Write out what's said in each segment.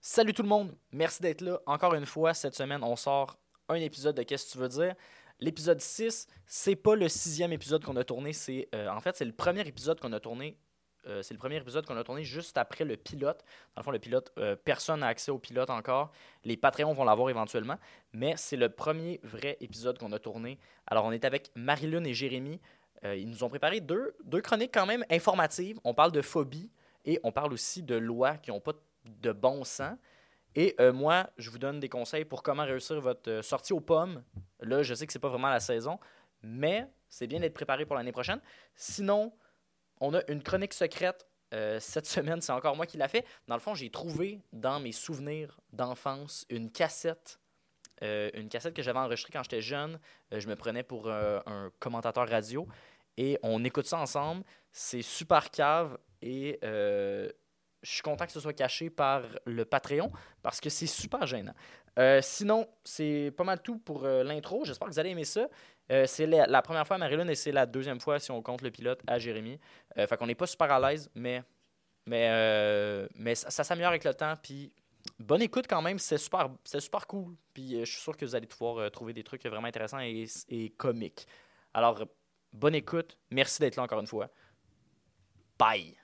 Salut tout le monde, merci d'être là. Encore une fois, cette semaine, on sort un épisode de Qu'est-ce que tu veux dire? L'épisode 6, c'est pas le sixième épisode qu'on a tourné, c'est euh, en fait c'est le premier épisode qu'on a tourné. euh, c'est le premier épisode qu'on a tourné juste après le pilote. Dans le fond, le pilote, euh, personne n'a accès au pilote encore. Les Patreons vont l'avoir éventuellement, mais c'est le premier vrai épisode qu'on a tourné. Alors, on est avec Marilyn et Jérémy. Euh, ils nous ont préparé deux, deux chroniques quand même informatives. On parle de phobie et on parle aussi de lois qui n'ont pas de bon sens. Et euh, moi, je vous donne des conseils pour comment réussir votre euh, sortie aux pommes. Là, je sais que c'est pas vraiment la saison, mais c'est bien d'être préparé pour l'année prochaine. Sinon, on a une chronique secrète. euh, cette semaine, c'est encore moi qui l'a fait. Dans le fond, j'ai trouvé dans mes souvenirs d'enfance une cassette. euh, une cassette que j'avais enregistrée quand j'étais jeune. Euh, je me prenais pour euh, un commentateur radio. Et on écoute ça ensemble. C'est super cave. Et euh, je suis content que ce soit caché par le Patreon parce que c'est super gênant. Euh, sinon, c'est pas mal tout pour euh, l'intro. J'espère que vous allez aimer ça. Euh, c'est la, la première fois à Marilyn et c'est la deuxième fois, si on compte le pilote, à Jérémy. Euh, fait qu'on n'est pas super à l'aise, mais, mais, euh, mais ça, ça s'améliore avec le temps. Puis bonne écoute quand même, c'est super, c'est super cool. Puis euh, je suis sûr que vous allez pouvoir euh, trouver des trucs vraiment intéressants et, et comiques. Alors, bonne écoute. Merci d'être là encore une fois. Bye!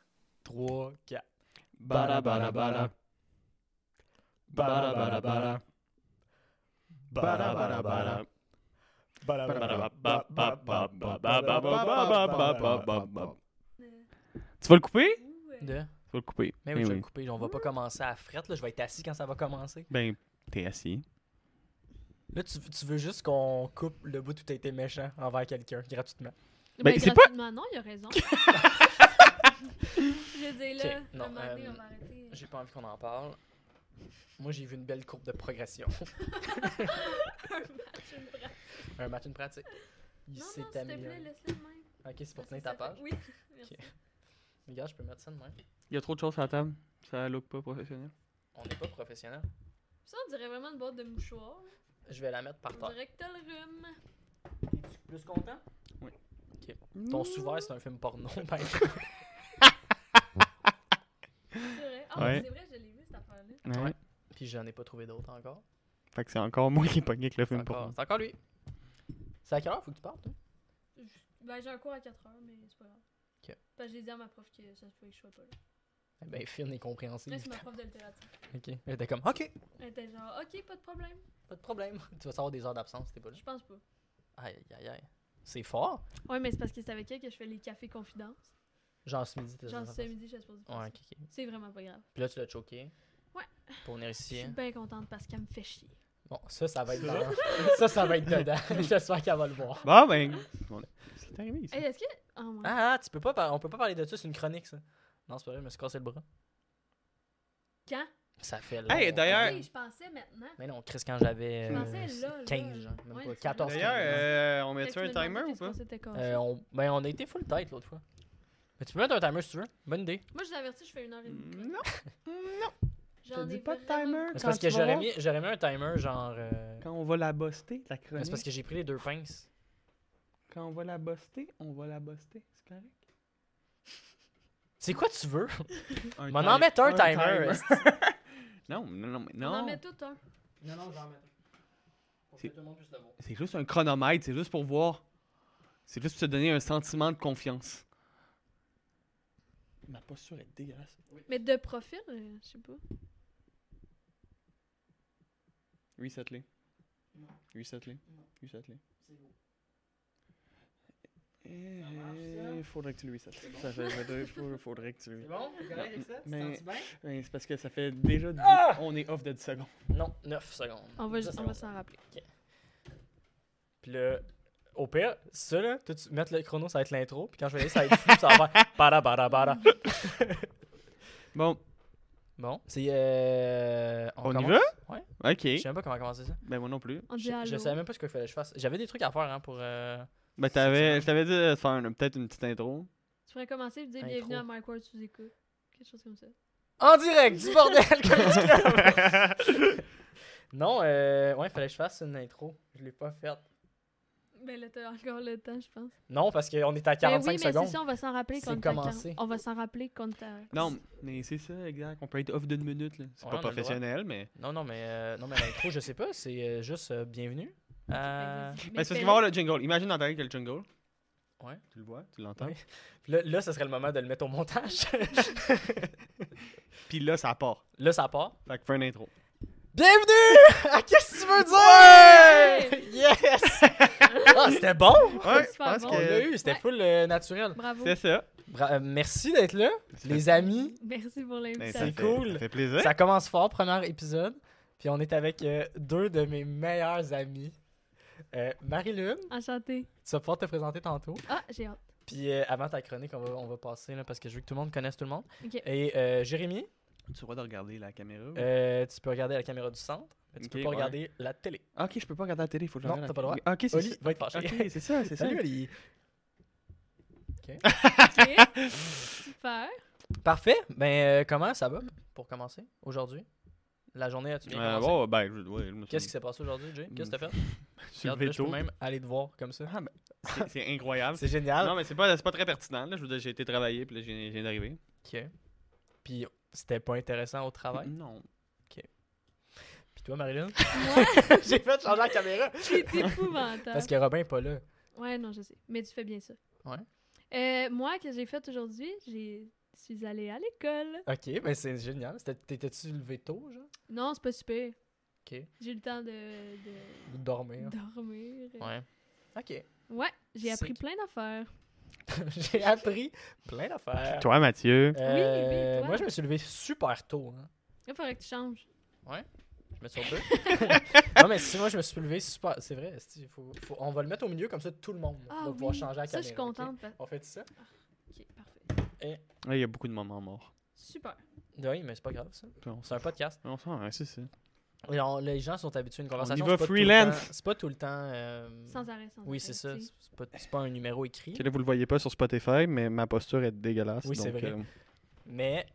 3, 4. Bada bada bada. Bada bada bada. Bada bada bada. Tu vas le couper? De... Tu vas le couper. Mais oui, je vais le couper. On va pas commencer à fret. Là. Je vais être assis quand ça va commencer. Ben, t'es assis. Là, tu, tu veux juste qu'on coupe le bout où t'as été méchant envers quelqu'un gratuitement. Ben, Ben, c'est pas- gratuitement, non, il a raison. Je veux dire, là, Ok, à non, un moment donné, euh, on va arrêter. J'ai pas envie qu'on en parle. Moi, j'ai vu une belle courbe de progression. Un Un match, une pratique. match, une pratique. Il Non, non, s'est s'il te plaît, amélioré. laisse-le de même. Ok, c'est pour Parce tenir que ta ça fait- page. Oui, merci. Regarde, je peux mettre ça de même. Il y a trop de choses à la table. Ça look pas professionnel. On n'est pas professionnel. Ça, on dirait vraiment une boîte de mouchoirs. là. Je vais la mettre par On terre. dirait que t'as le rhume. Es-tu plus content? Oui. Ok. Ton souverain, c'est un film porno. Ben, C'est vrai. Ah, Ouais. c'est vrai, je l'ai vu, cette affaire-là. Ouais. puis j'en ai pas trouvé d'autres encore. Fait que c'est encore moi qui pogne avec le C'est film pour encore, c'est encore lui. C'est à quelle heure faut que tu parles, toi? Je- Ben, j'ai un cours à 4 heures, mais c'est pas grave. Ok. Parce que j'ai dit à ma prof que ça se pouvait que je sois pas là. Eh ben, fine et compréhensive. Là, c'est ma prof de littérature. Ok. Elle était comme, OK, Elle était genre, OK, pas de problème. pas de problème. Tu vas savoir des heures d'absence si t'es pas là. Je pense pas. Aïe, aïe, aïe. C'est fort. Ouais, mais c'est parce que c'est avec elle que je fais les cafés confidences. Genre, ce midi, t'es Genre, censé ce faire midi, je suis supposée ça. faire Ouais, ça. ok, ok. C'est vraiment pas grave. Puis là, tu l'as choqué. Ouais. Pour venir Je ici. suis bien contente parce qu'elle me fait chier. Bon, ça, ça va être dedans. ça, ça va être dedans. J'espère qu'elle va le voir. Bon, ben. on est- C'est arrivé ici. Hey, est-ce que. Oh, mon Dieu. Ah, ah, tu peux pas par- on peut pas parler de ça, c'est une chronique, ça. Non, c'est pas vrai, je me suis cassé le bras. Quand? Ça fait là. Hey, d'ailleurs- Oui, je pensais maintenant. Mais non, Chris, quand j'avais. Je euh, pensais là, là. 15, genre, même Ouais, pas, c'est 14, vrai. D'ailleurs, euh, on Fait hein? que met-tu tu un me demandais timer ou qu'est-ce pas? qu'on s'était cassé. Euh, on... Ben, on a été full tête l'autre fois. Mais tu peux mettre un timer si tu veux. Bonne idée. Moi, je vous avertis, je fais une heure et demie. Non. Non. J'en te ai dis pas de vraiment- timer. C'est Quand parce que tu vas j'aurais voir- mis, j'aurais mis un timer, genre. euh, Quand on va la buster, la mais chronique. C'est parce que j'ai pris les deux pinces. Quand on va la buster, on va la buster. C'est correct? C'est quoi tu veux? Un M'en en mettre un timer. non, non, non, mais On en non. met tout un. Non, non, j'en mets un. Pour que C'est- tout le monde puisse le voir. C'est juste un chronomètre, c'est juste pour voir. C'est juste pour se donner un sentiment de confiance. Ma posture est dégueulasse. Mais de profil, euh, je sais pas. Reset-les. Reset-les. Reset-les. Eh, Il faudrait que tu le reset. Ça fait, ça fait- faut- faudrait que tu le C'est bon? T'es correct avec ça? Tu Mais- te sens-tu bien? Ouais, C'est parce que ça fait déjà. dix- On est off de 10 secondes. Non, 9 secondes. On va, Dix on secondes. va s'en rappeler. Puis le. Au pire, ça là, toi, tu mettre le chrono, ça va être l'intro, puis quand je vais aller, ça va être fou, ça va faire. Bada, bada, bada. Bon, Bon, c'est. Euh, on, y commence? va? Ouais. Ok. Je sais même pas comment commencer ça. Ben, moi non plus. On dit Je, je allô. savais même pas ce qu'il fallait que je fasse. J'avais des trucs à faire hein, pour. euh, Ben, C'est- t'avais, je t'avais dit de faire une- peut-être une petite intro. Tu pourrais commencer et dire Intro. bienvenue à Mike Ward, tu écoutes. Quelque chose comme ça. En direct du bordel comme tu Non, euh, ouais, fallait que je fasse une intro. Je l'ai pas faite. Ben là, t'as encore le temps, je pense. Non, parce qu'on est à 45 ben oui, mais secondes. c'est ça, on va s'en rappeler C'est quand t'as commencé. 40 On va s'en rappeler quand t'as. Non, mais c'est ça, exact. On peut être off d'une minute. là. C'est Ouais, on a pas le droit. professionnel, mais. Ben, Non, non, mais, euh, non, mais L'intro, je sais pas, c'est euh, juste euh, bienvenue. euh, Mais c'est parce qu'il va y avoir le jingle. Imagine dans ta règle le jingle. Ouais. Tu le vois, tu l'entends. Oui. Puis Là, là, ce serait le moment de le mettre au montage. Puis là, ça part. là, ça part. Fait que fais une intro. Bienvenue! à Qu'est-ce que tu veux dire? Yes! Ah, c'était bon! Ouais, super je pense bon. On l'a que. eu, c'était Ouais. full euh, naturel. Bravo. C'est ça. Bra- euh, merci d'être là, les amis. Merci pour Ben, l'invitation. ça c'est fait- cool. Ça fait plaisir. Ça commence fort, premier épisode. Puis on est avec euh, deux de mes meilleurs amis. Euh, Marie-Lune, Enchantée. tu vas pouvoir te présenter tantôt. Ah, j'ai hâte. Puis euh, avant ta chronique, on va, on va passer là, parce que je veux que tout le monde connaisse tout le monde. Ok. Et euh, Jérémy, Tu vois de regarder la caméra. ou- euh, tu peux regarder la caméra du centre, mais tu Ok, peux pas ouais. regarder la télé. Ah, Ok, je peux pas regarder la télé, faut que je Non, regarde. t'as pas le droit. Ok, c'est Oli ça. va être fâché. Ok, c'est ça, c'est ça. Salut Oli! Ok. Super. Parfait! Ben euh, comment ça va pour commencer aujourd'hui? La journée a-tu bien Euh, commencé? bon, ben, je, ouais, je me suis- Qu'est-ce qui s'est passé aujourd'hui, Jay? Qu'est-ce que t'as fait? Sur le Regarde, là, je peux veto. même aller te voir comme ça. Ah, ben, c'est- c'est incroyable. C'est génial. Non, mais c'est pas, c'est pas très pertinent. Là. Je veux dire, j'ai été travailler, puis là, j'ai- je viens d'arriver. Ok. Puis c'était pas intéressant au Ah travail. Non. Puis toi, Marilyn? Moi, J'ai fait changer la caméra! c'est épouvantable. Parce que Robin est pas là. Ouais, non, je sais. Mais tu fais bien ça. Ouais. Euh, moi, que j'ai fait aujourd'hui, j'ai je suis allée à l'école. Ok, ben c'est génial. C'était- T'étais-tu levé tôt, genre? Non, c'est pas super. Ok. J'ai eu le temps de, de Ou dormir? dormir. Ouais. Ok. Ouais, j'ai appris C'est- plein d'affaires. J'ai appris plein d'affaires. Toi, Mathieu. Euh, oui, toi. Moi, je me suis levé super tôt. hein. Il faudrait que tu changes. Je mets sur deux. non, mais si moi, je me suis levé super. C'est vrai, esti, faut- faut- on va le mettre au milieu, comme ça, tout le monde Ah va oui. pouvoir changer la ça, caméra. je suis ok? contente. pa- On fait ça? Ok, parfait. Ouais, il y a beaucoup de moments morts. Super. Oui, mais c'est pas grave, ça. Puis on C'est un podcast. on s'en ouais, c'est ça. Et on- les gens sont habitués à une conversation. va c'est pas tout le freelance. temps- C'est pas tout le temps. euh, Sans arrêt, sans arrêt. Oui, c'est ça. tu sais. C'est pas, c'est pas un numéro écrit. Ok, là, vous le voyez pas sur Spotify, mais ma posture est dégueulasse. Oui, c'est donc, vrai. euh, Mais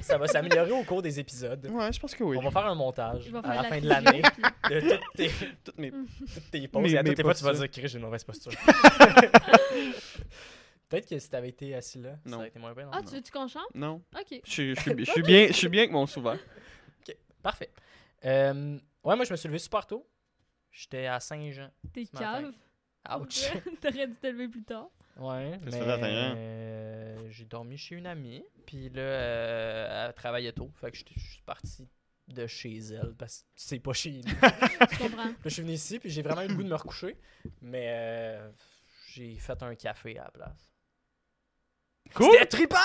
ça va s'améliorer au cours des épisodes. Ouais, je pense que oui. On va faire un montage Il va à faire la fin de fusion, l'année puis- de toutes tes, Toutes mes- toutes tes pauses. Mes- et à mes toutes tes fois, tu vas postures. dire, Chris, j'ai une mauvaise posture. Peut-être que si t'avais été assis là, ça Non. aurait été moins bien. non? Ah, tu veux-tu qu'on chante? Non. Ok. Je suis- je suis je suis bien, je suis bien avec mon souverain. Parfait. Euh, ouais, moi, je me suis levé super tôt. J'étais à Saint-Jean. T'es Ce matin. cave. Ouch. T'aurais dû te lever plus tard. Ouais, Qu'est-ce que mais tu faisais à Saint-Jean? euh, j'ai dormi chez une amie, puis là, euh, elle travaillait tôt, fait que j'étais- je suis parti de chez elle, parce que c'est pas chez nous. Je comprends. Là, je suis venu ici, puis j'ai vraiment eu le goût de me recoucher, mais euh, j'ai fait un café à la place. Cool! C'était trippant!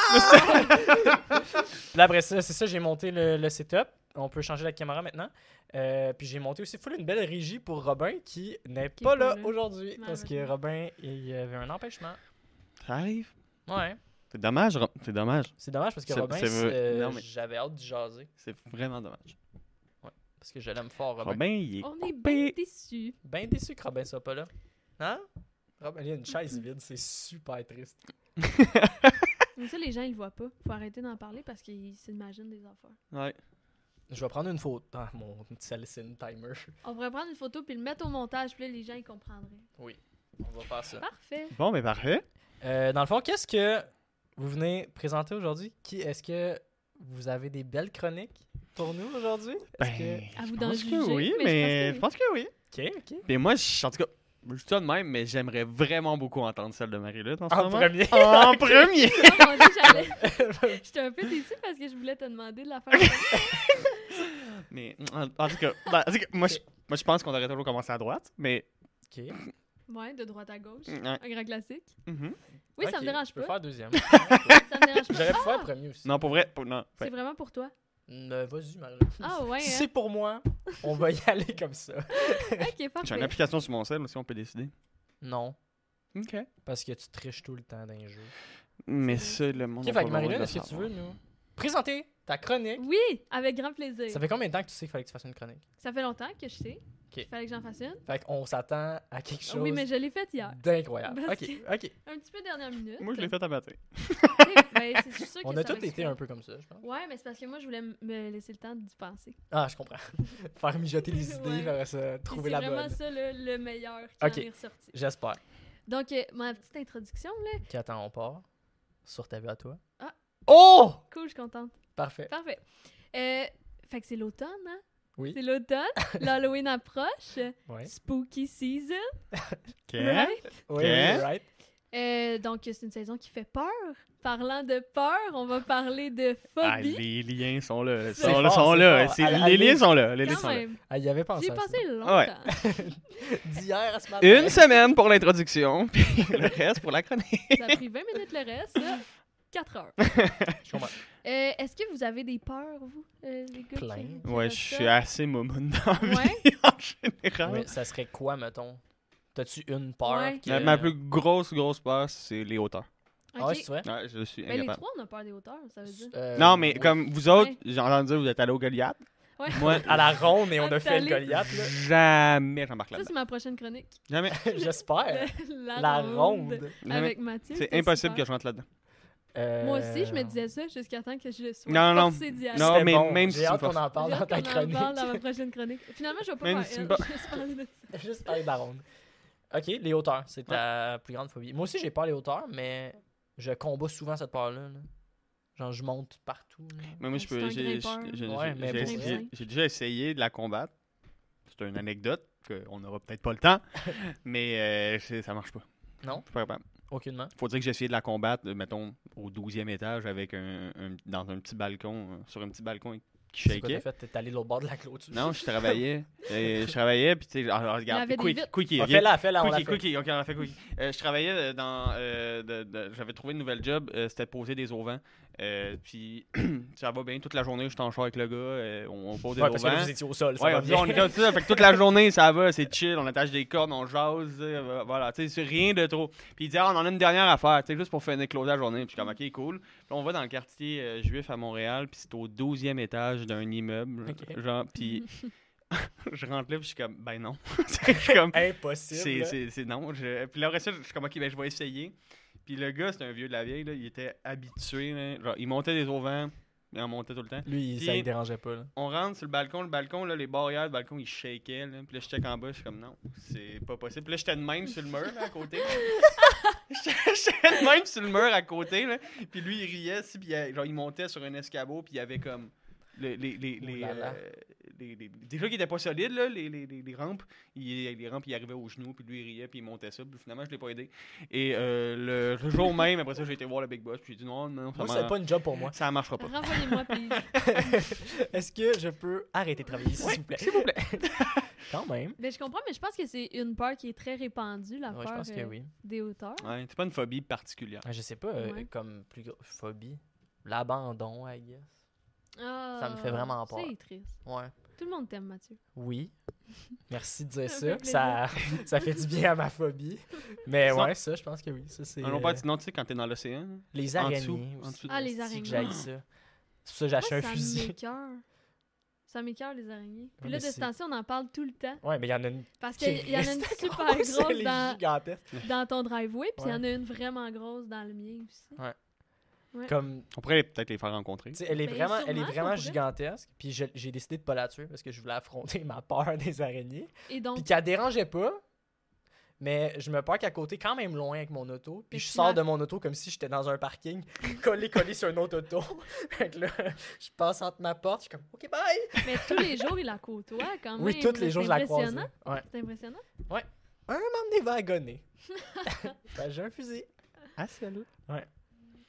Puis là, après ça, c'est ça, j'ai monté le, le setup. On peut changer la caméra maintenant. Euh, puis j'ai monté aussi full une belle régie pour Robin qui n'est Qui est pas pas là là, aujourd'hui parce que malheureusement. Robin, il y avait un empêchement. Ça arrive. Ouais. C'est dommage, Ro- c'est dommage. C'est dommage parce que C'est- Robin, c'est vrai. euh, Non, mais- J'avais hâte de jaser C'est vraiment dommage. parce que je l'aime fort, Robin. Robin, Ah ben, il est On est bien coupé. déçus. Ben déçu que Robin soit pas là. Hein? Robin, il y a une chaise vide, c'est super triste. Mais ça, les gens, ils le voient pas. Faut arrêter d'en parler parce qu'ils s'imaginent des affaires. Ouais. Je vais prendre une photo. Ah, mon petit Allison timer. On pourrait prendre une photo puis le mettre au montage, puis là, les gens, ils comprendraient. On va faire Ah. ça. Parfait. Bon, mais parfait. Euh, dans le fond, qu'est-ce que vous venez présenter aujourd'hui? Qui Est-ce que vous avez des belles chroniques pour nous aujourd'hui? Est-ce Ben, À vous je d'en pense juger, que oui, mais je mais pense que je pense que oui. que- Ok, ok. Mais moi, je- en tout cas, je dis ça de même, mais j'aimerais vraiment beaucoup entendre celle de Marie-Lutte en ce En moment. premier. En premier! Oh mon Dieu, j'allais- J'étais un peu déçue parce que je voulais te demander de la faire. Mais en, en tout cas, ben, en tout cas, moi, je, moi, je pense qu'on aurait toujours commencé à droite, mais. Ok. Ouais, de droite à gauche. Ouais. Un grand classique. Mhm. Oui, ça Ok, me dérange Je peux pas. faire deuxième. Ça me dérange pas. J'aurais pu faire premier aussi. Non, pour vrai, pour- non. C'est Fait- vraiment pour toi. Euh, Vas-y, Marie. Ah ouais. Si hein. c'est pour moi, on va y aller comme ça. Ok, J'ai une parfait. application sur mon cell aussi, on peut décider. Non, OK. parce que tu triches tout le temps dans les jeux. Mais C'est ça, le monde. Ok, fait que Marilyn, est-ce que tu veux nous présenter ta chronique? Oui, avec grand plaisir. Ça fait combien de temps que tu sais qu'il fallait que tu fasses une chronique? Ça fait longtemps que je sais. Il fallait que j'en fasse une. Fait qu'on s'attend à quelque chose Oui, mais je l'ai faite hier. d'incroyable. Parce Ok, ok. Un petit peu dernière minute. Moi, je l'ai fait à matin. Ben, c'est- je suis sûre que On a ça va tous se été faire. un peu comme ça, je pense. Ouais, mais c'est parce que moi, je voulais m- me laisser le temps d'y penser. Ah, je comprends. Faire mijoter les idées, Ouais. faire ça, Puis trouver c'est la vraiment bonne. ça le, le meilleur qui Ok. en est ressorti. J'espère. Donc, euh, ma petite introduction, là. Ok, attends, on part. Sur ta vue à toi. Ah. Oh! Cool, je suis contente. Parfait. Parfait. Euh, fait que c'est l'automne, hein? Oui. C'est l'automne. L'Halloween approche. Ouais. Spooky season. Qu'est-ce right? Oui, Hein? right. Euh, donc, c'est une saison qui fait peur. Parlant de peur, on va parler de Ah, phobie. les liens sont là. C'est Sont là, fort, sont c'est là. fort. C'est- Allez, Les allez. liens sont là. Les liens Quand sont là. même. Ah, il y avait pensé J'y ai à ça. passé longtemps. Ouais. D'hier à ce matin. Une semaine pour l'introduction, puis le reste pour la chronique. Ça a pris 20 minutes le reste. 4 heures. Je comprends. Euh, Est-ce que vous avez des peurs, vous, euh, les gars? qui- Plein. qui Ouais, je restent suis seuls? assez moumoune dans la vie, Ouais. en général. Mais ça serait quoi, mettons? T'as-tu une peur? Ouais. que- Ma, ma plus grosse, grosse peur, c'est les hauteurs. Ah, Ok. c'est vrai? Ouais, je suis Mais Ben, les incapable. trois, on a peur des hauteurs, ça veut dire. Euh, Non, mais oui. comme vous autres, j'ai entendu dire que vous êtes allé au Goliath. Ouais. Moi, À la ronde et on a Attends, fait le les- Goliath, là. jamais j'embarque Ça, là-dedans. c'est ma prochaine chronique. Jamais. J'espère. la, La ronde. ronde. jamais. Avec Mathieu. C'est c'était impossible que super. je rentre là-dedans. Euh, Moi aussi, je me disais ça jusqu'à temps que je sois Non, non, forcée d'y aller. Non, C'était mais bon. même si J'ai tu hâte me qu'on en parle J'ai dans hâte ta qu'on en chronique. parle dans ma prochaine chronique. Finalement, je vais pas Même faire si elle, me- je vais juste parler de ça. Juste parler de la ronde. Ok, les hauteurs, c'est ta plus grande phobie. Moi aussi, j'ai peur des hauteurs, mais je combats souvent cette peur-là. là. Genre, je monte partout. là. Mais moi, je C'est un peux. j'ai- j'ai- grimpeur. j'ai- Ouais, mais J'ai j'ai pour vrai. essayé- j'ai déjà essayé de la combattre. C'est une anecdote qu'on n'aura peut-être pas le temps, mais euh, c'est- ça marche pas. Non? Je suis pas capable. Aucunement. Faut dire que j'ai essayé de la combattre, euh, mettons, au 12e étage avec un, un- dans un petit balcon, euh, sur un petit balcon qui C'est quoi shakeait. t'as fait? T'es allé de l'autre bord de la clôture. Non, je travaillais. Et je travaillais, puis tu sais, ah, Il y avait regarde, des vitres. quick, quickie, Ah, viens. fais-la, fais-la, on l'a Quickie, fait. quickie, ok, on a fait quickie. Euh, je travaillais euh, dans. euh, de- de- J'avais trouvé une nouvelle job, euh, c'était poser des auvents. Euh, puis ça va bien, toute la journée, j'étais en char avec le gars, euh, on, on pose des Ouais, parce que là, auvents. vous étiez au sol, ça Ouais, va on, bien. on est comme ça, fait que toute la journée, ça va, c'est chill, on attache des cordes, on jase, euh, voilà, tu sais, c'est rien de trop. Puis il dit, ah, on en a une dernière à faire, tu sais, juste pour finir closer la journée. Puis je suis comme, ok, cool. Puis on va dans le quartier euh, juif à Montréal, puis c'est au 12e étage d'un immeuble. Ok. Genre, puis je rentre là, puis je suis comme, ben non. je suis comme, Impossible. c'est, là. c'est, c'est non. Je... Puis là, après ça, je suis comme, ok, ben, je vais essayer. Puis le gars, c'était un vieux de la vieille, là, il était habitué. là. Genre, il montait des auvents, il en montait tout le temps. Lui, Puis- ça le dérangeait pas. Là. On rentre sur le balcon, le balcon, là, les barrières du balcon, ils shakaient. Là. Puis là, je check en bas, je suis comme, non, c'est pas possible. Puis là, j'étais de même sur le mur, là, à côté. J'étais j'étais de même sur le mur à côté. Là. Puis lui, il riait, si, puis il, genre, il montait sur un escabeau, puis il y avait comme. le- les, les, Oh les, là là. euh, les- les- déjà qu'il était pas solide, là, les, les, les, les rampes, il, les rampes, il arrivait aux genoux, puis lui, il riait, puis il montait ça. Puis finalement, je l'ai pas aidé. Et euh, le jour même, après ça, j'ai été voir le Big Boss, puis j'ai dit, non, non, ça, Moi, c'est mar- pas une job pour moi. ça marchera pas. Renvoyez-moi, please. Est-ce que je peux arrêter de travailler, s'il vous plaît? S'il vous plaît. Quand même. Ben, je comprends, mais je pense que c'est une peur qui est très répandue, la Ouais, je peur pense que euh, oui. des hauteurs. Ouais, c'est pas une phobie particulière. Je sais pas, euh, Ouais. comme plus gros- phobie. L'abandon, I guess. Ah, me fait vraiment peur. C'est triste. Ouais. Tout le monde t'aime, Mathieu. Oui. Merci de dire Ça ça. fait Ça, ça fait du bien à ma phobie. Mais Sinon- ouais, ça, je pense que oui. Ça, c'est. Ah non, euh, pas, sinon, tu sais, quand t'es dans l'océan, les en araignées. dessous, en aussi. dessous de- Ah, les Si que araignées. j'haïs ça. C'est pour ça que j'ai acheté Moi, un ça fusil. m'écoeure. Ça m'écoeure, les araignées. Puis Ouais, mais là, de ce c'est- temps-ci, on en parle tout le temps. Ouais, mais il y en a une. Parce qui qu'il y en a une reste super grosse, elle grosse est dans, gigantesque. dans ton driveway, puis il y en Ouais. a une vraiment grosse dans le mien aussi. Comme, On pourrait peut-être les faire rencontrer. tu sais, elle est Ben, vraiment, elle est sûrement, vraiment pour vrai. gigantesque. Puis je- j'ai décidé de pas la tuer parce que je voulais affronter ma peur des araignées. Et donc, Puis qu'elle dérangeait pas. Mais je me parque à côté, quand même loin avec mon auto. Puis Mais je tu sors l'as- de mon auto comme si j'étais dans un parking, collé, collé sur une autre auto. fait que là, je passe entre ma porte, je suis comme, OK, bye! mais tous les jours, il la côtoie quand même. oui, tous les là, jours, c'est je la croise. impressionnant. là. Ouais. C'est impressionnant. M'emmener wagonner. Ben, j'ai un fusil. Ah, celle-là.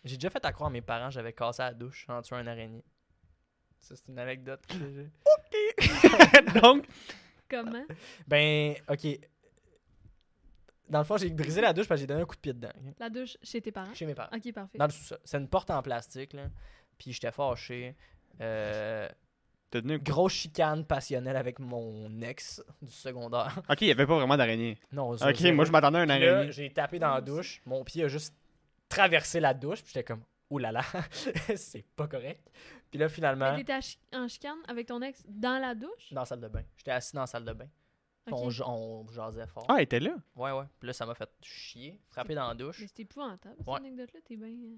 J'ai déjà fait à croire à mes parents j'avais cassé la douche en tuant un araignée. Ça, c'est une anecdote. que j'ai- Donc, Comment? ben, OK. Dans le fond, j'ai brisé la douche parce que j'ai donné un coup de pied dedans. ok? La douche chez tes parents? Chez mes parents. Hein? Ok, parfait. Dans le sous-sol. C'est une porte en plastique, là. Puis j'étais fâché. Euh, t'as donné un coup. grosse chicane passionnelle avec mon ex du secondaire. Ok, il n'y avait pas vraiment d'araignée. Non, zéro, Ok, zéro. moi, je m'attendais à un Puis là, araignée. j'ai tapé dans la douche. Mon pied a juste traversé la douche. Puis j'étais comme, oh là là, c'est pas correct. Puis là, finalement, Mais T'étais à chi- en chicane avec ton ex dans la douche? dans la salle de bain. J'étais assis dans la salle de bain. Ok. On, ja- on jasait fort. Ah, elle était là. Ouais, ouais. Puis là, ça m'a fait chier. Frapper dans la douche. Mais c'est épouvantable, cette Ouais. anecdote-là. T'es bien. euh,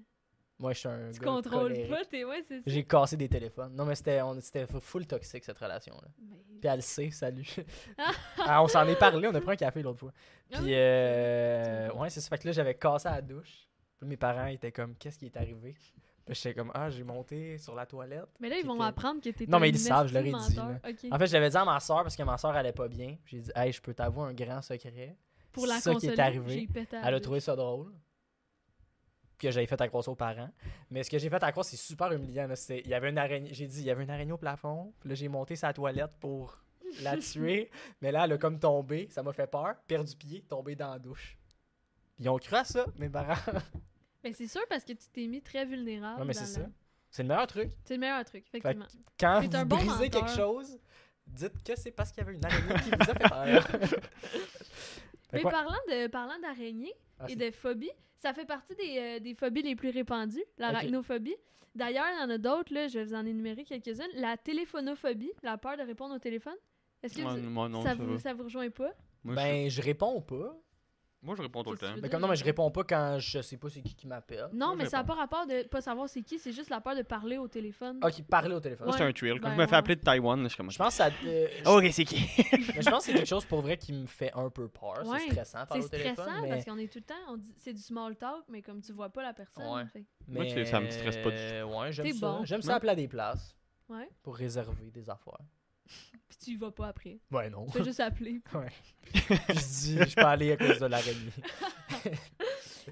Moi, je suis un. Tu gars contrôles colérique. pas, t'es. Ouais, c'est ça. J'ai cassé des téléphones. Non, mais c'était on- c'était fu- full toxique, cette relation-là. Mais- Puis elle le sait, salut. Ah. Ah, on s'en est parlé, on a pris un café l'autre fois. Ah Puis, oui, euh, ouais, c'est ça. Fait que là, j'avais cassé à la douche. Puis mes parents étaient comme, qu'est-ce qui est arrivé? Puis j'étais comme, ah, j'ai monté sur la toilette. Mais là, ils Puis vont que- apprendre que t'es. Non, mais un ils le savent, je leur ai esti dit, menteur. Ok. En fait, j'avais dit à ma soeur, parce que ma soeur allait pas bien. J'ai dit, hey, je peux t'avouer un grand secret. Pour la c'est ça qui est consoler, arrivé. j'ai pété à la Elle a douche. trouvé ça drôle. Que j'avais fait accroître aux parents. Mais ce que j'ai fait accroître, c'est super humiliant. là. C'est- Il y avait une araignée. J'ai dit, il y avait une araignée au plafond. Puis là, j'ai monté sa toilette pour la tuer. mais là, elle a comme tombé. Ça m'a fait peur. Perdu pied, tombé dans la douche. Ils ont cru à ça, mes parents. Mais c'est sûr parce que tu t'es mis très vulnérable. Ouais, mais dans c'est la- ça. C'est le meilleur truc. C'est le meilleur truc, effectivement. Quand T'es un vous bon brisez menteur. quelque chose, dites que c'est parce qu'il y avait une araignée qui vous a fait peur. Fait Mais que ouais. parlant de parlant d'araignées Ah, et c'est- de phobies, ça fait partie des, euh, des phobies les plus répandues, l'arachnophobie. D'ailleurs, il y en a d'autres, là, je vais vous en énumérer quelques-unes. La téléphonophobie, la peur de répondre au téléphone. Est-ce que Moi, vous- moi, non, ça, ça va. vous, ça vous rejoint pas? Moi, je- Ben, je réponds pas. moi, je réponds tout le Qu'est-ce temps. que tu Mais comme non, mais je réponds pas quand je sais pas c'est qui qui m'appelle. Mm. Non, Moi, mais je ça n'a pas rapport de pas savoir c'est qui, c'est juste la peur de parler au téléphone. Ok, parler au téléphone. Moi, c'est Ouais. un thrill. Quand Ben, je me fais ouais. appeler de Taïwan, là, je suis comme. Je pense que ça. euh, je- Ok, c'est qui mais je pense que c'est quelque chose pour vrai qui me fait un peu peur. Ouais, C'est stressant C'est parler au téléphone. stressant mais... parce qu'on est tout le temps, on dit- c'est du small talk, mais comme tu vois pas la personne. Ouais. fait- Moi, tu sais, ça me stresse pas du tout. Euh, Ouais, j'aime T'es ça. bon. J'aime Ouais. ça appeler à des places Ouais. pour réserver des affaires. Puis tu y vas pas après. Ouais, non. Tu vas juste appeler. je dis, je peux aller à cause de l'araignée.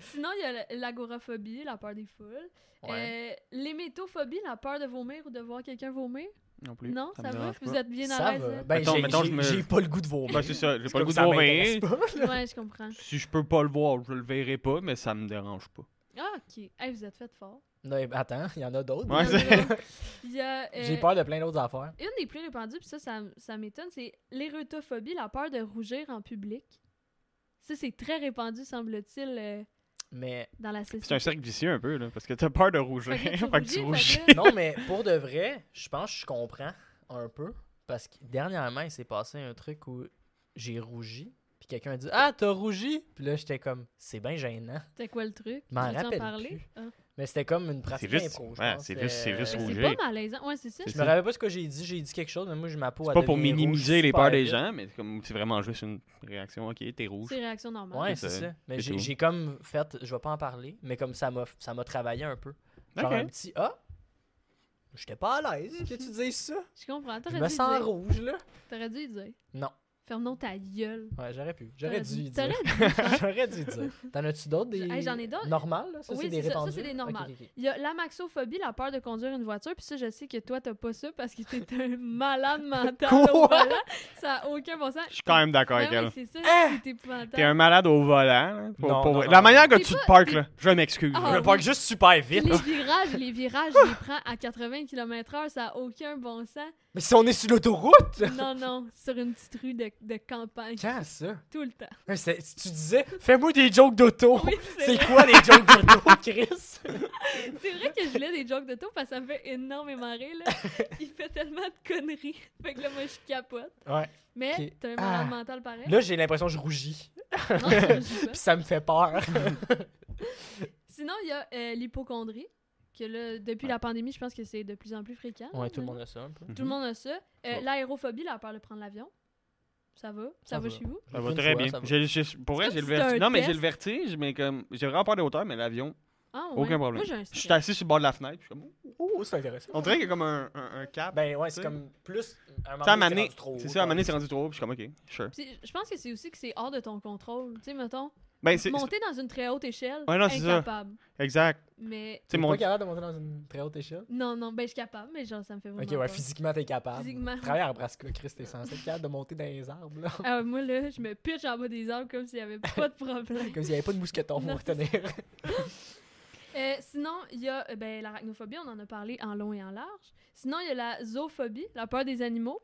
Sinon, il y a la- l'agoraphobie, la peur des foules. Ouais. Euh, L'hémétophobie, la peur de vomir ou de voir quelqu'un vomir. Non plus. non, ça, me va? dérange Vous pas. êtes bien à ça l'aise? va. là? Ben, Mettons- j'ai- mettons, je j'ai me- j'ai pas le goût de vomir. Ben, c'est ça, j'ai C'est pas comme le goût de ça m'intéresse vomir. pas. Ouais, je comprends. Si je peux pas le voir, je le verrai pas, mais ça me dérange pas. Ah, ok. Hey, vous êtes fait fort. Non, mais attends, il y en a d'autres. Ouais, Il y en a d'autres. Il y a, euh, J'ai peur de plein d'autres affaires. Une des plus répandues, puis ça, ça, ça m'étonne, c'est l'érutophobie, la peur de rougir en public. Ça, c'est très répandu, semble-t-il, euh, Mais dans la C'est un société. cercle vicieux un peu, là, parce que t'as peur de rougir. Fait que là, Fait que tu rougis. fait que là- non, mais pour de vrai, je pense que je comprends un peu. Parce que dernièrement, il s'est passé un truc où j'ai rougi. Puis quelqu'un a dit Ah, t'as rougi Puis là, j'étais comme C'est bien gênant. C'était quoi le truc? M'en Tu veux-tu rappelle parler? plus. Ah. Mais c'était comme une pratique juste- d'impro, je ouais, pense. c'est juste- c'est Euh, juste Mais rougi. C'est Rougir. pas malaisant. Ouais, c'est ça. Je me rappelle pas ce que j'ai dit. J'ai dit quelque chose, mais moi, je ma peau C'est a pas pour devenu rouge minimiser les super peurs des vite. gens, mais c'est comme c'est vraiment juste une réaction. Ok, t'es rouge. C'est réaction normale. Ouais, C'est c'est ça. ça. Mais C'est j'ai tout. j'ai comme fait, je vais pas en parler, mais comme ça m'a ça m'a travaillé un peu. Genre Ok. un petit Ah, j'étais pas à l'aise que tu dises ça. Je comprends. Je T'aurais dû, me y sens dire. rouge, là. T'aurais dû y dire. Non. Ferme donc ta gueule. Ouais, j'aurais pu. J'aurais dû y dire. T'aurais dû. J'aurais dû dire. T'en as-tu d'autres des. Hey, j'en ai d'autres. Normales, là? Ça, Oui, c'est des c'est ça. Ça, répandues. c'est des normales. Ok, ok, ok. Il y a l'amaxophobie, la peur de conduire une voiture. Puis ça, je sais que toi, t'as pas ça parce que t'es un malade mental au Quoi? volant. Ça a aucun bon sens. Je suis quand même d'accord Ben avec elle. oui, c'est ça. Hein? C'est épouvantable. T'es un malade au volant. là, pour- Non, pour- non, non, la non. manière que Des tu fois- te parques, là, je m'excuse. Ah, là. Je parle oui. juste super Puis Les virages, les virages, je les prends à 80 km/h. Ça a aucun bon sens. Mais si on est sur l'autoroute! Non, non. Sur une petite rue de, de campagne. Quand ça? Tout le temps. Hey, c'est- si tu disais, fais-moi des jokes d'auto! Oui, Oh, c'est vrai. quoi les jokes d'auto, Chris? C'est vrai que je voulais des jokes de taux parce que ça me fait énormément rire. Là. Il fait tellement de conneries. Fait que là, moi, je capote. Ouais. Mais Ok. t'as un malade Ah. mental pareil. Là, j'ai l'impression que je rougis. Non, je sais pas. Puis ça me fait peur. Sinon, il y a euh, l'hypochondrie. Que là, depuis la pandémie, je pense que c'est de plus en plus fréquent. là, maintenant. a ça un peu. Tout le monde a ça. Euh, Bon. L'aérophobie, la peur de prendre l'avion. Ça va? Ça, Ça va, va. chez vous? Ça va très bien. J'ai- j'ai- pour vrai, comme j'ai le si c'était vertige. un Non, mais j'ai test. le vertige, mais comme. J'ai vraiment peur des hauteurs, mais l'avion, Ah, ouais. aucun problème. Moi, j'ai un Je suis stress. assis sur le bord de la fenêtre. je suis comme, Oh, c'est intéressant. On dirait qu'il y a comme un, un, un cap. Ben ouais, c'est Tu sais. comme plus. un moment Tu sais, à un donné, c'est moment donné- rendu trop c'est haut, ça, à quoi. un moment donné, c'est rendu trop haut, puis je suis comme, ok, sure. Puis Je pense que c'est aussi que c'est hors de ton contrôle. Tu sais, mettons, Ben, c'est. monter dans une très haute échelle, Ouais, non, c'est ça. incapable. c'est- Exact. Tu Mais sais, T'es mon. pas capable de monter dans une très haute échelle? non, non, ben je suis capable, mais genre, ça me fait vraiment Ok, ouais, peur. physiquement, t'es capable. Physiquement. Travaille à Nebraska, Chris, t'es censé être capable de monter dans les arbres, là. Ah, moi, là, je me pitch en bas des arbres comme s'il n'y avait pas de problème. Comme s'il n'y avait pas de mousqueton Non. pour tenir. Euh, sinon, il y a euh, ben, l'arachnophobie, on en a parlé en long et en large. Sinon, il y a la zoophobie, la peur des animaux.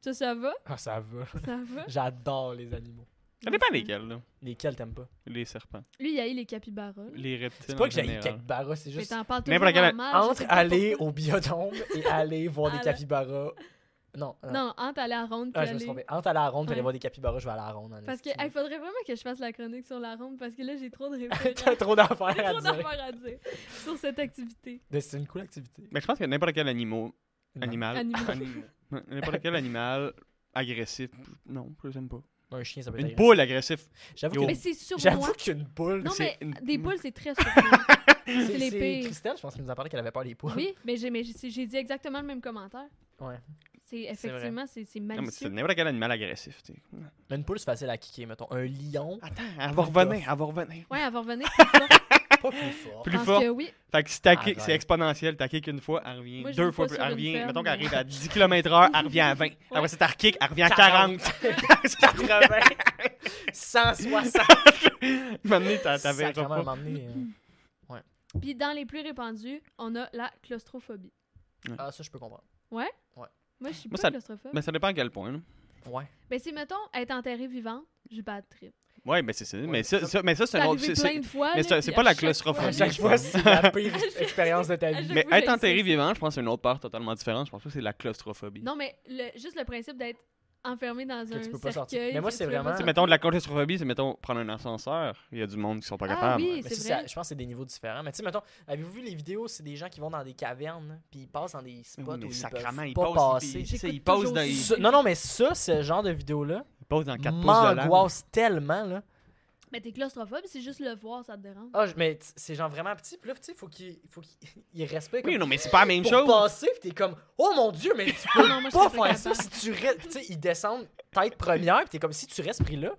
Ça, ça va? Ah, ça va. Ça va? J'adore les animaux. Ça dépend lesquels, là. Lesquels t'aimes pas? Les serpents. Lui, il y a eu les capybaras. là. Les reptiles. C'est pas en que j'ai général. capybara, c'est Mais juste. t'en parles N'importe toujours quel- normal, je Ah, sais Entre pas aller pourquoi. au biodôme et aller voir des Ah là. capybaras, Non. euh, Non, Ante allait à ronde. puis Ah, je me suis aller- trompé. Entre aller à la ronde, puis aller Ouais. voir des capybaras, je vais aller à la ronde. en Parce que, esti. il faudrait vraiment que je fasse la chronique sur la ronde parce que là, j'ai trop de T'as références. trop d'affaires J'ai à trop dire. d'affaires à dire sur cette activité. Mais C'est une cool activité. Mais Ben, je pense que n'importe quel animal. Non. Animal. Animal. Animal. N'importe quel animal agressif. Non, je les aime pas. Un chien, ça peut Une être. boule agressive. J'avoue Yo. que- Mais c'est sur moi. Oh. J'avoue qu'une boule. Non, mais c'est une- des poules, c'est très surprenant. c'est les pires. Christelle, je pense qu'elle nous a parlé qu'elle avait peur des poules. Oui, mais j'ai mais j'ai- j'ai dit exactement le même commentaire. Ouais. C'est C'est vrai. effectivement, c'est c'est Non, mais c'est malicieux. n'importe quel animal agressif. tu sais. Mais une poule, c'est facile à kicker, mettons. Un lion, Attends, elle va revenir, elle va revenir. Ouais, avant revenir, plus fort. pas plus fort. Plus Parce fort. que oui, Fait que si t'as kick- Arrête. c'est exponentiel, t'as kick une fois, elle revient Moi, je deux vis fois pas plus, sur elle une revient, ferme, mettons qu'elle mais- arrive à 10 km/h, elle revient à 20. Après ça, t'as rekick, elle revient à 40. 80, 160. Maintenant, t'as- t'avais Sacrément, à un pas. moment donné, euh, puis dans les plus répandus, on a la claustrophobie. Ah, ça, je peux comprendre. Moi, je suis Moi, pas ça- claustrophobe. Mais ça dépend à quel point. là. Ouais. Ben, c'est, mettons, être enterrée vivante, j'ai pas de trip. Ouais, mais c'est ça. Mais Ouais, ça, ça- ça- mais ça, C'est c'est un autre. arrivé c'est- c'est- plein de fois. mais là, c'est- c'est puis pas à la chaque fois- À claustrophobie. chaque fois, c'est la pire expérience Ah, de ta vie. Mais J'avoue, être j'ai enterré essayé. vivant, je pense que c'est une autre part totalement différente. Je pense pas que c'est la claustrophobie. Non, mais le- juste le principe d'être enfermé dans Que un tu peux pas cercueil. sortir. Mais moi, que c'est tu peux pas vraiment- Tu sais, sortir. mettons de la claustrophobie, c'est mettons prendre un ascenseur. Il y a du monde qui sont pas Ah capables. oui, Mais c'est ça, vrai. ça, je pense que c'est des niveaux différents. Mais tu sais, mettons, avez-vous vu les vidéos, c'est des gens qui vont dans des cavernes, puis ils passent dans des spots Mais oui, où mais ils sacrément, peuvent ils pas passent, passer. ils- tu sais, ils J'écoute passent toujours dans- ça. ils- Ça- non, non, mais ça, ce genre de vidéo-là, ils passent dans 4 pouces de large. m'angoisse tellement, là. Mais t'es claustrophobe, c'est juste le voir, ça te dérange. Ah, je- mais t- c'est genre vraiment petit, puis là, tu sais, faut qu'il faut qu'il il respecte Oui, comme- non, mais c'est pas la même pour chose. passer, puis t'es comme oh mon dieu, mais tu Ah non, peux pas moi, je serais pas faire ça si tu restes, tu sais, ils descendent tête première, puis t'es comme si tu restes pris là.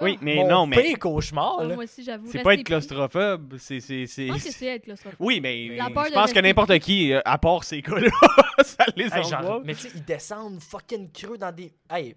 Oui, mais Mon non, mais pire cauchemar Ah, là. moi aussi, j'avoue. c'est pas être rester pris. claustrophobe. C'est. c'est- c'est- Je pense que c'est être claustrophobe. Oui, mais La peur je de pense que rester- n'importe qui, euh, à part ces gars-là, ça les Hey, genre, angoisse. mais tu sais, ils descendent fucking creux dans des. Hey,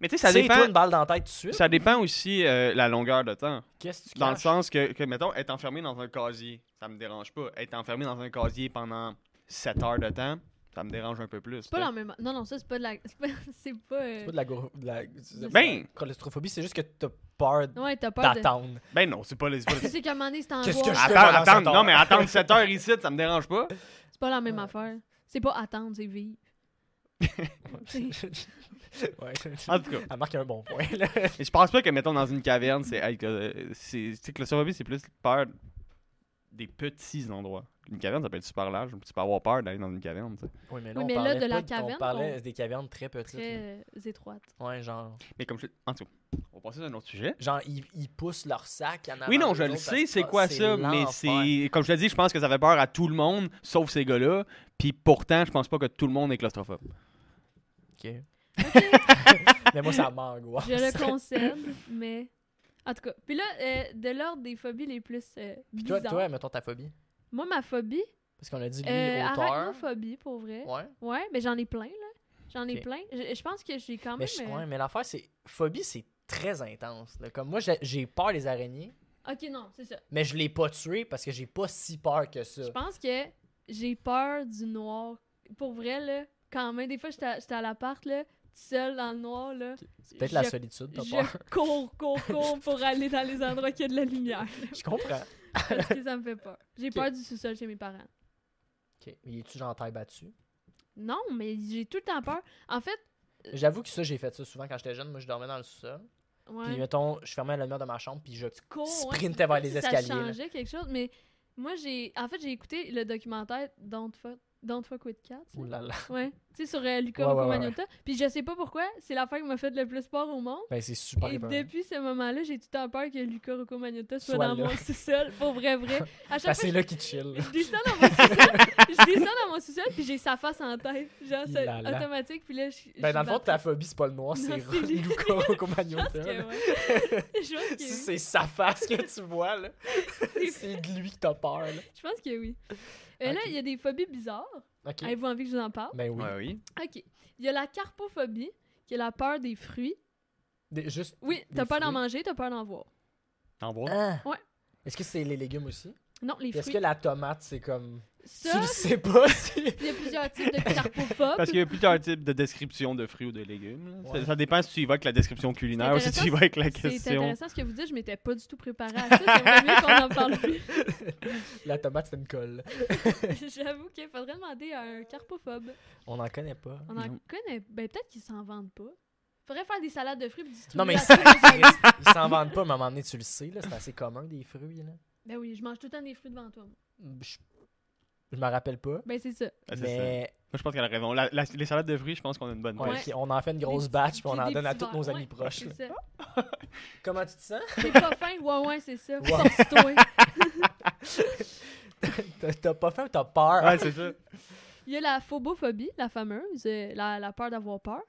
Mais tu sais, ça ça dépend. toi une balle dans la tête tout de suite. Ça dépend aussi euh, la longueur de temps. Qu'est-ce que tu Dans le caches? sens que, que, mettons, être enfermé dans un casier, ça me dérange pas. Être enfermé dans un casier pendant 7 heures de temps, ça me dérange un peu plus. C'est pas t'sais. la même. Non, non, ça, c'est pas de la. C'est pas. C'est pas euh, C'est pas de la, gro- de la- de la Ben! claustrophobie, c'est juste que t'as peur Ouais, t'as peur de. d'attendre. Ben non, c'est pas les. c'est pas Tu les- sais qu'à un moment donné, c'est Qu'est-ce que angoisse. je- Attends, Justement, dans attends, cette non, heure. mais attendre 7 heures ici, ça me dérange pas. C'est pas la même Ouais. affaire. C'est pas attendre, c'est vivre. C'est- ouais. En tout cas, Elle marque un bon point. Là. je pense pas que, mettons, dans une caverne, c'est. être, euh, c'est tu sais, claustrophobie, c'est plus peur des petits endroits. Une caverne, ça peut être super large. Tu peux avoir peur d'aller dans une caverne, tu sais. Oui, mais là, Oui, on mais là, parlait de la pas de- on On caverne, parlait parlait des cavernes très petites. très euh, étroite. Ouais, genre. Mais comme je. En tout cas, on va passer à un autre sujet. Genre, ils, ils poussent leur sac en avant Oui, non, des je le Bah, autres parce sais, que c'est ah, quoi ça, mais l'enfer. c'est. Comme je te dis, je pense que ça fait peur à tout le monde, sauf ces gars-là. Puis pourtant, je pense pas que tout le monde est claustrophobe. Ok. mais moi, ça m'angoisse. Je le concède, mais. En tout cas. Puis là, euh, de l'ordre des phobies les plus. euh, Puis toi, bizarres. toi, mettons ta phobie. Moi, ma phobie, Parce qu'on a dit lui, euh, auteur. arachnophobie, pour vrai. Ouais. Ouais, mais j'en ai plein, là. J'en ai Ok. plein. Je, je pense que j'ai quand Mais, même. je- euh, ouais, mais l'affaire, c'est. Phobie, c'est très intense. là. Comme moi, j'ai- j'ai peur des araignées, Ok, non, c'est ça. mais je l'ai pas tué parce que j'ai pas si peur que ça. Je pense que j'ai peur du noir. Pour vrai, là, quand même, des fois, j'étais à- j'étais à l'appart, là, seule dans le noir, là. C'est peut-être la je- solitude, t'as peur. Je cours, cours, cours pour aller dans les endroits qui a de la lumière. Je comprends. Parce que ça me fait peur. J'ai peur du sous-sol chez mes parents. Ok. Mais es-tu genre taille battue? Non, mais j'ai tout le temps peur. En fait, J'avoue que ça, j'ai fait ça souvent quand j'étais jeune. Moi, je dormais dans le sous-sol. Puis, ouais. mettons, je fermais la lumière de ma chambre, puis je cours, ouais, sprintais vers c'est les comme si escaliers. Ça là. changeait quelque chose, mais moi, j'ai. En fait, j'ai écouté le documentaire Don't Fuck, Don't Fuck with Cats. là. Ouh là là. Ouais. Tu sais, sur euh, Luca Ouais, ouais, ouais, Magnotta. Puis je sais pas pourquoi, c'est l'affaire qui m'a fait le plus peur au monde. Ben, c'est super Et épeurant. depuis ce moment-là, j'ai tout le temps peur que Luca Rocco Magnotta soit, Soit dans là. mon sous-sol. Pour vrai, vrai. À Ben, chaque fois, c'est là qu'il chill. je descends dans mon sous-sol, je descends dans mon sous-sol, puis j'ai sa face en tête. Genre, c'est Là, là. automatique, puis là, je je Ben, dans le fond, batte. ta phobie, c'est pas le noir, c'est Non, c'est lui. Luca Je pense que, Rocomagnotta. là. ouais. Je pense hein. Si que oui. c'est sa face que tu vois, là, c'est de lui que t'as peur, là. Je pense que oui. Euh, Là, Ok. il y a des phobies bizarres. OK. Avez-vous envie que je vous en parle? Ben oui. oui. OK. Il y a la carpophobie, qui est la peur des fruits. Des- juste... Oui, Des t'as peur d'en fruits. manger, t'as peur d'en voir. T'en vois? Ah. Ouais. Est-ce que c'est les légumes aussi? Non, les Est-ce fruits. que la tomate, c'est comme... tu Ça, le sais pas si. il y a plusieurs types de carpophobes. Parce qu'il y a plusieurs types de descriptions de fruits ou de légumes. là. Ça, Ouais. ça dépend si tu y vas avec la description culinaire ou si tu y intéressant, vas avec la C'est question. intéressant ce que vous dites, je m'étais pas du tout préparée à ça. C'est mieux qu'on en parle plus. La tomate, c'est une colle. J'avoue qu'il faudrait demander à un carpophobe. On n'en connaît pas. On en Non. connaît. Ben, peut-être qu'ils s'en vendent pas. Faudrait faire des salades de fruits. puis distribuer Non, mais à ça- tous les amis. Ils s'en vendent pas, mais à un moment donné, tu le sais, là, c'est assez commun des fruits. Là. Ben oui, je mange tout le temps des fruits devant toi. moi. Je, je me rappelle pas. Ben, c'est ça. Ah, c'est ça. Moi, mais je pense qu'elle a raison. La- la- les salades de fruits, je pense qu'on a une bonne ouais, place. Ouais. puis on en fait une Des grosse petits- batch, puis on puis Ah, en des donne à petits tous nos verres, amis ouais, proches. C'est ça. Comment tu te sens? T'es pas fin? Ouais, ouais, c'est ça. Ouais. Force-toi. T'as- T'as pas faim ou t'as peur? Ouais, c'est ça. Il y a la phobophobie, la fameuse, euh, la, la peur d'avoir peur.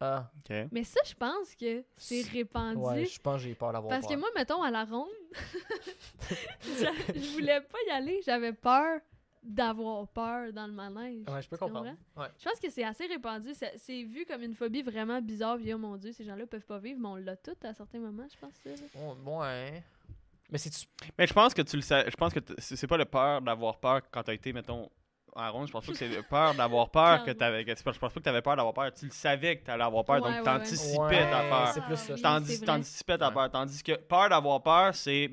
Ah, OK. Mais ça, je pense que c'est C'est- répandu. ouais, je pense que j'ai peur d'avoir Parce peur. que moi, mettons, à la ronde, j'a- je voulais pas y aller. J'avais peur d'avoir peur dans le manège. Ouais, je peux Tu comprends? comprendre. Ouais. Je pense que c'est assez répandu. C'est c'est vu comme une phobie vraiment bizarre. Puis, oh mon Dieu, ces gens-là peuvent pas vivre, mais on l'a tout à certains moments, je pense. ça, là. Bon, bon, hein. Mais c'est-tu Mais je pense que tu le sais. Je pense que t- c'est c'est pas le peur d'avoir peur quand t'as été, mettons, à ronde. Je pense pas que c'est le peur d'avoir peur que t'avais. que- Je pense pas que t'avais peur d'avoir peur. Tu le savais que t'allais avoir peur, Ouais, donc ouais, t'anticipais ouais. ta peur. c'est plus ça, Ah, oui, c'est Tandis, vrai. t'anticipais ta Ouais. peur. Tandis que peur d'avoir peur, c'est.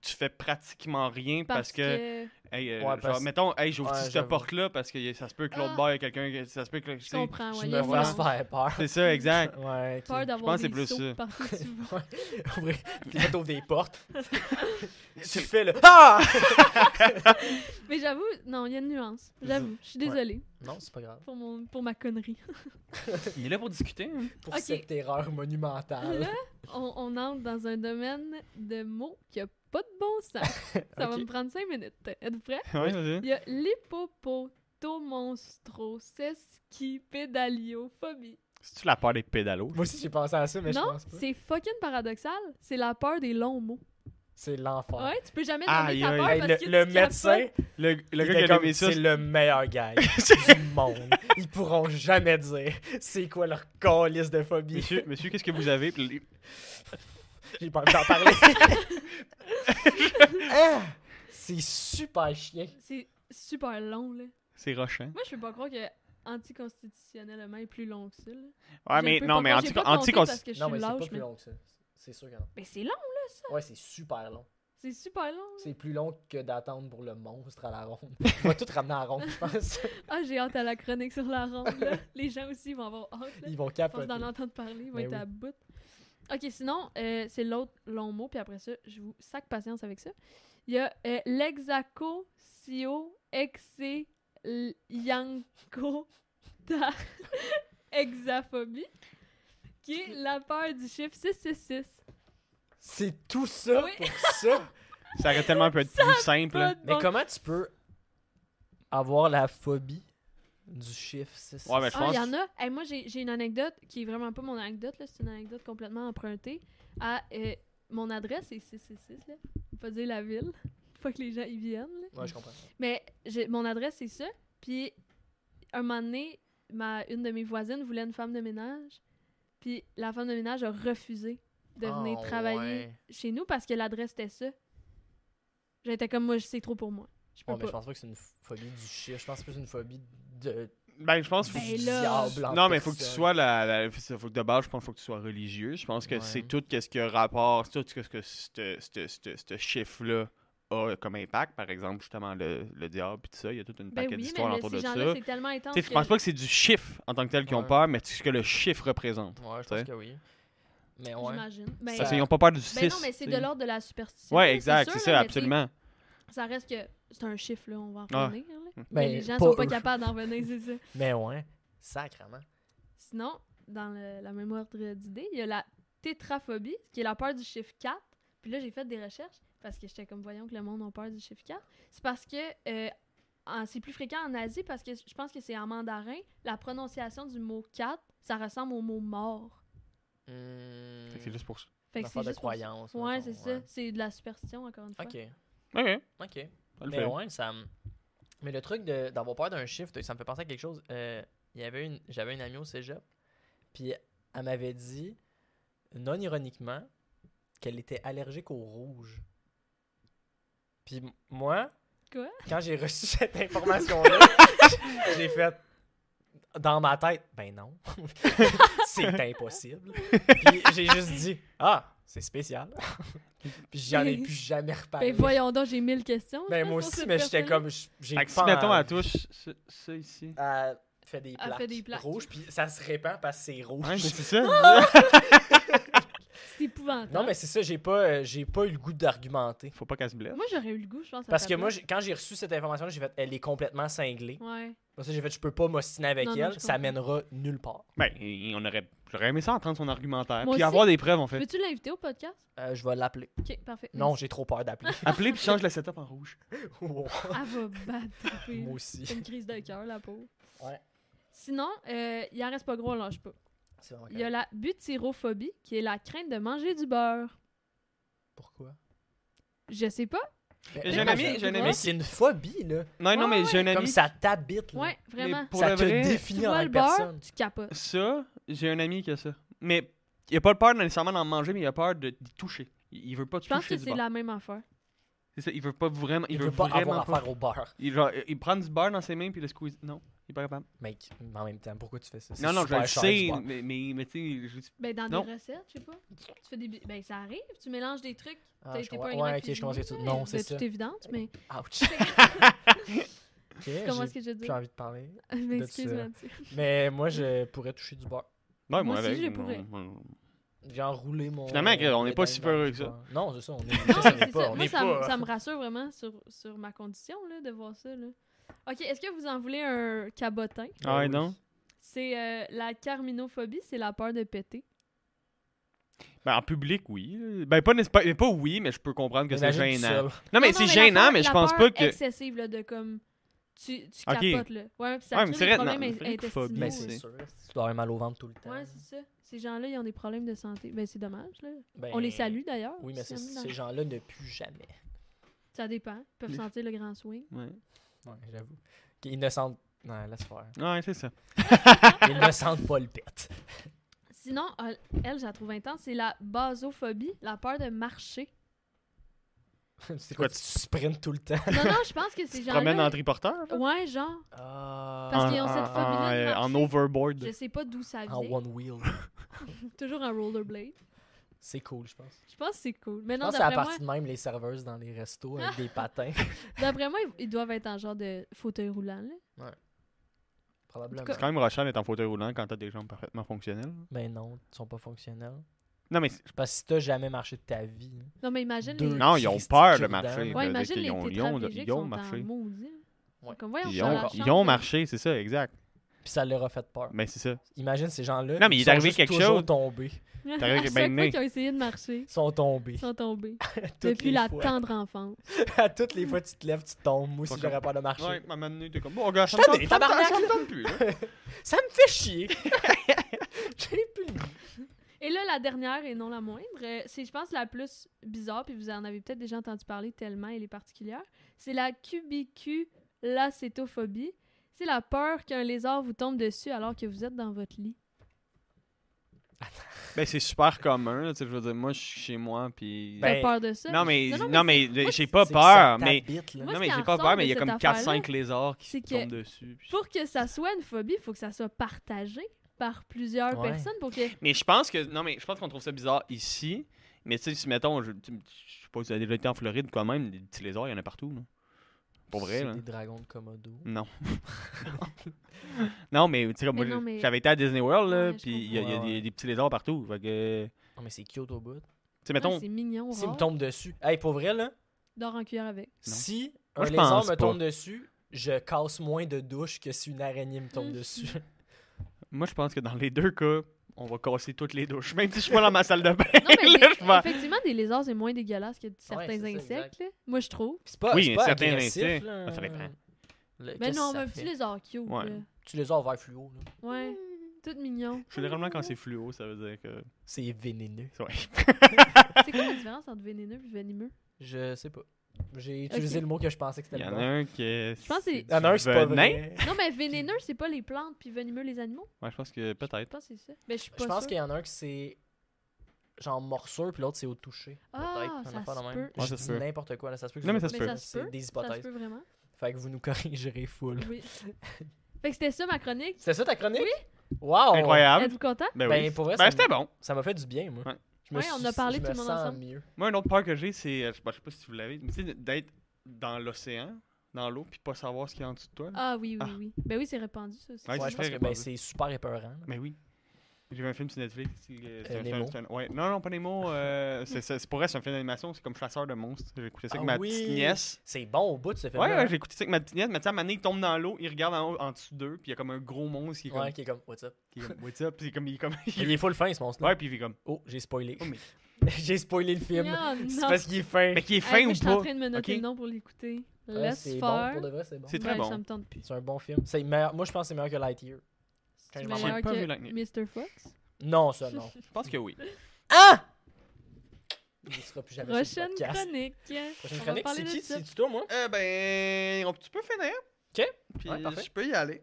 Tu fais pratiquement rien parce, que. Hey, euh, Ouais, genre, parce- mettons, hey, j'ouvre Ouais, cette j'avoue. porte-là parce que y a- ça se peut que l'autre Ah. bord, il y a quelqu'un. que- Ça se peut que. tu Je sais, comprends. je Ah ouais, il y me a fasse vraiment faire peur? C'est ça, exact. Ouais, peur ok. d'avoir que c'est des plus sauts ça. partout où tu vas. Ouvrir, tu t'ouvres des portes. tu fais le Ah! Mais j'avoue, non, il y a une nuance. ça. J'avoue, je suis désolée Non, c'est pas grave. pour, mon, pour ma connerie. Il est là pour discuter. hein. Pour Ok. cette erreur monumentale. Là, on, on entre dans un domaine de mots qui a pas de bon sens. Ça va Ok. me prendre cinq minutes. Êtes-vous prêts? Ouais, vas-y. Il y a l'hippopotomonstrosesquipédaliophobie. C'est-tu la peur des pédalos? Moi aussi, j'ai pensé à ça, mais je Non, pense pas. c'est fucking paradoxal. C'est la peur des longs mots. C'est l'enfer. Ouais, tu peux jamais Aïe, nommer ta aïe. peur Hey, parce le que tu le capotes. médecin, Le, le il gars était qui a comme, aimé ça, c'est le meilleur gars du monde. Ils pourront jamais dire c'est quoi leur calice de phobie. Monsieur, monsieur qu'est-ce que vous avez? Puis lui- J'ai pas envie d'en parler. Ah, c'est super chien. C'est super long, là. C'est hein? rochant. Moi, je peux pas croire que anticonstitutionnellement est plus long que ça, là. Ouais, Je mais peux non, pas mais croire, j'ai anti, pas anti, compté parce que je Non, suis mais c'est pas lâche, plus mais- long que ça. C'est sûr que non. Mais c'est long, Ouais, c'est super long. c'est super long. C'est plus long que d'attendre pour le monstre à la ronde. On va tout ramener à la ronde, je pense. Ah, j'ai hâte à la chronique sur la ronde, là. Les gens aussi vont avoir hâte, là. Ils vont À force capoter. d'en entendre parler, ils vont Ben être oui. à bout. OK, sinon, euh, c'est l'autre long mot, puis après ça, je vous sac patience avec ça. Il y a euh, l'exaco, sio, exé, l- yanko, ta, hexaphobie, qui est la peur du chiffre 666. C'est tout ça Oui. pour ça. Ça aurait tellement pu être plus simple. Pas là. de Mais bon- comment tu peux avoir la phobie du chiffre 6 Ouais, mais je Ah, il pense. y en a. Hey, moi, j'ai j'ai une anecdote qui est vraiment pas mon anecdote. là. C'est une anecdote complètement empruntée. À, euh, mon adresse est 666. Là. Faut pas dire la ville. Faut que les gens y viennent. là. Ouais, je comprends. Mais j'ai- mon adresse, c'est ça. Puis, un moment donné, ma, une de mes voisines voulait une femme de ménage. Puis, la femme de ménage a refusé de venir Ah, travailler ouais. chez nous parce que l'adresse était ça. J'étais comme, moi, c'est trop pour moi. Je peux Ouais, mais je pas. pense pas que c'est une phobie du chiffre. Je pense plus une phobie de. Ben, je pense. du Ben, là. diable en Non, mais faut que tu personne. sois la, la- faut que de base, je pense faut que tu sois religieux. Je pense que Ouais. c'est tout ce que rapport, c'est tout ce que ce- ce ce- ce chiffre-là a comme impact. Par exemple, justement, le, le diable puis tout ça. Il y a toute une Ben paquet oui, d'histoires mais autour le- de ces ça. gens-là, c'est tellement intense. Tu sais, je que- pense pas que c'est du chiffre en tant que tel qu'ils ont Ouais. peur, mais c'est ce que le chiffre représente. Ouais, je Ouais. pense que oui. Mais ouais. J'imagine. Ben, Parce Ça- qu'ils ont pas peur du 6. ben non, mais c'est de l'ordre de la superstition. Ouais, là, exact, sûr, c'est là, ça, mais tu sais, absolument. Ah. Ça reste que c'est un chiffre, là, on va en Ouais. revenir. là. Mais Mais les gens sont pas eux. capables d'en revenir, c'est ça. Mais ouais. Sacrement. Sinon, dans le- la même ordre d'idée, il y a la tétraphobie, qui est la peur du chiffre 4. Puis là, j'ai fait des recherches parce que j'étais comme, voyons que le monde a peur du chiffre 4. C'est parce que euh, en- c'est plus fréquent en Asie parce que je pense que c'est en mandarin, la prononciation du mot 4, ça ressemble au mot mort. Hmm. Fait que C'est juste pour ça. Fait une que c'est affaire de juste pour ça. croyance. Ouais, mettons, hein. c'est ça. C'est de la superstition, encore une fois. Ok. Ok. Ok. ça le Mais fait. ouais, ça. me- Mais le truc de- d'avoir peur d'un chiffre, ça me fait penser à quelque chose. Euh, il y avait une, j'avais une amie au cégep, puis elle m'avait dit, non ironiquement, qu'elle était allergique au rouge. Puis m- moi, Quoi? Quand j'ai reçu cette information-là, j'ai fait dans ma tête, ben non, c'est impossible. Puis j'ai juste dit, ah, c'est spécial. Puis j'en ai plus jamais reparlé. Ben voyons donc, j'ai mille questions. Ben, je moi pense, pour aussi, cette mais j'étais personne-là. comme, j- j'ai Fait pas que si, mettons, envie. elle touche ça, ça ici. Elle fait des Elle plaques, fait des plaques. rouges, puis ça se répand parce que c'est rouge. Hein, c'est ça? C'est épouvantable. non, mais c'est ça, j'ai pas, euh, j'ai pas eu le goût d'argumenter. Faut pas qu'elle se blesse. Moi, j'aurais eu le goût, je pense. à Parce que taper. moi, j'ai- quand j'ai reçu cette information-là, j'ai fait, elle est complètement cinglée. Ouais. Pour ça, j'ai fait, je peux pas m'ostiner avec Non, non, elle, je ça comprends. mènera nulle part. Ben, et- et on aurait... J'aurais aimé ça entendre son argumentaire. Moi puis aussi. avoir des preuves, en fait. Peux-tu l'inviter au podcast? Euh, je vais l'appeler. Ok, parfait. Non, j'ai trop peur d'appeler. Appelez puis change le setup en rouge. Wow. Elle va battre. taper. Moi aussi. C'est une crise de cœur, la pauvre. Ouais. Sinon, euh, il en reste pas gros, on lâche pas. C'est vraiment Il y a correct. la butyrophobie, qui est la crainte de manger du beurre. Pourquoi? Je sais pas. J'ai un ami- j'ai un ami- Mais c'est une phobie, là. Non, non, Ouais, mais j'ai un Comme ami... ça t'habite, là. Ouais, vraiment. Euh, pour ça le te vrai, Tu définit en vois tant le que beurre, personne. tu capotes. Ça, j'ai un ami qui a ça. Mais il a pas peur nécessairement d'en manger, mais il a peur de- d'y toucher. Il il veut pas Je pense que toucher du c'est beurre. la même affaire. C'est ça, il veut pas vraiment... Il Il veut veut pas vraiment avoir pas. affaire au beurre. Il, genre, il prend du beurre dans ses mains puis le squeeze. Non, il est pas capable. Mec, mais en même temps, pourquoi tu fais ça? C'est Non, non, je super le cher, du sais, beurre. mais, mais, mais tu sais, je- Ben, dans Non. des recettes, je sais pas. Tu fais des. bi- Ben, ça arrive. Tu mélanges des trucs. Ah, T'as je été comprends. pas un grand Ouais, ok, je cuisinier, commence à tout. là, Non, c'est Ben, de ça. toute évidence, mais Ouch. Ok, comment est-ce Eh, j'ai que je dis plus envie de parler. Mais de excuse ça. Mathieu. Mais moi, je pourrais toucher du beurre. Ouais, Moi aussi, avec, je on- pourrais. on- J'ai enroulé mon. Finalement, on n'est pas si peu peureux que ça. Non, c'est ça, on est. Non, ça, mais c'est pas, ça. on Moi, est ça, me- pas. ça me rassure vraiment sur, sur ma condition là, de voir ça. Là. Ok, est-ce que vous en voulez un cabotin? Ah ouais, oui. non? C'est euh, la carminophobie, c'est la peur de péter. Ben, en public, oui. là. Ben, pas, nécessaire- pas, pas oui, mais je peux comprendre que c'est Imagine tout gênant. seul. Non, mais Non, c'est non, la gênant, peur- mais la je pense peur pas que. excessive, là, de comme. Tu, tu Ok. capotes, là. Ouais, puis ça Ouais, mais c'est crée des vrai, problèmes non, in- c'est vrai que intestinaux. phobie, là. Mais c'est sûr. Tu dois avoir mal au ventre tout le temps. Ouais, c'est ça. Ces gens-là, ils ont des problèmes de santé. Ben, c'est dommage, là. Ben, On les salue, d'ailleurs. Oui, mais si c'est- on est dans- ces gens-là ne puent jamais. Ça dépend. Ils peuvent Les- sentir le grand swing. Ouais, Ouais, j'avoue. Ils ne sentent. Non, laisse faire. ouais c'est ça. Ils ne sentent pas le pet. Sinon, euh, elle, je la trouve intense, c'est la basophobie, la peur de marcher. c'est quoi, tu sprintes tout le temps? Non, non, je pense que ces Tu te promènes en gens-là... triporteur? là? Ouais, genre, Ah. Parce En- qu'ils ont cette en- phobie-là en, de euh, En, marcher. overboard. je sais pas d'où ça Ah, En vient. one wheel. Toujours un rollerblade. C'est cool, je pense. Je pense que c'est cool. Mais Je non, pense que c'est à d'après moi, partir de même les serveuses dans les restos avec des patins. d'après moi, ils- ils doivent être en genre de fauteuil roulant, là. Probablement. cas- C'est quand même rochant d'être en fauteuil roulant quand t'as des jambes parfaitement fonctionnelles. Ben non, ils sont pas fonctionnels. Non, mais. c'est- Parce que si t'as jamais marché de ta vie. Non, mais imagine Deux. les... Non, ils ont Christy peur de Jordan. marcher. Ouais, de- de- imagine qu'ils les ont- ils ont- tétraplégiques Ils ont sont en marché. maudit. Ouais. Comme voyons, Ils ça a la ont, chance ils ont de- marché, c'est ça, exact. Puis ça leur a fait peur. Mais c'est ça. Imagine ces gens-là. Non, mais il ils est sont arrivé juste quelque toujours chose. tombés. à T'arrives chaque bien fois né. qu'ils ont essayé de marcher, Ils sont tombés. ils sont tombés. Toutes Depuis les la fois. tendre enfance. À toutes les fois, tu te lèves, tu tombes. Moi aussi, Pas j'aurais peur de marcher. Ouais, ma manée, t'es comme. Oh, gars, ça me Je t'en tente- ai, ça me tente- tabarnak. ça me tente plus. là. Ça me fait chier. J'ai plus le goût. Et là, la dernière et non la moindre, euh, c'est, je pense, la plus bizarre, puis vous en avez peut-être déjà entendu parler tellement elle est particulière. C'est la cubiculacétophobie. C'est la peur qu'un lézard vous tombe dessus alors que vous êtes dans votre lit. Ben, c'est super commun, là, tu sais, je veux dire, moi, je suis chez moi, puis... T'as Ben, peur de ça? non, mais, non, non, non, mais, moi, j'ai C'est pas que ça peur, mais... t'habite, là. Moi, non, ce mais qui j'ai en pas ressort peur, mais il y a de comme cette 4-5 lézards c'est qui que- tombent dessus. puis- Pour que ça soit une phobie, il faut que ça soit partagé par plusieurs Ouais. personnes pour que... ah, Mais je pense que... Non, mais je pense qu'on trouve ça bizarre ici, mais tu sais, si, mettons, je, tu- je sais pas si vous avez déjà été en Floride, quand même, des petits lézards, il y en a partout, là. Pour vrai, C'est là. Des dragons de Komodo. Mm. Non. non, mais tu sais, comme Mais moi, non, je- mais- j'avais été à Disney World, là, Ouais, je puis il y a, il y a comprends. des, des petits lézards partout, fait que... Tu Non, mais c'est cute au bout. sais, Ah, mettons... c'est mignon, S'il me rare. tombe dessus. Hey, pour vrai, là, Dors en cuillère avec. Non. si Moi, un je lézard pense me pas. tombe dessus, je casse moins de douche que si une araignée me tombe Mhm. dessus. Moi, je pense que dans les deux cas, on va casser toutes les douches. Même si je suis pas dans ma salle de bain, Non, mais là, des- je vais- effectivement, des lézards, c'est moins dégueulasse que certains c'est ça, insectes. exact. là. Moi, je trouve. C'est pas, Oui, c'est pas certains agressif, insectes. là. Ah, ça dépend. Le- Mais qu'est-ce non, que mais ça un fait? petit lézard cute, Ouais. là. Tu les as en vert fluo, là. Ouais, tout mignon. Généralement, quand c'est fluo, ça veut dire que. C'est vénéneux. c'est vrai. C'est quoi la différence entre vénéneux et venimeux? Je sais pas. J'ai Ok. utilisé le mot que je pensais que Il c'était y le en bon. a un qui est. Je pense que c'est- Il y en a un, c'est pas venin. vrai. Non, mais vénéneux, c'est pas les plantes, puis venimeux, les animaux. Ouais, je pense que Ben, Je peut-être. pense que c'est ça. Mais je suis pas Je pense sûre. qu'il y en a un que c'est genre morsure, puis l'autre, c'est au toucher. Ah, Peut-être, une ça affaire de se même. peut. Je Ouais, ça dis se peut. n'importe quoi, là, ça se peut que Non, je- mais ça se Mais peut. ça se C'est peut. des Ça se hypothèses. peut vraiment. Fait que vous nous corrigerez full. Oui. fait que c'était ça ma chronique. C'est ça ta chronique? Wow! Incroyable. Êtes-vous content? Ben Oh. Ben, oui. pour vrai, Ben, ça, me- c'était bon. ça m'a fait du bien, moi. Ouais. Je me Ouais, on a parlé je tout me le monde sens ensemble. mieux. Moi, un autre peur que j'ai, c'est, euh, je sais pas je sais pas si vous l'avez, mais tu sais, d'être dans l'océan, dans l'eau, puis pas savoir ce qu'il y a en dessous de toi. là. Ah oui, oui, Ah. oui. Ben oui, c'est répandu ça aussi. Ouais, Ouais, c'est je pense très que ben, répandu. c'est super épeurant. là. Mais oui. J'ai vu un film sur Netflix. C'est, euh, c'est Euh, un- Nemo. c'est un- ouais. Non, non, pas Nemo. Euh, c'est, c'est, c'est pour elle, c'est un film d'animation. C'est comme Chasseur de monstres. J'ai écouté ça avec Ah ma oui! petite nièce. C'est bon au bout de ce Ouais, film-là. ouais, hein? j'ai écouté ça avec ma petite nièce. Mais tu sais, à un moment donné, il tombe dans l'eau, il regarde en haut, en dessous d'eux, puis il y a comme un gros monstre qui est comme. Ouais, qui est comme, what's up? Qui est comme What's up? Puis il est comme. Il est comme Il est full fin, ce monstre-là. ouais, puis il est comme. Oh, j'ai spoilé. Oh, mais- j'ai spoilé le film. Ah, C'est non. parce qu'il est fin. Mais qui est Hey, fin moi, ou Je suis en pas? train de me noter Ok. le nom pour l'écouter. Ouais, Laisse c'est bon, faire. pour de vrai, c'est bon. C'est très Ben, bon. Ça me tente plus. C'est un bon film. C'est meilleur... Moi, je pense que c'est meilleur que Lightyear. C'est m'en meilleur rappelle pas vu que Lightning. Mr. Fox. Non, ça, non. Je pense que oui. Il ne sera plus jamais sur le Prochaine podcast. chronique. Prochaine On va chronique, parler c'est qui? de ça. C'est-tu toi, moi? Eh ben, on- tu peux finir. Ok. Puis Ouais, parfait. je peux y aller.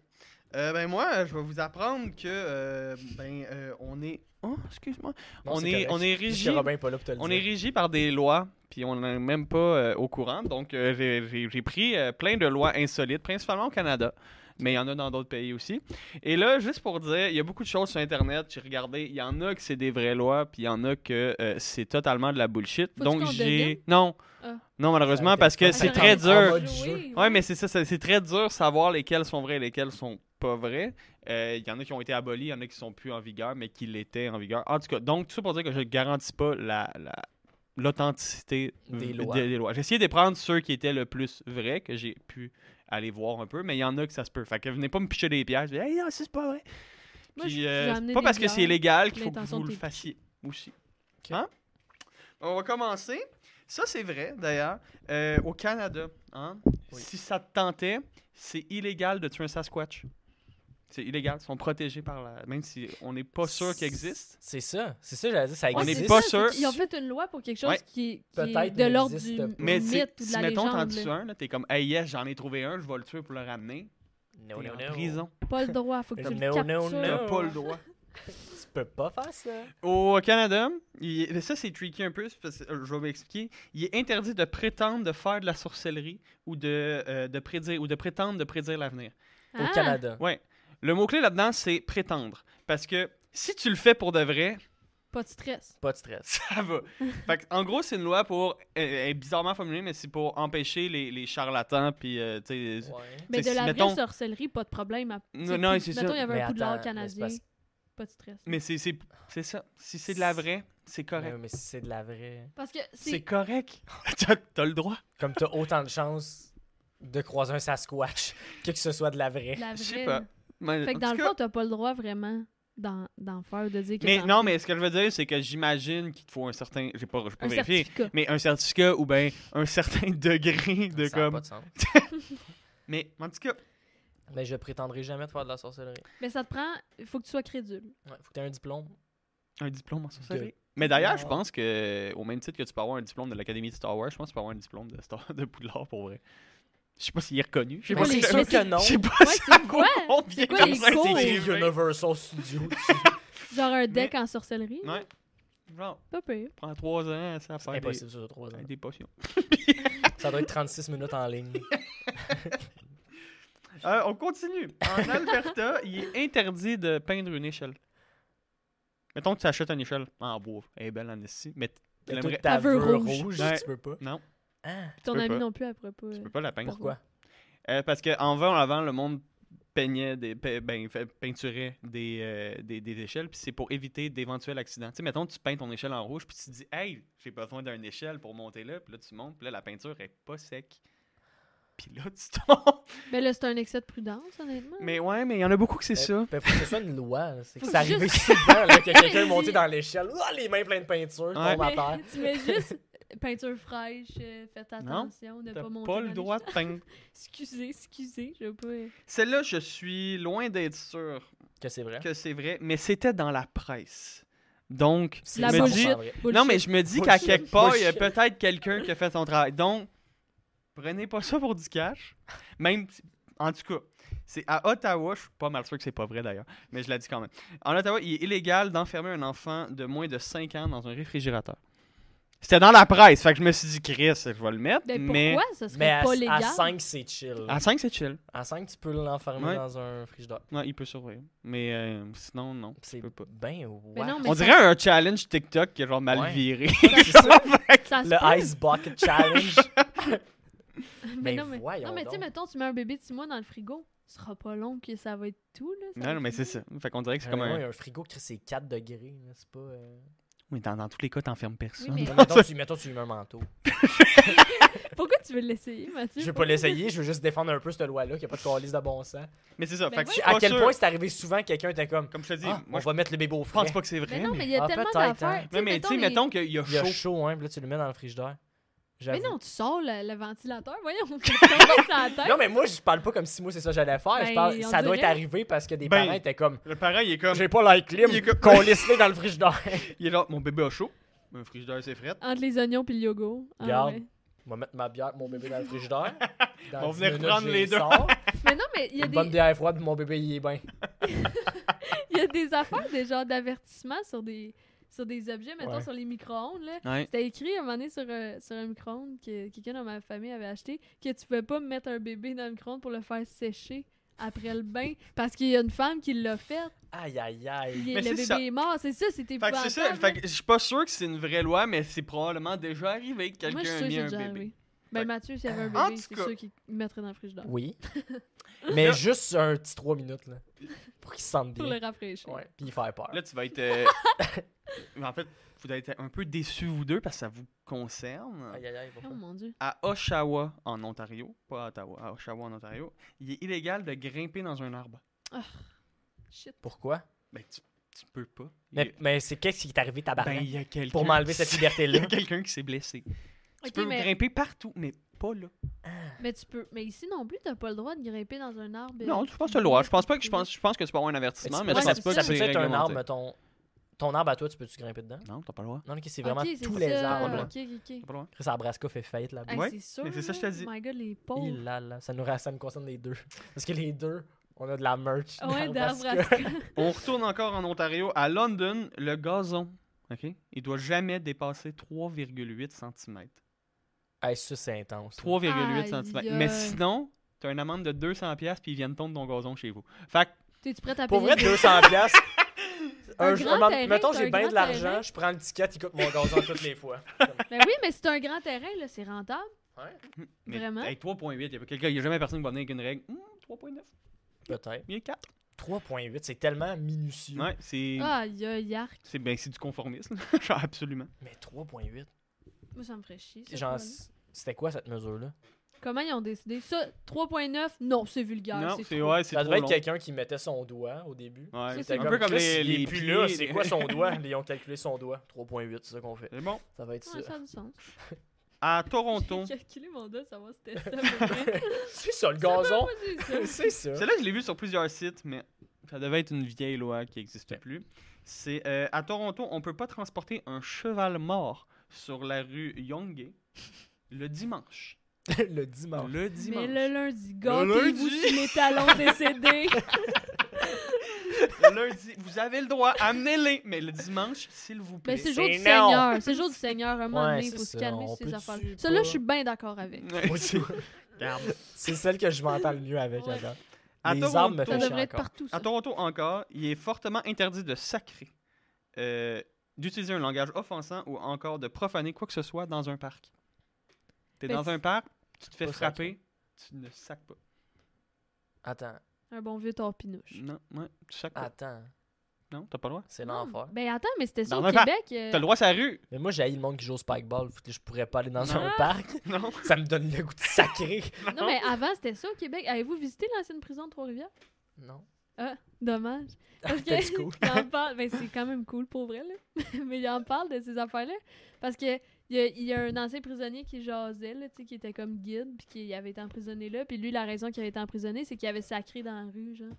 Euh, ben moi, je vais vous apprendre que euh, ben euh, on est. Oh, excuse-moi. Non, on c'est est, correct. on est Juste régi. que Robin est pas là pour te le On est dire. régi par des lois, puis on n'est même pas euh, au courant. Donc euh, j'ai- j'ai j'ai pris euh, plein de lois insolites, principalement au Canada. Mais il y en a dans d'autres pays aussi. Et là, juste pour dire, il y a beaucoup de choses sur Internet. J'ai regardé, il y en a que c'est des vraies lois, puis il y en a que euh, c'est totalement de la bullshit. Faut-tu Donc qu'on devine? j'ai. Non. Ah. Non, malheureusement, été parce fun. que Ah, c'est j'aurais très dû dur. en mode jeu. Ouais, mais c'est ça, ça- c'est très dur de savoir lesquels sont vrais et lesquels sont pas vrais. Euh, Il y en a qui ont été abolis, il y en a qui sont plus en vigueur, mais qui l'étaient en vigueur. En tout cas, donc tout ça pour dire que je ne garantis pas la. la- l'authenticité Des v- lois. des lois. J'ai essayé de prendre ceux qui étaient le plus vrais, que j'ai pu aller voir un peu, mais il y en a que ça se peut. Fait que venez pas me picher des pierres, je dis, hey, non, ça, c'est pas vrai. Moi, Puis, j'ai- euh, j'ai c'est amené pas des parce que c'est bières. illégal qu'il faut que L'intention vous le t'est- fassiez aussi. Hein? On va commencer. Ça, c'est vrai, d'ailleurs. Euh, au Canada, hein, Oui. si ça te tentait, c'est illégal de tuer un Sasquatch. C'est illégal. Ils sont protégés par la. Même si on n'est pas sûr qu'ils existent. C'est ça. C'est ça, j'allais dire. Ça On Ouais, n'est existe. c'est pas ça, sûr. c'est- Ils ont fait une loi pour quelque chose Ouais. qui, est- qui est Peut-être de l'ordre n'existe du pas. du Mais tu sais, mythe ou de si la mettons, t'en légende. tues là. un, là, t'es comme, hey, yes, j'en ai trouvé un, je vais le tuer pour le ramener. No, T'es no, en no. prison. Pas le droit, faut que tu No, le no, no. captures. T'as pas le droit. Tu peux pas faire ça. Au Canada, il- mais ça c'est tricky un peu, c'est parce que- euh, je vais m'expliquer. Il est interdit de prétendre de faire de la sorcellerie ou de, euh, de prédire ou de prétendre de prédire l'avenir. Ah, Au Canada. Ouais. Le mot-clé là-dedans, c'est prétendre. Parce que si tu le fais pour de vrai, Pas de stress. Pas de stress. ça va. Fait que, en gros, c'est une loi pour. Elle elle est bizarrement formulée, mais c'est pour empêcher les, les charlatans. Puis, euh, tu sais. Ouais. Mais de si, la vraie mettons- sorcellerie, pas de problème. à- Non, tu sais, non, puis- c'est ça. Mettons, il y avait Mais un coup de l'art attends, mais c'est canadien. parce- Pas de stress. Mais c'est- c'est c'est ça. Si c'est de la vraie, c'est correct. Ouais, mais si c'est de la vraie. Parce que C'est c'est. correct. T'as t'as le droit. Comme t'as autant de chances de croiser un Sasquatch que que ce soit de la vraie. La Je sais vraie. pas. là. Mais, Fait en que dans tout le cas- fond, t'as pas le droit vraiment d'en d'en faire, de dire que. Mais t'en non, fais. mais ce que je veux dire, c'est que j'imagine qu'il te faut un certain. J'ai pas, j'ai pas Un vérifié. certificat. Mais un certificat ou ben un certain degré de Ça a comme. pas de sens. Mais en tout cas, Mais je prétendrai jamais de faire de la sorcellerie. Mais ça te prend. Faut que tu sois crédule. Ouais, faut que t'aies un diplôme. un diplôme en sorcellerie. De- Mais d'ailleurs, je Wow. pense que au même titre que tu peux avoir un diplôme de l'Académie de Star Wars, je pense que tu peux avoir un diplôme de, Star... de Poudlard pour vrai. Je sais pas s'il est reconnu. Je sais Mais pas Moi, les- c'est si sûr mais que non. Je sais pas Ouais, si c'est ça vaut quoi? combien C'est quoi comme les ça, cours? c'est C'est élevé. Universal Studios. Genre un deck en sorcellerie. Ouais. Genre, Pas pire. prend trois ans, ça C'est faire des... impossible, ça, sur trois ans. des potions. Ça doit être 36 minutes en ligne. Euh, on continue. En Alberta, il est interdit de peindre une échelle. Mettons que tu achètes une échelle en bois. Elle est belle en ici, mais t- tu T'as toute l'aimerais- ta Elle veut veuve rouge. rouge, Ouais. tu peux pas. Non. Hein? Puis ton peux ami pas. non plus, elle pourrait pas. tu peux pas la peindre. Pourquoi? Euh, parce qu'en vain, avant, le monde peignait des, pe- ben, fait- peinturait des, euh, des, des échelles, puis c'est pour éviter d'éventuels accidents. Tu sais, mettons, tu peins ton échelle en rouge, puis tu te dis, hey, j'ai besoin d'une échelle pour monter là, puis là, tu montes, puis là, la peinture est pas sec. Puis là, tu tombes. Ben là, c'est un excès de prudence, honnêtement. Mais ouais, mais il y en a beaucoup que c'est Euh, ça. ben, faut que ce soit une loi. là. C'est Faut que c'est juste- arrivé souvent là, que quelqu'un est Vas-y. monté dans l'échelle, Ouah, les mains pleines de peinture, tombe Ouais. à Mais terre. tu mets juste peinture fraîche, euh, faites attention, ne T'as pas monter. pas dans le les droit cheveux. de peindre. Excusez, excusez, je veux pas. euh, Celle-là, je suis loin d'être sûr Que c'est vrai. que c'est vrai, mais c'était dans la presse. Donc, C'est La je me dis- bullshit. vrai. bullshit. Non, mais je me dis qu'à Bullshit. quelque part, il y a Bullshit. peut-être quelqu'un qui a fait son travail. Donc, prenez pas ça pour du cash. Même, si- En tout cas, c'est à Ottawa, je suis pas mal sûr que c'est pas vrai d'ailleurs, mais je la dis quand même. En Ottawa, il est illégal d'enfermer un enfant de moins de 5 ans dans un réfrigérateur. C'était dans la presse, fait que je me suis dit, Chris, je vais le mettre, Ben mais pourquoi ça serait Mais à, pas à légal? 5, c'est chill. à 5, c'est chill. À 5, tu peux l'enfermer Ouais. dans un frigidaire. Non, il peut survivre. Mais euh, sinon, non. C'est ben, peux pas. bien Mais ouais. non, mais On ça- dirait un challenge TikTok qui est genre mal Ouais. viré. C'est ça, ça se peut. le Ice Bucket Challenge. mais Ben non, mais, voyons non, mais tu sais, donc. mettons, tu mets un bébé de 6 mois dans le frigo, ce sera pas long que ça va être tout, là. ça va non, non, être mais c'est fini. ça. Fait qu'on dirait que c'est C'est comme un... un. frigo qui c'est 4 degrés, là, c'est pas... euh, Mais dans, dans tous les cas, t'enfermes personne. mais- Dans- mettons, tu, mettons, tu lui mets un manteau. Pourquoi tu veux l'essayer, Mathieu? Je vais pas l'essayer, je veux juste défendre un peu cette loi-là, qu'il n'y a pas de calice de bon sens. Mais c'est ça. Ben fait que oui. je suis À pas quel sûr. point c'est arrivé souvent, quelqu'un était comme, Comme je te dis, ah, moi on je va mettre le bébé au frais. pense pas que c'est vrai. Mais non, mais il y a Ah, tellement peut-être, hein. d'affaires. Mais- mais tu sais, les- mettons qu'il y a Il y a chaud. chaud, hein, puis là, tu le mets dans le frigidaire. Mais J'avoue. non, tu sors le, le ventilateur, voyons, on fait tomber sa tête. Non, mais moi, je parle pas comme si moi, c'est ça que j'allais faire. Je Ben, parle- on ça doit dirait. être arrivé parce que des Ben, parents étaient comme, Le parent, il est comme. j'ai pas la clim, Il est comme- qu'on laisse dans le frigidaire. Il est genre, mon bébé a chaud. Un frigidaire, c'est fret. Entre les oignons puis le yogourt. Ah, Regarde. ouais. Je vais mettre ma bière, mon bébé dans le frigidaire. Dans On 10 venait minutes, reprendre je les deux. sors. Mais non, mais il y a Une bonne des, bière froide, mon bébé, il est bien. il y a des affaires, des genres d'avertissements sur des, sur des objets, mettons, Ouais. sur les micro-ondes, là. Ouais. C'était écrit un moment donné sur, un- sur un micro-ondes que quelqu'un dans ma famille avait acheté que tu pouvais pas mettre un bébé dans le micro-ondes pour le faire sécher après le bain parce qu'il y a une femme qui l'a fait. Aïe, aïe, aïe. Mais Il- le c'est bébé ça. est mort, c'est ça, c'était Fait que c'est ça. Fait que je suis pas sûr que c'est une vraie loi, mais c'est probablement déjà arrivé que Moi, quelqu'un je suis a sûre que mis c'est un déjà bébé. arrivé. Ben, Ouais. Mathieu, s'il y avait un En bébé, tout c'est cas. sûr qu'il le mettrait dans le frigidaire Oui. Mais juste un petit 3 minutes, là. Pour qu'il se sente pour le bien. rafraîchir. Ouais, puis il fait peur. Là, tu vas être. euh, en fait, vous allez être un peu déçus, vous deux, parce que ça vous concerne. Aïe, aïe, aïe. Oh mon dieu. À Oshawa, en Ontario, pas à Ottawa, à Oshawa, en Ontario, il est illégal de grimper dans un arbre. Shit. Pourquoi? Ben, tu, tu peux pas. Il y a- Mais, mais c'est qu'est-ce qui est arrivé, tabarnak? ben, il y a quelqu'un. Ben, pour m'enlever qui cette s'est- liberté-là. Il y a quelqu'un qui s'est blessé. Tu Ok, peux mais, grimper partout, mais pas là. mais tu peux. Mais ici non plus, t'as pas le droit de grimper dans un arbre. euh, Non, je pense que c'est le droit. Je pense pas que je pense, je pense que tu peux avoir un avertissement, mais Ouais, je ça, pense c'est pas ça que peut c'est être un réglementé. arbre, mais ton, ton arbre à toi, tu peux-tu grimper dedans? Non, t'as pas le droit. Non, ok, c'est Ok, vraiment c'est tous ça. les là. arbres. Ok, ok, T'as ok. pas le droit. Chris Abrasca fait faillite là-bas. Hey, oh. Ouais, c'est sûr. mais c'est ça que je te là. dis. My god, les Il pauvres. là, là, ça nous, ra- ça nous concerne les deux. Parce que les deux, on a de la merch. Ah Ouais, d'Arbrasca. d'Arbrasca. On retourne encore en Ontario. À London, le gazon, OK? Il doit jamais dépasser 3,8 cm. Hey, ça, c'est intense. 3,8 Aïe, cm. aïe. Mais sinon, t'as une amende de 200$ pièces puis ils viennent tondre ton gazon chez vous. Fait que, T'es-tu prête à Pour payer vrai, 200 piastres. Un jour- grand moment- terrain, mettons, c'est j'ai un bien grand de l'argent, terrain. je prends le ticket, il coupe mon gazon toutes les fois. Ben oui, mais c'est un grand terrain, là, c'est rentable. mais, Vraiment? hey, 3,8, il y a pas quelqu'un, il y a jamais personne qui va venir avec une règle. Hmm, 3,9, Peut-être. bien 4. 3.8, c'est tellement minutieux. Ouais, c'est Ah, y a Yark. c'est ben, c'est du conformisme. Genre, absolument. Mais 3.8, Moi, ça me ferait chier. cette genre, fois-là. c'était quoi cette mesure-là? Comment ils ont décidé ça 3.9 Non, c'est vulgaire. non, c'est trop. ouais, c'est Ça trop devait être long. quelqu'un qui mettait son doigt au début. Ouais, C'est c'est ça. un peu comme les, les, les là, pieds, c'est les- quoi son doigt? Ils ont calculé son doigt. 3.8, c'est ça qu'on fait. C'est bon. Ça va être Ouais, ça. ça a du sens. À Toronto. J'ai calculé mon dos, savoir si c'était ça. pour vrai. C'est ça, le Ça va, gazon. moi, c'est ça. C'est ça. Celle-là, je l'ai vue sur plusieurs sites, mais ça devait être une vieille loi qui n'existe Ok. plus. C'est euh, à Toronto, on peut pas transporter un cheval mort sur la rue Yonge le dimanche. Le dimanche. Le dimanche. Mais le lundi. lundi, gâtez-vous si les talons décédés. Le lundi, vous avez le droit, amenez-les, mais le dimanche, s'il vous plaît. Mais Ben, c'est le jour c'est du non. Seigneur. C'est le jour du Seigneur. Un moment Ouais, donné, il c'est faut se ça, calmer on sur ces peut-tu affaires. pas- Celle-là, je suis bien d'accord avec. Ouais. Moi aussi. Regarde. C'est celle que je m'entends le mieux avec, Ouais. Adam. À Les Toronto- arbres me Ça font chier devrait être encore. partout. Ça. À Toronto encore, il est fortement interdit de sacrer, euh, d'utiliser un langage offensant ou encore de profaner quoi que ce soit dans un parc. T'es Ben, dans c'est- un parc, tu te fais Pas frapper, tu ne sacs pas. Attends, Un bon vieux torpinouche. Non, ouais, tu sacs Ah. pas. attends. Non, t'as pas le droit. C'est Non. l'enfer. Ben attends, mais c'était ça Dans au un parc. Québec. euh, T'as le droit, ça rue. Mais moi, j'ai le monde qui joue au spikeball. Faut que Je pourrais pas aller dans Ah! Non. un parc. Non. Ça me donne le goût de sacrer. Non, mais avant, c'était ça au Québec. Avez-vous visité l'ancienne prison de Trois-Rivières? Non. Dommage. Parce Ah, T'as du cool. il en parle, ben, c'est quand même cool pour vrai, là. mais il en parle de ces affaires-là. Parce que il y, a- il y a un ancien prisonnier qui jasait, là, tu sais, qui était comme guide, puis qui avait été emprisonné là. Puis lui, la raison qu'il avait été emprisonné, c'est qu'il avait sacré dans la rue, genre.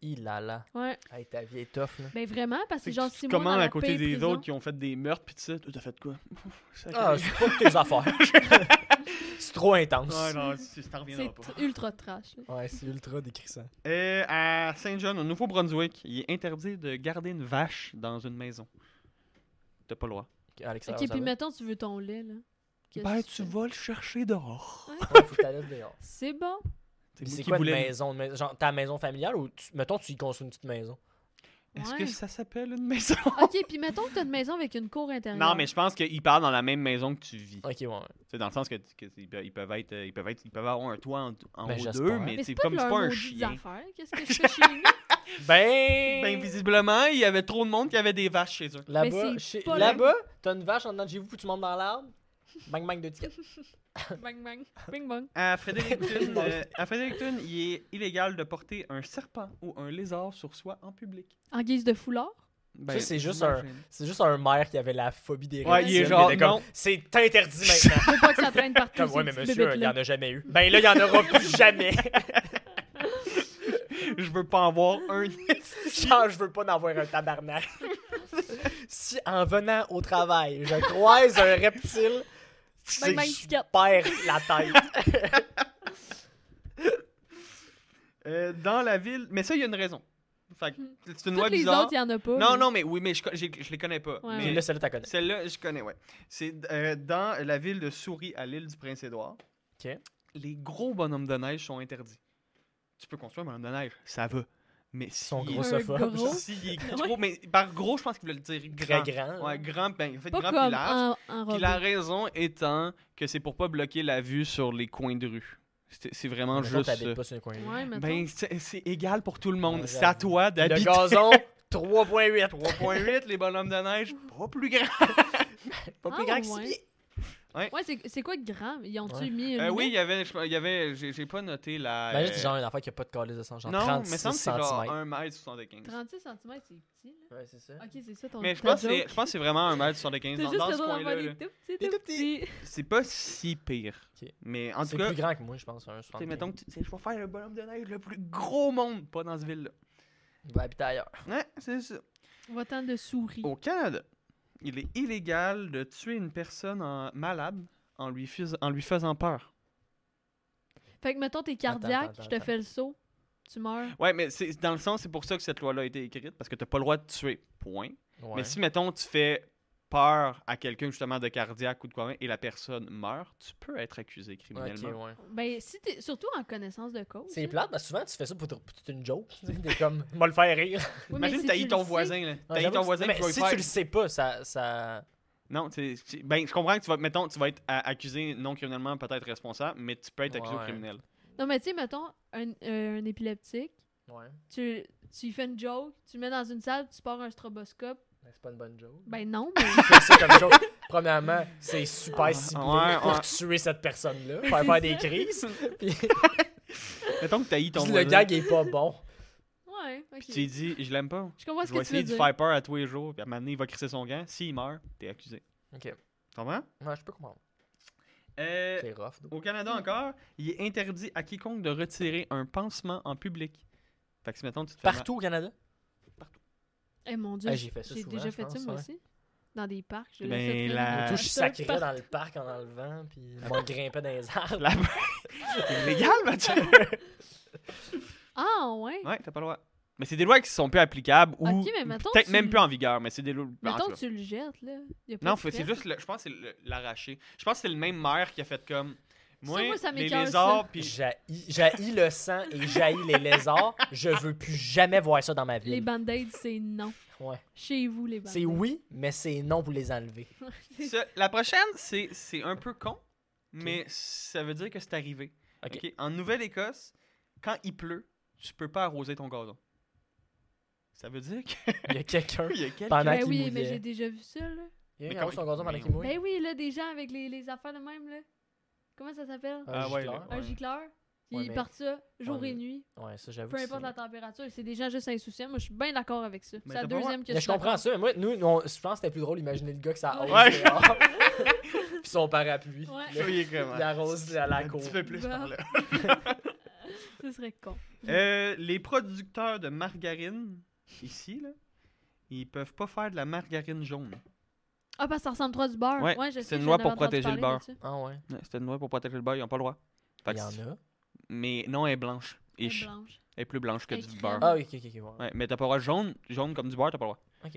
Il a là. Ouais. Hey, ta vie est tough, là. Ben vraiment, parce que C'est genre, que tu six mois commandes dans la à côté paix des prison. Ah, autres qui ont fait des meurtres, pis tu sais, toi, t'as fait quoi? Sacré. Ah, c'est pas de tes affaires. C'est trop intense. Ouais, non, c'est- ça reviendra C'est pas. tr- ultra trash. là. Ouais, c'est ultra décrissant. Euh, à Saint-John, au Nouveau-Brunswick, il est interdit de garder une vache dans une maison. T'as pas le droit. Alex, Ok, puis mettons, tu veux ton lait, là. Qu'est-ce que fais? Ben, le chercher dehors. faut que t'ailles dehors. C'est bon. Puis C'est quoi une maison, une maison- Genre ta maison familiale ou tu- mettons tu y construis une petite maison? Est-ce Ouais. que ça s'appelle une maison? Ok, puis mettons que t'as une maison avec une cour intérieure. Non, mais je pense qu'ils parlent dans la même maison que tu vis. Ok, ouais. C'est dans le sens que, que ils, peuvent- ils peuvent être, euh, ils peuvent être, ils peuvent avoir un toit en, en Ben, haut j'espère. d'eux, mais Mais c'est c'est pas comme de c'est pas un leur chien. affaires. Qu'est-ce que je fais chez nous? Ben! Ben visiblement, il y avait trop de monde qui avait des vaches chez eux. Là-bas, Mais c'est chez- pas là-bas, t'as une vache en dedans de chez vous, puis tu montes dans l'arbre. Bang bang de tickets. bang, bang. Bing, bang. À Fredericton, euh, à Fredericton, il est illégal de porter un serpent ou un lézard sur soi en public. En guise de foulard. Ben, c'est juste j'imagine. C'est juste un maire qui avait la phobie des Ouais, reptiles, il est genre, était comme, non. C'est interdit maintenant. Faut pas que ça traîne partout. comme, ces ouais, mais petites monsieur, il n'y bébêtes-là. en a jamais eu. Ben là, il n'y en aura plus jamais. Je veux pas en voir un. Genre, je veux pas en voir un tabarnak. si en venant au travail, je croise un reptile, c'est Bang, bang, que je ticket. perds la tête. Euh, dans la ville. Mais ça, il y a une raison. Fait que Hmm. c'est une loi Toutes les bizarre. autres, il y en a pas. non, là. non, mais oui, mais je, co- j'ai- je les connais pas. Ouais, Mais ouais. Là, celle-là, t'as connais. Celle-là, je connais, ouais. C'est euh, dans la ville de Souris, à l'île du Prince-Édouard. Ok. Les gros bonhommes de neige sont interdits. Tu peux construire un bonhomme de neige, ça va. Mais Ils si sont il est- grossophobes. gros. S'il est gros, mais par gros, je pense qu'ils veulent dire Très grand. grand. Ah, Ouais, grand, ben, en fait, Pas grand puis comme large. en, en Puis robe. la raison étant que c'est pour pas bloquer la vue sur les coins de rue. C'est c'est vraiment Mettons, juste euh. ça. t'habites pas sur le coin. Ouais, mettons. Ben, c'est c'est égal pour tout le monde. Ouais, c'est à j'avoue. toi le d'habiter. gazon, 3.8. 3.8, les bonhommes de neige, pas plus grand. Pas plus Ah, grand que six ouais. pieds. Ouais, c'est c'est quoi de grand? Ils ont-tu Ouais. mis une Euh, oui, il limite? y avait, je- il y avait, j'ai j'ai pas noté la. Imagine, euh, Ben, c'est genre un enfant qui a pas de calice de sang, genre non, mais 36 semble que c'est genre cm. 1 mètre 75. 36 cm, c'est petit, là. Ouais, c'est ça. Ok, c'est ça ton Mais je ta pense, que c'est- joke. je pense que c'est vraiment 1 mètre 75. T'as Dans, juste dans le ce droit coin-là, d'avoir des là. tout petits, Des tout tout petits. petits. c'est pas si pire. Ok. Mais en C'est tout cas, plus tu grand que moi, je pense. Un 60. sais, mettons que tu- tu sais, je vais faire le bonhomme de neige le plus gros monde, pas dans ce ville-là. Il va habiter ailleurs. Ouais, c'est ça. Votant de souris. Au Canada, il est illégal de tuer une personne en- malade en lui, fais- en lui faisant peur. Fait que, mettons, t'es cardiaque, attends, je te attends. fais le saut, tu meurs. Ouais, mais c'est dans le sens, c'est pour ça que cette loi-là a été écrite, parce que t'as pas le droit de tuer. Point. Ouais. Mais si, mettons, tu fais peur à quelqu'un, justement, de cardiaque ou de quoi, et la personne meurt, tu peux être accusé Ok, criminellement. ouais. Ben, si t'es surtout en connaissance de cause. C'est là. plate, parce que souvent tu fais ça pour, te- pour t'es une joke. Tu sais, T'es comme, m'a le faire rire. Ouais, mais Imagine, si t'as tu eu le ton sais- voisin, là. T'as eu J'avoue ton que- voisin mais qui va y si faire. tu le sais pas, ça. ça... Non, tu sais, tu- ben, je comprends que tu vas, mettons, tu vas être euh, accusé non criminellement, peut-être responsable, mais tu peux être accusé au Ouais. criminel. Non, mais tu sais, mettons, un, euh, un épileptique, Ouais. tu, tu lui fais une joke, tu le mets dans une salle, tu pars un stroboscope. Mais C'est pas une bonne joke. Ben non, mais. Tu fais ça comme joke. Premièrement, c'est super ciblé Ah. ouais, pour ouais. tuer cette personne-là. Faire faire des crises. Puis, mettons que t'as eu ton puis voisin. le gag est pas bon. ouais, ok. Puis tu lui dis, je l'aime pas. Je comprends Je ce vais que tu veux essayer de dire. faire peur à tous les jours, puis à un moment donné, il va crisser son gant. S'il meurt, t'es accusé. Ok. Tu comprends? Ouais, je peux comprendre. Euh, C'est rough. donc. Au Canada encore, il est interdit à quiconque de retirer un pansement en public. Fait que si, mettons, tu te fais mal- Partout au Canada. Eh mon dieu, Ah, j'ai fait ça souvent, déjà je fait ça pense, moi ouais. aussi. Dans des parcs, je Ben, laissais traîner la- mon Moi, Euh, tout, truc je partout. sacrais dans le parc en enlevant, puis on grimpait dans les arbres. La... c'est illégal, Mathieu! Ah, ouais. ouais, t'as pas le droit. Mais c'est des lois qui sont plus applicables ou Ok, mais mettons peut-être tu- même plus en vigueur, mais c'est des lois... en tout Mettons cas. que tu le jettes, là. Y a pas Non, de faut- c'est stress. juste, le- je pense que c'est le- l'arraché. Je pense que c'est le même maire qui a fait comme... Moi, moi, ça les m'écoeure, lézards, puis... J'haïs j'haïs le sang et j'haïs les lézards. Je veux plus jamais voir ça dans ma vie. Les band-aids, c'est non. Ouais. Chez vous, les band-aids. C'est oui, mais c'est non pour les enlever. Ça, la prochaine, c'est c'est un peu con, mais ça veut dire que c'est arrivé. Ok. Ok, En Nouvelle-Écosse, quand il pleut, tu peux pas arroser ton gazon. Ça veut dire que Il y a quelqu'un. il y a quelqu'un. Pendant Ben qu'il oui, mouillait. mais j'ai déjà vu ça, là. Il y a Mais quelqu'un quand- qui a son gazon pendant qu'il mais- mouille. Ben oui, là, des gens avec les, les affaires de même, là. Comment ça s'appelle? Un Ah ouais, gicleur. là. Un ouais. gicleur. Ouais, Ils mais- partent ça jour Ouais, et mais- nuit, Ouais, ça j'avoue. peu que importe c'est- la température. C'est des gens juste insouciants. Moi, je suis bien d'accord avec ça. Mais C'est la t'as pas deuxième que Mais je comprends ça. mais Moi, nous, on- je pense que c'était plus drôle d'imaginer le gars que ça Ouais. arrose. Ouais. dehors. Puis son parapluie. Ouais. Puis là, Oui, comme, Il arrose la, la un cour. petit peu plus par là. Ce serait con. Euh, les producteurs de margarine, ici, là, ils peuvent pas faire de la margarine jaune. Ah, parce que ça ressemble trop à du beurre. Ouais, Ouais, je sais, c'est une j'en loi avais pour entendu protéger parler le beurre. là-dessus. Ah ouais. Ouais, C'était une loi pour protéger le beurre, ils n'ont pas le droit. Fait Il que y en c'est- a. Mais non, elle est blanche. Elle est Ish. blanche. Elle est plus blanche que Elle est du beurre. crème. Ah, ok, ok, ok. ouais. Ouais, mais t'as pas le droit jaune, jaune comme du beurre, t'as pas le droit. Ok.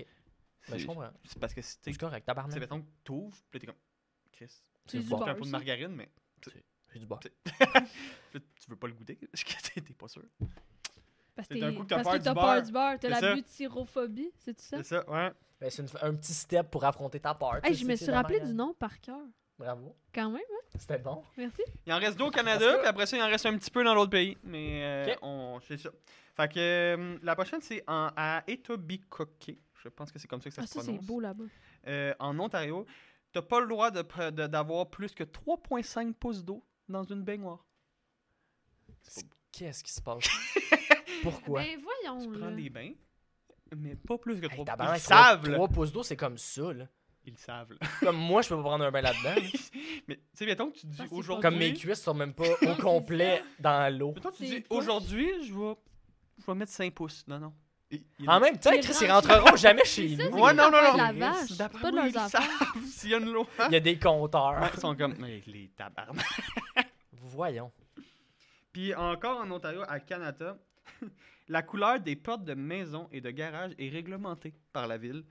C'est Ben, je comprends. c'est parce que si Je t'es. suis correct, C'est tabarnak. mettons que t'ouvres, pis là t'es comme. Chris. C'est du bon. Tu fais un beurre. peu de ça. margarine, mais J'ai du beurre. là, tu veux pas le goûter. T'es t'es pas sûr. Parce C'est d'un t'es- coup que t'as parce peur que du t'as beurre. peur du beurre. C'est T'as la ça. butyrophobie, c'est tout ça? C'est ça, ouais. Ben, c'est une- un petit step pour affronter ta peur. Hey, tu je sais, me c'est suis la rappelé manière. du nom par cœur. Bravo. Quand même, hein? C'était bon. Merci. Il en reste deux au Canada, que- puis après ça, il en reste un petit peu dans l'autre pays. Mais euh, Ok. on, c'est ça. Fait que euh, la prochaine, c'est en- à Etobicoke. Je pense que c'est comme ça que ça Ah, se ça, prononce. c'est beau là-bas. Euh, en Ontario, t'as pas le droit de pre- de- d'avoir plus que 3,5 pouces d'eau dans une baignoire. Qu'est-ce qui se passe? Pourquoi? Ben voyons, Tu prends là. des bains, mais pas plus que 3 Hey, pouces tabarnak, Ils trois- savent, là. Trois pouces d'eau, c'est comme ça, là. Ils savent, là. Comme moi, je peux pas prendre un bain là-dedans. là. Mais tu sais, mettons que tu dis Ah, c'est pas aujourd'hui. Comme mes cuisses sont même pas au complet dans l'eau. Mettons que tu C'est dis pas- aujourd'hui, je vais, je vais mettre 5 pouces. Non, non. Il- il- En même temps, Mais Chris, ils rentre- rentreront jamais chez C'est ça, nous. c'est Ouais, des non, non, non. affaires de la Chris, vache. C'est D'après pas de moi, ils leurs affaires. savent s'il y a une loi. Il y a des Ouais, compteurs. ils sont comme Mais les tabarnak. Voyons. Puis encore en Ontario, à Canada, la couleur des portes de maisons et de garages est réglementée par la ville.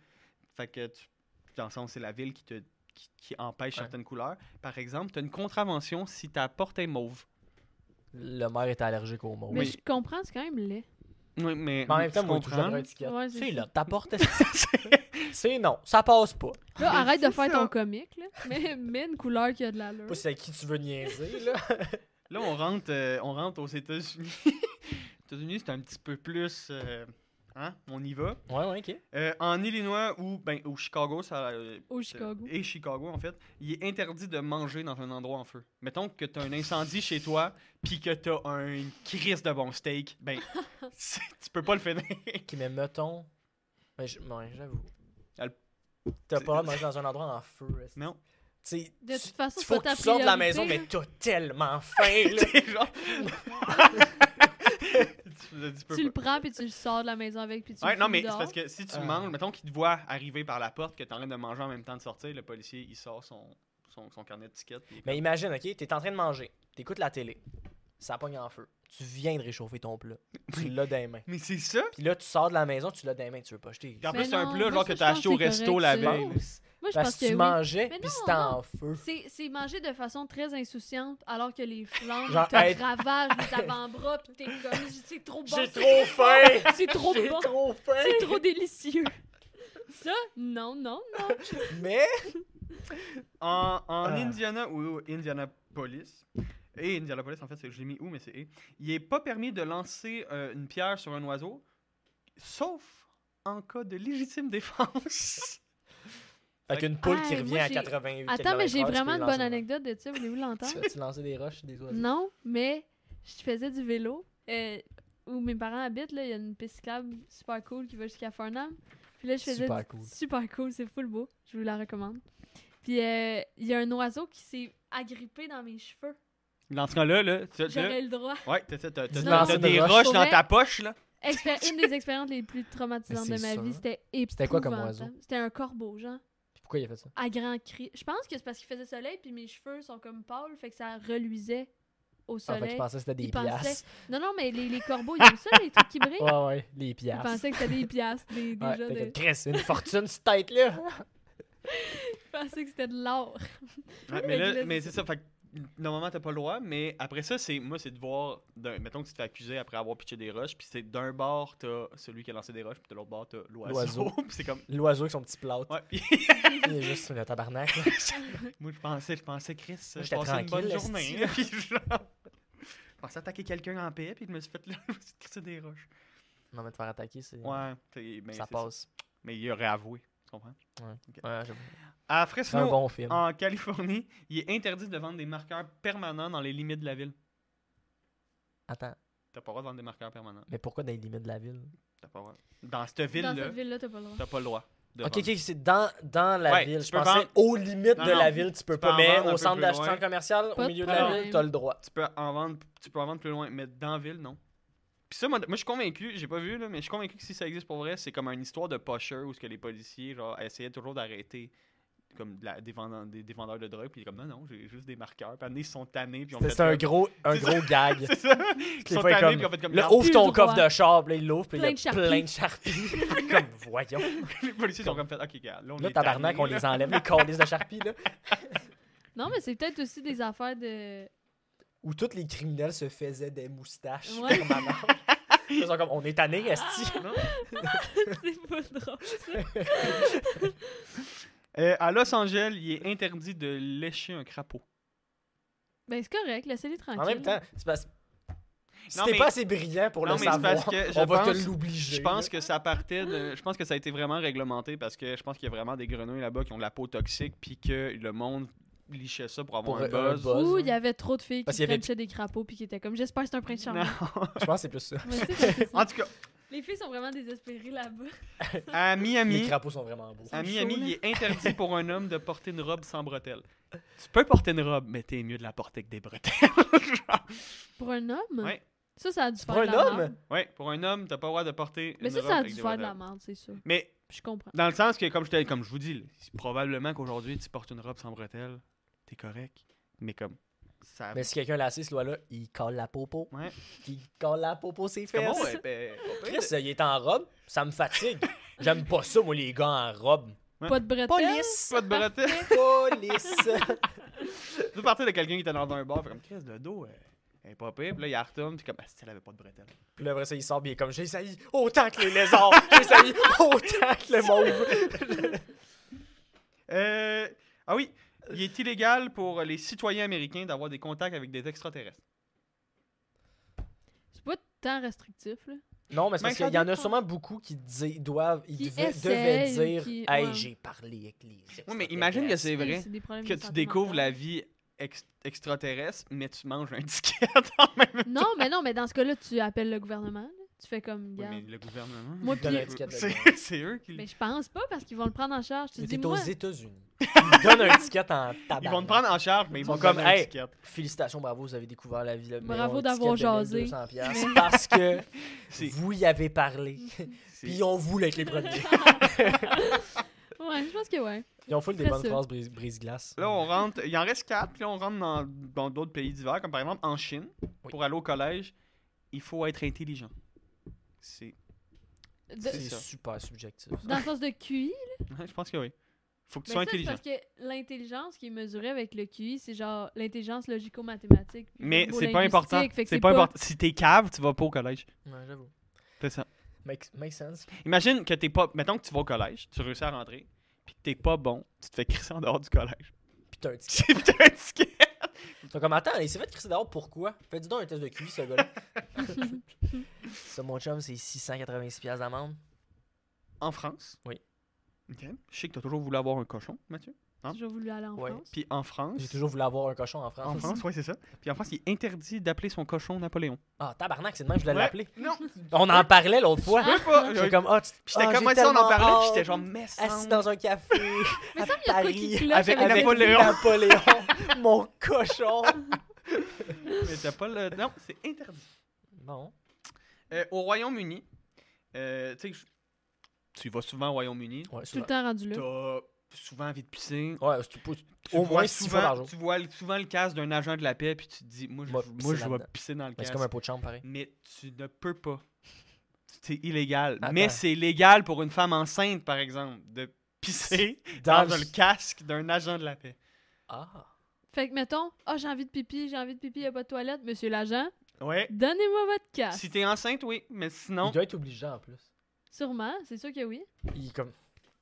Fait que, tu, dans le sens, c'est la ville qui te qui, qui empêche Ouais. certaines couleurs. Par exemple, tu as une contravention si ta porte est mauve. Le maire est allergique aux mots. Mais Oui. je comprends, c'est quand même laid. Oui, mais Mais en même tu temps, moi, je comprends. donnerais un ticket. Ouais, c'est C'est ça. là, ta porte est- C'est non, ça passe pas. Là, arrête de faire ça. ton comique, là. Mais mets une couleur qui a de l'allure. Pas c'est à qui tu veux niaiser, là. Là, on rentre, euh, on rentre aux États-Unis. Les États-Unis, c'est un petit peu plus. euh, hein, on y va. Ouais, ouais, ok. Euh, en Illinois ou ben, au Chicago, ça. euh, Au Chicago. Et Chicago, en fait, il est interdit de manger dans un endroit en feu. Mettons que t'as un incendie chez toi, puis que t'as un, une crise de bon steak, ben, c'est- tu peux pas le finir. Ok, mais mettons. Ouais, je- ouais, j'avoue. Elle- T'as pas mangé dans un endroit en feu. est-ce que- Non. Tu sais, De tu- toute façon, tu c'est faut pas que ta tu sortes de la priorité, maison, là. mais t'as tellement faim, là. T'es genre... tu, tu peux Tu le pas. prends, puis tu le sors de la maison avec, puis tu Euh, Ouais, le non, fous mais c'est dehors. parce que si tu Ah. manges, mettons qu'il te voit arriver par la porte, que t'es en train de manger en même temps de sortir, le policier, il sort son, son, son carnet de tickets. puis il est Mais imagine, ok, t'es en train de manger, t'écoutes la télé, ça pogne en feu. Tu viens de réchauffer ton plat, tu l'as dans les mains. comme, Mais c'est ça? Puis là, tu sors de la maison, tu l'as dans les mains, tu veux pas jeter. Puis En Mais plus, c'est un non, plat moi, genre ça, que je t'as pense acheté au que c'est resto correct, la ça. veille. Moi, je Parce pense que tu que oui. mangeais, Mais puis non, c'était en feu. C'est- C'est manger de façon très insouciante, alors que les flammes Genre, te hey. ravagent les avant-bras, puis t'es comme, c'est trop bon. J'ai trop faim! C'est trop J'ai bon. trop faim! C'est trop délicieux. Ça, non, non, non. Mais En, en Ah. Indiana ou Indianapolis, et Indianapolis en fait, c'est- j'ai mis où, mais c'est et. Il n'est pas permis de lancer euh, une pierre sur un oiseau, sauf en cas de légitime défense. Avec une poule qui Hey, revient Ah, moi, à j'ai- 88 Attends, mais j'ai km/h, tu peux vraiment lui une lancer une- bonne anecdote Mm. de ça. Voulez-vous l'entendre? Tu vas-tu lancer des roches, des oiseaux? Non, mais je faisais du vélo. euh, où mes parents habitent, là, il y a une piste cyclable super cool qui va jusqu'à Farnham. Puis là, je faisais Super du- cool. super cool, c'est full beau. Je vous la recommande. Puis euh, il y a un oiseau qui s'est agrippé dans mes cheveux. Dans ce cas-là, là, tu là, J'aurais le droit. ouais, t'as- t'as- t'as- Tu t'as- lances t'as une des roche. roches Pour dans vrai? ta poche, là. Expé- une des expériences les plus traumatisantes Mais de c'est ma sûr. vie. C'était C'était quoi comme épouvantable. C'était un corbeau, genre. Puis pourquoi il a fait ça? À grand cri. Je pense que c'est parce qu'il faisait soleil, puis mes cheveux sont comme pâles, fait que ça reluisait au Ah, fait que soleil. je pensais que c'était des il pensait- piastres. non, non, mais les, les corbeaux, ils aiment ça, les trucs qui brillent. Ouais, ouais, des Je piastres. pensais que c'était des piastres, des, Ouais, déjà. t'es de... comme, Chris, une fortune, cette tête-là! Je pensais que c'était de l'or. Ouais, mais mais là, là, mais c'est c'est ça, fait que normalement, t'as pas le droit, mais après ça, c'est moi, c'est de voir, d'un- mettons que tu te fais accuser après avoir pitché des roches, puis c'est d'un bord, t'as celui qui a lancé des roches, puis de l'autre bord, t'as l'oiseau. L'oiseau. Puis c'est comme, L'oiseau avec son petit plâtre. ouais, puis- Il est juste le tabarnak. là. Moi, je pensais, je pensais, Chris, Moi, je j'étais passais une bonne tranquille, journée. esti. hein, puis genre, je pensais attaquer quelqu'un en paix, puis je me suis fait là, je me suis crissé des roches. Non, mais te faire attaquer, c'est... Ouais, t'es- mais ça c'est ça. passe. Mais il aurait avoué, tu comprends? Ouais, j'avoue. À C'est un Fresno, bon film. en Californie, il est interdit de vendre des marqueurs permanents dans les limites de la ville. Attends, T'as pas le droit de vendre des marqueurs permanents. mais pourquoi dans les limites de la ville? T'as pas le droit. Dans cette Dans ville-là, cette ville-là, t'as pas le droit. t'as pas le droit. de Ok, vendre. ok, c'est dans, dans la Ouais, ville. tu Je peux pensais vendre- aux limites Non, de non, la ville, tu peux tu peux pas, en mais vendre un au peu centre plus d'achat loin. commercial, au Pas de milieu de la problème. ville, t'as le droit. Tu peux en vendre, tu peux en vendre plus loin, mais dans la ville, non. Puis ça, moi, moi, je suis convaincu, j'ai pas vu, là, mais je suis convaincu que si ça existe pour vrai, c'est comme une histoire de pocheur où ce que les policiers genre, essayaient toujours d'arrêter comme de la- des, vendeurs, des, des vendeurs de drogue, puis il est comme non, non, j'ai juste des marqueurs. Puis à un moment donné, ils sont tannés, puis on fait. C'était un comme- gros, un C'est ça. gros gag. C'est ça. Ils Puis sont des fois, il est comme, tannés, puis on fait comme. Là, Là, ouf. ouvre plus ton le coffre droit. de char, puis là, il l'ouvre, puis là, il y a Plein de plein de charpies. comme, voyons. les policiers sont comme fait, ok, gars, là, on Là, est tabarnak, tannés, on là. les enlève, les colis de charpies, là. Non, mais c'est peut-être aussi des affaires de. Où tous les criminels se faisaient des moustaches Ouais. permanentes. Ils Ah, sont comme, on est tannés, esti. c'est pas drôle. Euh, à Los Angeles, il est interdit de lécher un crapaud. Ben, c'est correct, laissez-les tranquilles. En même temps, c'est parce si Non, t'es mais- pas assez brillant pour Non, le mais c'est savoir, parce que je on va te pense- l'obliger. Je pense que ça partait de. Je pense que ça a été vraiment réglementé parce que je pense qu'il y a vraiment des grenouilles là-bas qui ont de la peau toxique puis que le monde lichait ça pour avoir Pour un un buzz. buzz. Ouh, il y avait trop de filles Parce qui qu'il y avait- frenchaient des crapauds puis qui étaient comme j'espère que c'est un prince charmant. Non. Je pense que c'est plus ça. Ouais, c'est ça, c'est ça. En tout cas, Les filles sont vraiment désespérées là-bas. à Les Miami, crapauds sont vraiment beaux. à sont Miami, chauds, il est interdit pour un homme de porter une robe sans bretelles. Tu peux porter une robe, mais t'es mieux de la porter que des bretelles. Pour un homme Ouais. Ça, ça a dû faire Pour un de la homme? merde. Ouais, pour un homme, t'as pas le droit de porter Mais une ça, robe ça a avec dû des faire de la bretelles. merde, c'est sûr. Mais Je comprends. Dans le sens que, comme je, te- comme je vous dis, là, c'est probablement qu'aujourd'hui, tu portes une robe sans bretelles, t'es correct, mais comme, ça... Mais si quelqu'un l'a assis, ce loi-là, il colle la popo. Ah. Ouais. Il colle la popo ses C'est fesses. bon, ouais, ben, pas pire. Chris, il est en robe, ça me fatigue. J'aime pas ça, moi, les gars en robe. Ouais. Pas de bretelles. Police! Pas de bretelles. Police! Tu peux partir de quelqu'un qui était dans un bar, fait comme, Chris, le dos, elle, elle est pas pire, puis là, il la retourne, puis comme, ah, si elle avait pas de bretelles. Puis là, après ça, il sort, bien comme j'ai sailli autant que les lézards, j'ai sailli autant que le mauve. Euh... Ah oui, il est illégal pour les citoyens américains d'avoir des contacts avec des extraterrestres. C'est pas tant restrictif, là. Non, mais c'est Ben, parce ça qu'il y en a dépend. sûrement beaucoup qui di- doivent, ils Qui devaient- essayent devaient ou dire qui- Hey, ouais. j'ai parlé avec les Oui, mais imagine que c'est Et vrai, c'est des problèmes que de tu santé découvres la mentale. vie ex- extraterrestre, mais tu manges un ticket en même temps. Non, mais non, mais dans ce cas-là, tu appelles le gouvernement. là. Tu fais comme, Oui, gars. mais le gouvernement... Moi, Donne un puis. ticket de C'est c'est eux qui... Mais je pense pas parce qu'ils vont le prendre en charge. Tu Mais dis, t'es aux moi. États-Unis. Ils donnent un ticket en tabac. Ils vont te prendre en charge, mais Ah, ben, ils vont Ils te sont comme, donner un Hey. ticket. Félicitations, bravo, vous avez découvert la ville. Bravo d'avoir jasé. Mais- Parce que C'est- vous y avez parlé. c'est- Puis ils ont voulu avec les premiers. Ouais, je pense que ouais. Ils ont full des Très bonnes sûr. phrases brise- brise-glace. Là, on rentre. Il en reste quatre, puis là, on rentre dans dans d'autres pays divers, comme par exemple en Chine. Oui. Pour aller au collège, il faut être intelligent. C'est. De- C'est ça. super subjectif. dans le sens de QI, Ouais, Je pense que oui. Faut que tu Ben sois ça, c'est intelligent. Parce que l'intelligence qui est mesurée avec le QI, c'est genre l'intelligence logico-mathématique. puis Mais le mot c'est pas important. linguistique, fait que C'est pas important. Si t'es cave, tu vas pas au collège. Ouais, j'avoue. C'est ça. Make, make sense. Imagine que t'es pas. Mettons que tu vas au collège, tu réussis à rentrer, puis que t'es pas bon, tu te fais crisser en dehors du collège. Puis t'as un ticket. C'est putain de ski- Ils sont comme, attends, il s'est fait crisser dehors, pourquoi? Fais-tu donc un test de QI, ce gars-là. ça, mon chum, c'est 686$ d'amende. En France. Oui. Ok. Je sais que t'as toujours voulu avoir un cochon, Mathieu. J'ai toujours voulu aller en Ouais. France. Puis en France. J'ai toujours voulu avoir un cochon en En France. France, oui, c'est ça. Puis en France, il est interdit d'appeler son cochon Napoléon. Ah, tabarnak, c'est de même que je voulais Ouais. l'appeler. Non, On en parlait l'autre fois. je peux pas. J'étais J'étais comme, ah, tu ah, j'ai comme ça, on en tellement parlait, puis hâte. j'étais genre, mais assis semble- dans un café Mais à ça, il y a de quoi qui Paris cloche avec, avec le- Napoléon. Napoléon, mon cochon. mais t'as pas le. Non, c'est interdit. Bon. Euh, au Royaume-Uni, euh, tu sais, je- tu vas souvent au Royaume-Uni, Ouais, Tout souvent. le temps rendu là. t'as souvent envie de pisser. Ouais, c'est tout- Tu au vois moins six souvent- fois par jour. Tu vois le- souvent le casque d'un agent de la paix, puis tu te dis, moi, je, Moi, moi, pisser je vais là-dedans. pisser dans le Mais C'est casque. comme un pot de chambre, pareil. Mais tu ne peux pas. C'est illégal. Attends. Mais c'est légal pour une femme enceinte, par exemple, de pisser dans, le casque d'un agent de la paix. Ah. Fait que mettons, ah, j'ai envie de pipi, j'ai envie de pipi, il a pas de toilette, monsieur l'agent, Ouais. donnez-moi votre cas. Si t'es enceinte, oui, mais sinon. Ah. Il doit être obligeant en plus. Sûrement, c'est sûr que oui. Il comme.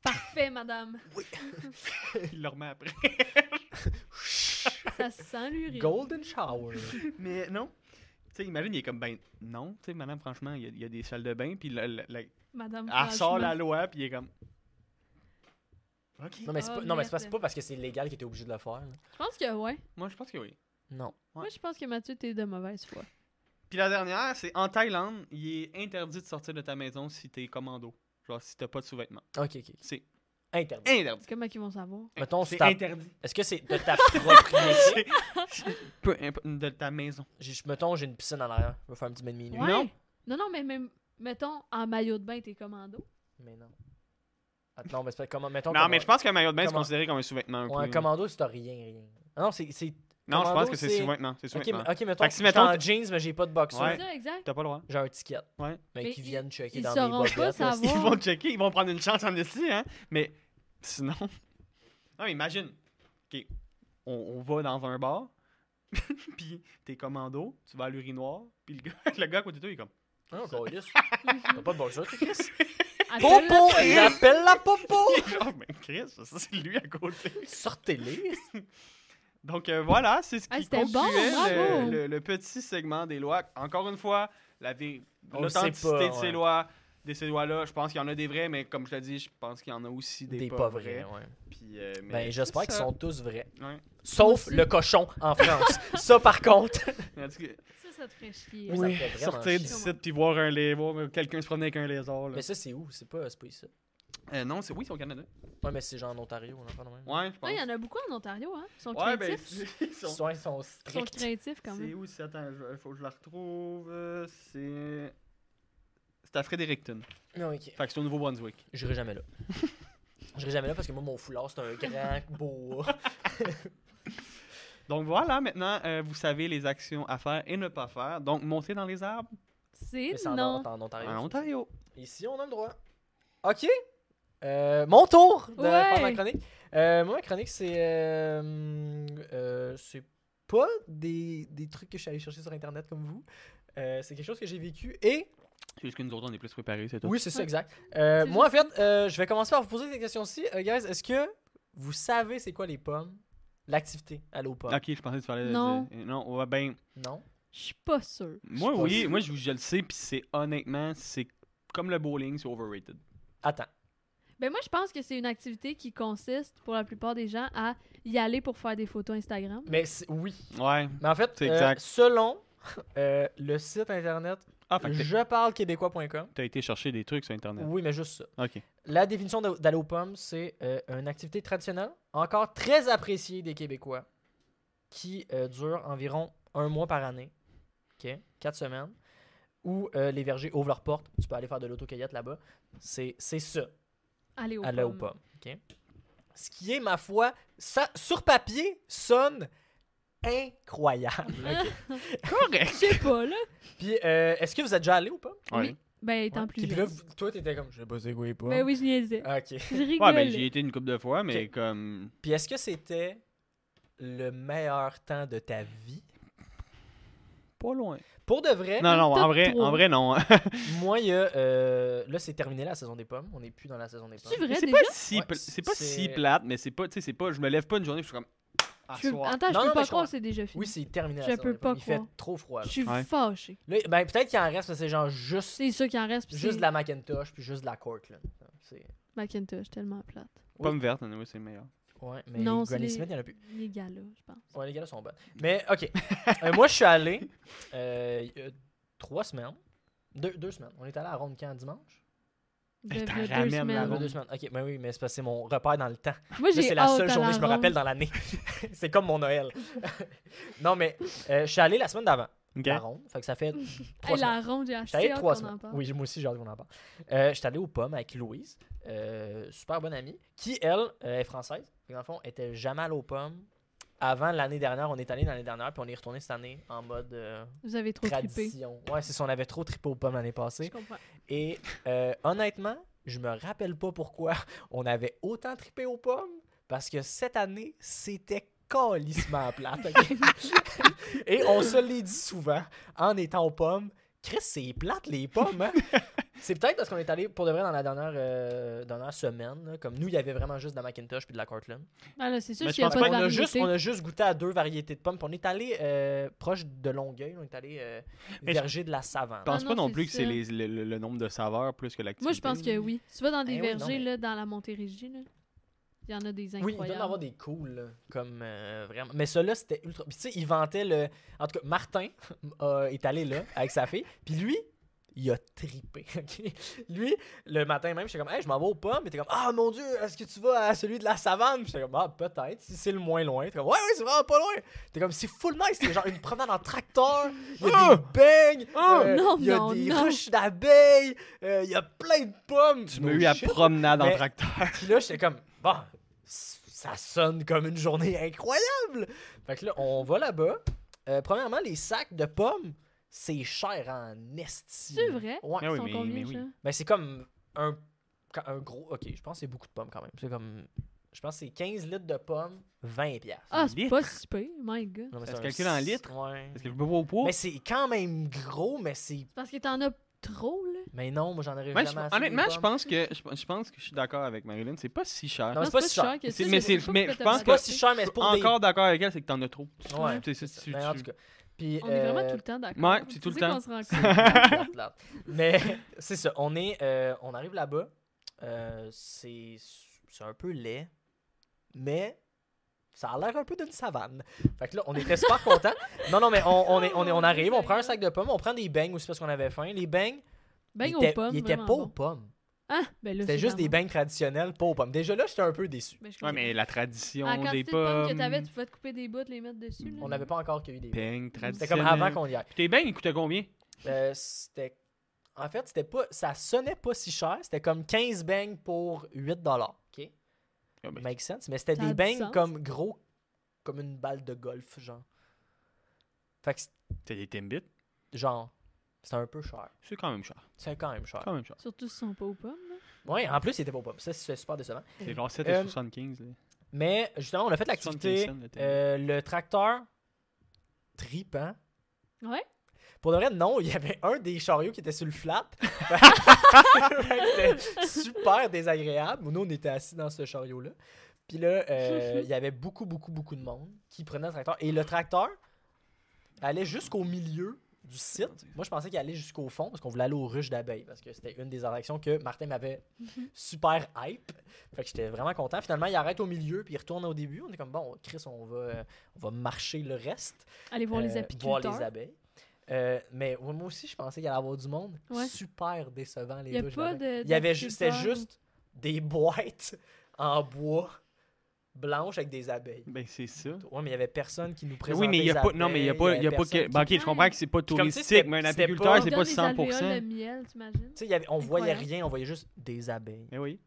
Parfait, madame. Il le remet après. Ça sent l'urine. Golden shower. Mais non. Tu sais, imagine, il est comme, ben non. Tu sais, madame, franchement, il y, a- il y a des salles de bain, puis la- la- la- Madame. elle sort franchement. la loi, puis il est comme. Ok. Non, mais c'est Ah, pas, non, mais c'est pas- merde. c'est pas parce que c'est légal que t'es obligé de le faire. là. Je pense que ouais. Moi, je pense que oui. Non. Ouais. Moi, je pense que Mathieu, t'es de mauvaise foi. Puis la dernière, c'est en Thaïlande, il est interdit de sortir de ta maison si t'es commando. Genre, si t'as pas de sous-vêtements. Ah, Ok, ok. C'est Interdit. interdit. Comment qu'ils vont savoir? Mettons, c'est c'est ta- interdit. Eh. Est-ce que c'est de ta propriété? Peu importe, de ta maison. J'ai- je- Mettons, j'ai une piscine en arrière. Je vais faire un petit bain de minuit. Ouais. Non. Non, non, mais même, mettons, en maillot de bain, t'es commando. Mais non. Attends, non, mais c'est pas- comment, mettons. Non, comme- mais je pense qu'un maillot de bain, c'est comment- considéré comme un sous-vêtement. un Ouais, un peu. commando, c'est rien, rien. Ah Non, c'est. c'est- Non, je pense commando, que c'est c'est- sous-vêtement. C'est Ok, sous-vêtement. mais- euh, ok, mettons. que si, je suis mettons, en jeans, mais j'ai pas de boxeur. Ouais. C'est ça, exact. T'as pas le droit. J'ai un ticket. Ouais. Mais, Mais qui ils- viennent checker ils dans mes sauront pas bobettes. là. savoir. Ils Wow. vont checker, ils vont prendre une chance en esti, hein. Mais sinon. Non, mais imagine. OK. On, on va dans un bar, puis t'es commando, tu vas à l'urinoir, puis le gars, le gars à côté de toi, il est comme. Ah, câlisse. T'as pas de boxeur, toi, Chris? Appelle-le. Popo! J'appelle la Popo! Il est genre, mais Chris, ça c'est lui à côté. Sortez-les! Donc euh, voilà, c'est ce Ah, qui c'était concluait bon, le- bravo. le, le petit segment des lois. Encore une fois, la vé- On le sait l'authenticité pas, de ces ouais. lois, de ces lois-là, je pense qu'il y en a des vrais, mais comme je te dis, je pense qu'il y en a aussi des, pas, vrais. ouais. Puis, euh, mais Ben, j'espère c'est qu'ils ça. sont tous vrais. Ouais. Sauf Aussi. le cochon en France. ça, par contre. En tout cas, Ça, ça te ferait chier. Oui. Ça me fait vraiment chier. sortir du site puis voir un lézard, voir quelqu'un se promener avec un lézard. là. Mais ça, c'est où? C'est pas, c'est pas ici. Euh, non, c'est oui, c'est au Canada. Ouais, mais c'est genre en Ontario, on en parle même. Ouais, je pense. Ouais, il y en a beaucoup en Ontario, hein. Ils sont ouais, ben, créatifs. ils Ils sont. sont, ils sont Ils sont stricts. créatifs quand C'est même. où c'est attends, je- faut que je la retrouve. euh, C'est c'est à Fredericton. Non, ok. Fait que c'est au Nouveau-Brunswick. J'irai jamais là. J'irai jamais là parce que moi, mon foulard, c'est un grand beau. Donc voilà, maintenant euh, vous savez les actions à faire et ne pas faire. Donc monter dans les arbres C'est Mais c'est en, non. en Ontario. en ça. Ontario. Ici, on a le droit. OK. Euh, mon tour de Ouais. faire ma chronique. Euh, moi, ma chronique, c'est. euh, euh, c'est pas des, des trucs que je suis allé chercher sur Internet comme vous. Euh, c'est quelque chose que j'ai vécu et. C'est juste que nous autres on est plus préparés, c'est tout. Oui, c'est ça, Ouais. exact. Euh, C'est moi, en fait, euh, je vais commencer par vous poser des questions-ci. Euh, guys, est-ce que vous savez c'est quoi les pommes L'activité à l'eau pomme. Ok, je pensais que tu parlais de- Non. de- Non, ouais, ben Non Je suis pas sûre. moi Je suis oui, pas- moi je, je le sais puis c'est honnêtement c'est comme le bowling, c'est overrated. Attends. Ben moi, je pense que c'est une activité qui consiste, pour la plupart des gens, à y aller pour faire des photos Instagram. Mais c'est- oui. Ouais. Mais en fait, C'est euh, exact. selon euh, le site internet Ah, fait que t'as- jeparlequébécois.com, t'as été chercher des trucs sur internet. oui, mais juste ça. Ok. La définition d'a- d'aller aux pommes, c'est euh, une activité traditionnelle, encore très appréciée des Québécois, qui euh, dure environ un mois par année, ok, quatre semaines, où euh, les vergers ouvrent leurs portes. Tu peux aller faire de l'autocueillette là-bas. C'est c'est ça, Aller aux aller aux pommes. pommes. ok. Ce qui est, ma foi, ça, sur papier, sonne incroyable. Je sais pas, là. Puis, euh, est-ce que vous êtes déjà allé aux pommes? Oui. Ben, étant Ouais. plus Puis là, jeune. vous- toi, t'étais comme, je sais pas c'est quoi les pommes. Ah, Ben oui, je niaisais. Ok. Je rigole. Ouais, ben j'y ai été une couple de fois, mais Ok. comme Puis est-ce que c'était le meilleur temps de ta vie? pas loin. Pour de vrai, Non, non, en Top vrai, en trois. vrai, non. moi, il y a, euh, là, c'est terminé la saison des pommes. On n'est plus dans la saison des pommes. C'est vrai, C'est déjà? pas si, Ouais, pla- c'est pas c'est- si plate, mais c'est pas, tu sais, c'est pas, je me lève pas une journée, je suis comme, à Je... soir. Attends, je Non, peux non, mais pas je croire comprends. que c'est déjà fini. Oui, c'est terminé la Je saison peux des pommes. pas Il fait croire. trop froid. Je suis Ouais. fâchée. Là, ben, peut-être qu'il en reste, mais c'est genre juste, C'est ça qui en reste. puis juste c'est de la Macintosh puis juste de la Cortland. C'est- Macintosh, tellement plate. Pomme verte, anyway, c'est le meilleur. Ouais, mais Non, les c'est Granny les- Smith, il n'y en a plus. Les gars-là, je pense. Ouais, les gars là sont bonnes. Mais OK. Euh, moi, je suis allé euh, il y a trois semaines. Deux, deux semaines. On est allé à Ronde Camp dimanche. De, t'en de deux ramènes, la Ah, semaines. Ronde. deux semaines. OK, mais oui, mais c'est parce que c'est mon repère dans le temps. Moi, Là, j'ai c'est la hâte seule à journée que je me ronde. rappelle dans l'année. c'est comme mon Noël. non, mais euh, je suis allé la semaine d'avant, à Ah la ronde. Fait que ça fait trois semaines. Hey, la ronde, j'ai Je suis allé assez hâte trois qu'on semaines. en parle. Oui, moi aussi, j'ai hâte qu'on en parle. Euh, je suis allé aux pommes avec Louise, euh, super bonne amie, qui, elle, euh, est française. Fait que Dans le fond, elle était jamais allée aux pommes. Avant l'année dernière, on est allé l'année dernière, puis on est retourné cette année en mode euh, Vous avez trop trippé. tradition. Ouais, c'est ça, on avait trop trippé aux pommes l'année Je passée. comprends. Et euh, honnêtement, je me rappelle pas pourquoi on avait autant trippé aux pommes, parce que cette année, c'était calissement plate. ok? Et on se l'est dit souvent en étant aux pommes. Chris, c'est plate les pommes, hein? C'est peut-être parce qu'on est allé pour de vrai dans la dernière, euh, dernière semaine. là. Comme nous, il y avait vraiment juste de la Macintosh puis de la Cortland. Ah, là, c'est sûr Mais je qu'il y a pense pas de on, a juste, variété. on a juste goûté à deux variétés de pommes. puis on est allé euh, proche de Longueuil. On est allé euh, Mais je- verger de la Je savane. pense Ah pas non, non c'est plus que c'est ça. les- le, le- le nombre de saveurs plus que l'activité. Moi, je pense que oui. Tu vas dans des Eh oui, non, vergers, mais- là, dans la Montérégie, là. Il y en a des Oui, incroyables. il doit en avoir des cools, là, comme euh, vraiment. Mais ceux-là, c'était ultra. Puis tu sais, il vantait le. En tout cas, Martin euh, est allé là avec sa fille. Puis lui, il a trippé. ok? Lui, le matin même, j'étais comme, hey, je m'en vais aux pommes. Et t'es comme, ah mon dieu, est-ce que tu vas à celui de la savane? Puis J'étais comme, ah, peut-être, si c'est le moins loin. T'es comme, ouais, ouais, c'est vraiment pas loin. T'es comme, c'est full nice. C'est genre une promenade en tracteur. Il y Ah! a des beignes. euh, Non, il y a non, des non. ruches d'abeilles. euh, il y a plein de pommes. Tu No m'as eu à shit. promenade en Mais- tracteur. Puis là, j'étais comme, bon, c- ça sonne comme une journée incroyable. Fait que là, on va là-bas. Euh, premièrement, les sacs de pommes, c'est cher en esti. C'est vrai? Ouais. Ils Ah oui, sont mais- combien, mais oui. ça? Ben, c'est comme un, ca- un gros. Ok, je pense que c'est beaucoup de pommes quand même. C'est comme. Je pense que c'est 15 litres de pommes, 20 piastres. Ah, c'est Litres. pas si pire. My God. Non, mais ça c'est se un calcule en s- litres? Ouais. Est-ce que je peux pas au poids? Mais c'est quand même gros, mais c'est. C'est parce que t'en as trop, là. Mais non, moi j'en aurais jamais Ouais, je- assez, des honnêtement, je pommes. pense que je, je pense que je suis d'accord avec Marilyn, c'est pas si cher. Non, mais c'est pas si cher. que C'est- ça, mais je c'est- sais pas mais pourquoi je pense t'as C'est pas pensé. si cher, mais c'est pour des. Encore d'accord avec elle, c'est que t'en as trop. Ouais. Tu sais, c'est- tu- Mais en tout tu- cas. Puis, On est vraiment euh, tout le temps d'accord. ouais, c'est tout le Tu sais temps. qu'on se rend C'est compte. plate, plate, plate. Mais c'est ça, on est, euh, on arrive là-bas, euh, c'est c'est un peu laid, mais ça a l'air un peu d'une savane. Fait que là, on était super contents. Non, non, mais on, on est, on, est, Oh, on arrive, on prend un sac de pommes, on prend des beignes aussi parce qu'on avait faim. Les beignes, Ben, ils aux étaient, pommes, ils étaient pas vraiment aux bon. pommes. Ah, ben là, C'était c'est juste des vraiment- beignes traditionnelles, pas aux pommes. Déjà là, j'étais un peu déçu. Ben, je Ouais, comprends. mais la tradition Ah, À la quantité des de pommes que pommes. t'avais, tu pouvais te couper des bouts, les mettre dessus. là. On n'avait pas encore cueilli des beignes. Ping, C'était traditionnel. comme avant qu'on y aille. Tes bains, ils coûtaient combien? Euh, c'était. En fait, c'était pas. Ça sonnait pas si cher. C'était comme 15 beignes pour 8 OK? Ah ben. Make sense. Mais c'était Ça a des du beignes sens. comme gros, comme une balle de golf, genre. Fait que, c'est- T'as des timbits? genre, c'était un peu cher. C'est quand même cher. C'est quand même cher. Quand même cher. Surtout s'ils sont pas aux pommes. là. Ouais, en plus, c'était pas pop. Ça, c'est super décevant. C'est genre 7 Euh, et 75. là. Mais, justement, on a fait 75 l'activité. cents, le timbre. euh, le tracteur tripant. Ouais. Pour de vrai, non, il y avait un des chariots qui était sur le flat. c'était super désagréable. Nous, on était assis dans ce chariot-là. Puis là, euh, il y avait beaucoup, beaucoup, beaucoup de monde qui prenait le tracteur. Et le tracteur allait jusqu'au milieu du site. Moi, je pensais qu'il allait jusqu'au fond parce qu'on voulait aller aux ruches d'abeilles parce que c'était une des attractions que Martin m'avait super hype. Fait que j'étais vraiment content. Finalement, il arrête au milieu puis il retourne au début. On est comme, bon, Chris, on va, euh, on va marcher le reste. Allez voir les Euh, voir apiculteurs. les abeilles. Euh, mais ouais, moi aussi, je pensais qu'il allait y avoir du monde. Ouais. Super décevant, les Il y a ruches pas d'abeilles. de- Il y avait ju- C'était d'apiculteurs. juste des boîtes en bois blanches avec des abeilles. Ben, c'est ça. Ouais, mais il y avait personne qui nous présentait. Oui, mais il y a les pas. Non, mais il y a abeilles, pas. Il y a avait pas que. personne Ben, ok, qui- je comprends que c'est pas Puis comme si touristique, c'était- mais un c'était pas- apiculteur, c'est Ils pas donnent des alvéoles 100%. de miel, t'imagines? qui- Tu sais, il y avait- on voyait Incroyable. rien, on voyait juste des abeilles. Mais Ben oui.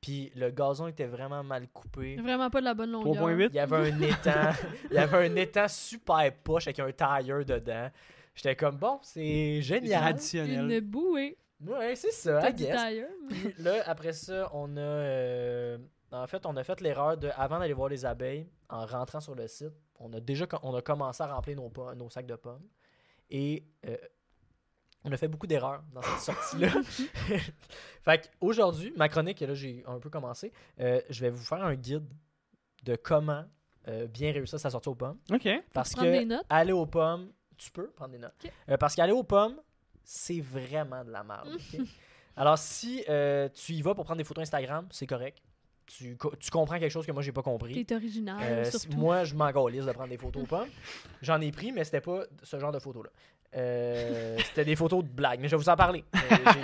Puis le gazon était vraiment mal coupé. Vraiment pas de la bonne longueur. 3.8. Il y avait un étang, il y avait un étang super poche avec un tailleur dedans. J'étais comme bon, c'est génial. Une Traditionnel. bouée. Ouais, c'est ça, T'as I dit guess. d'ailleurs. Puis là, après ça, on a. euh, en fait, on a fait l'erreur de. Avant d'aller voir les abeilles, en rentrant sur le site, on a déjà com- on a commencé à remplir nos, po- nos sacs de pommes. Et euh, on a fait beaucoup d'erreurs dans cette sortie-là. fait qu'aujourd'hui, ma chronique, et là, j'ai un peu commencé, euh, je vais vous faire un guide de comment euh, bien réussir sa sortie aux pommes. Ok. Parce Prendre des que notes. aller aux pommes, tu peux prendre des notes. Ok. Euh, parce qu'aller aux pommes, c'est vraiment de la merde. ok? Alors, si euh, tu y vas pour prendre des photos Instagram, c'est correct. Tu, co- tu comprends quelque chose que moi, j'ai pas compris. T'es original, Euh, si- Ah, surtout. moi, je m'en galise de prendre des photos aux pommes. J'en ai pris, mais c'était pas ce genre de photos-là. Euh, c'était des photos de blagues, mais je vais vous en parler. Euh,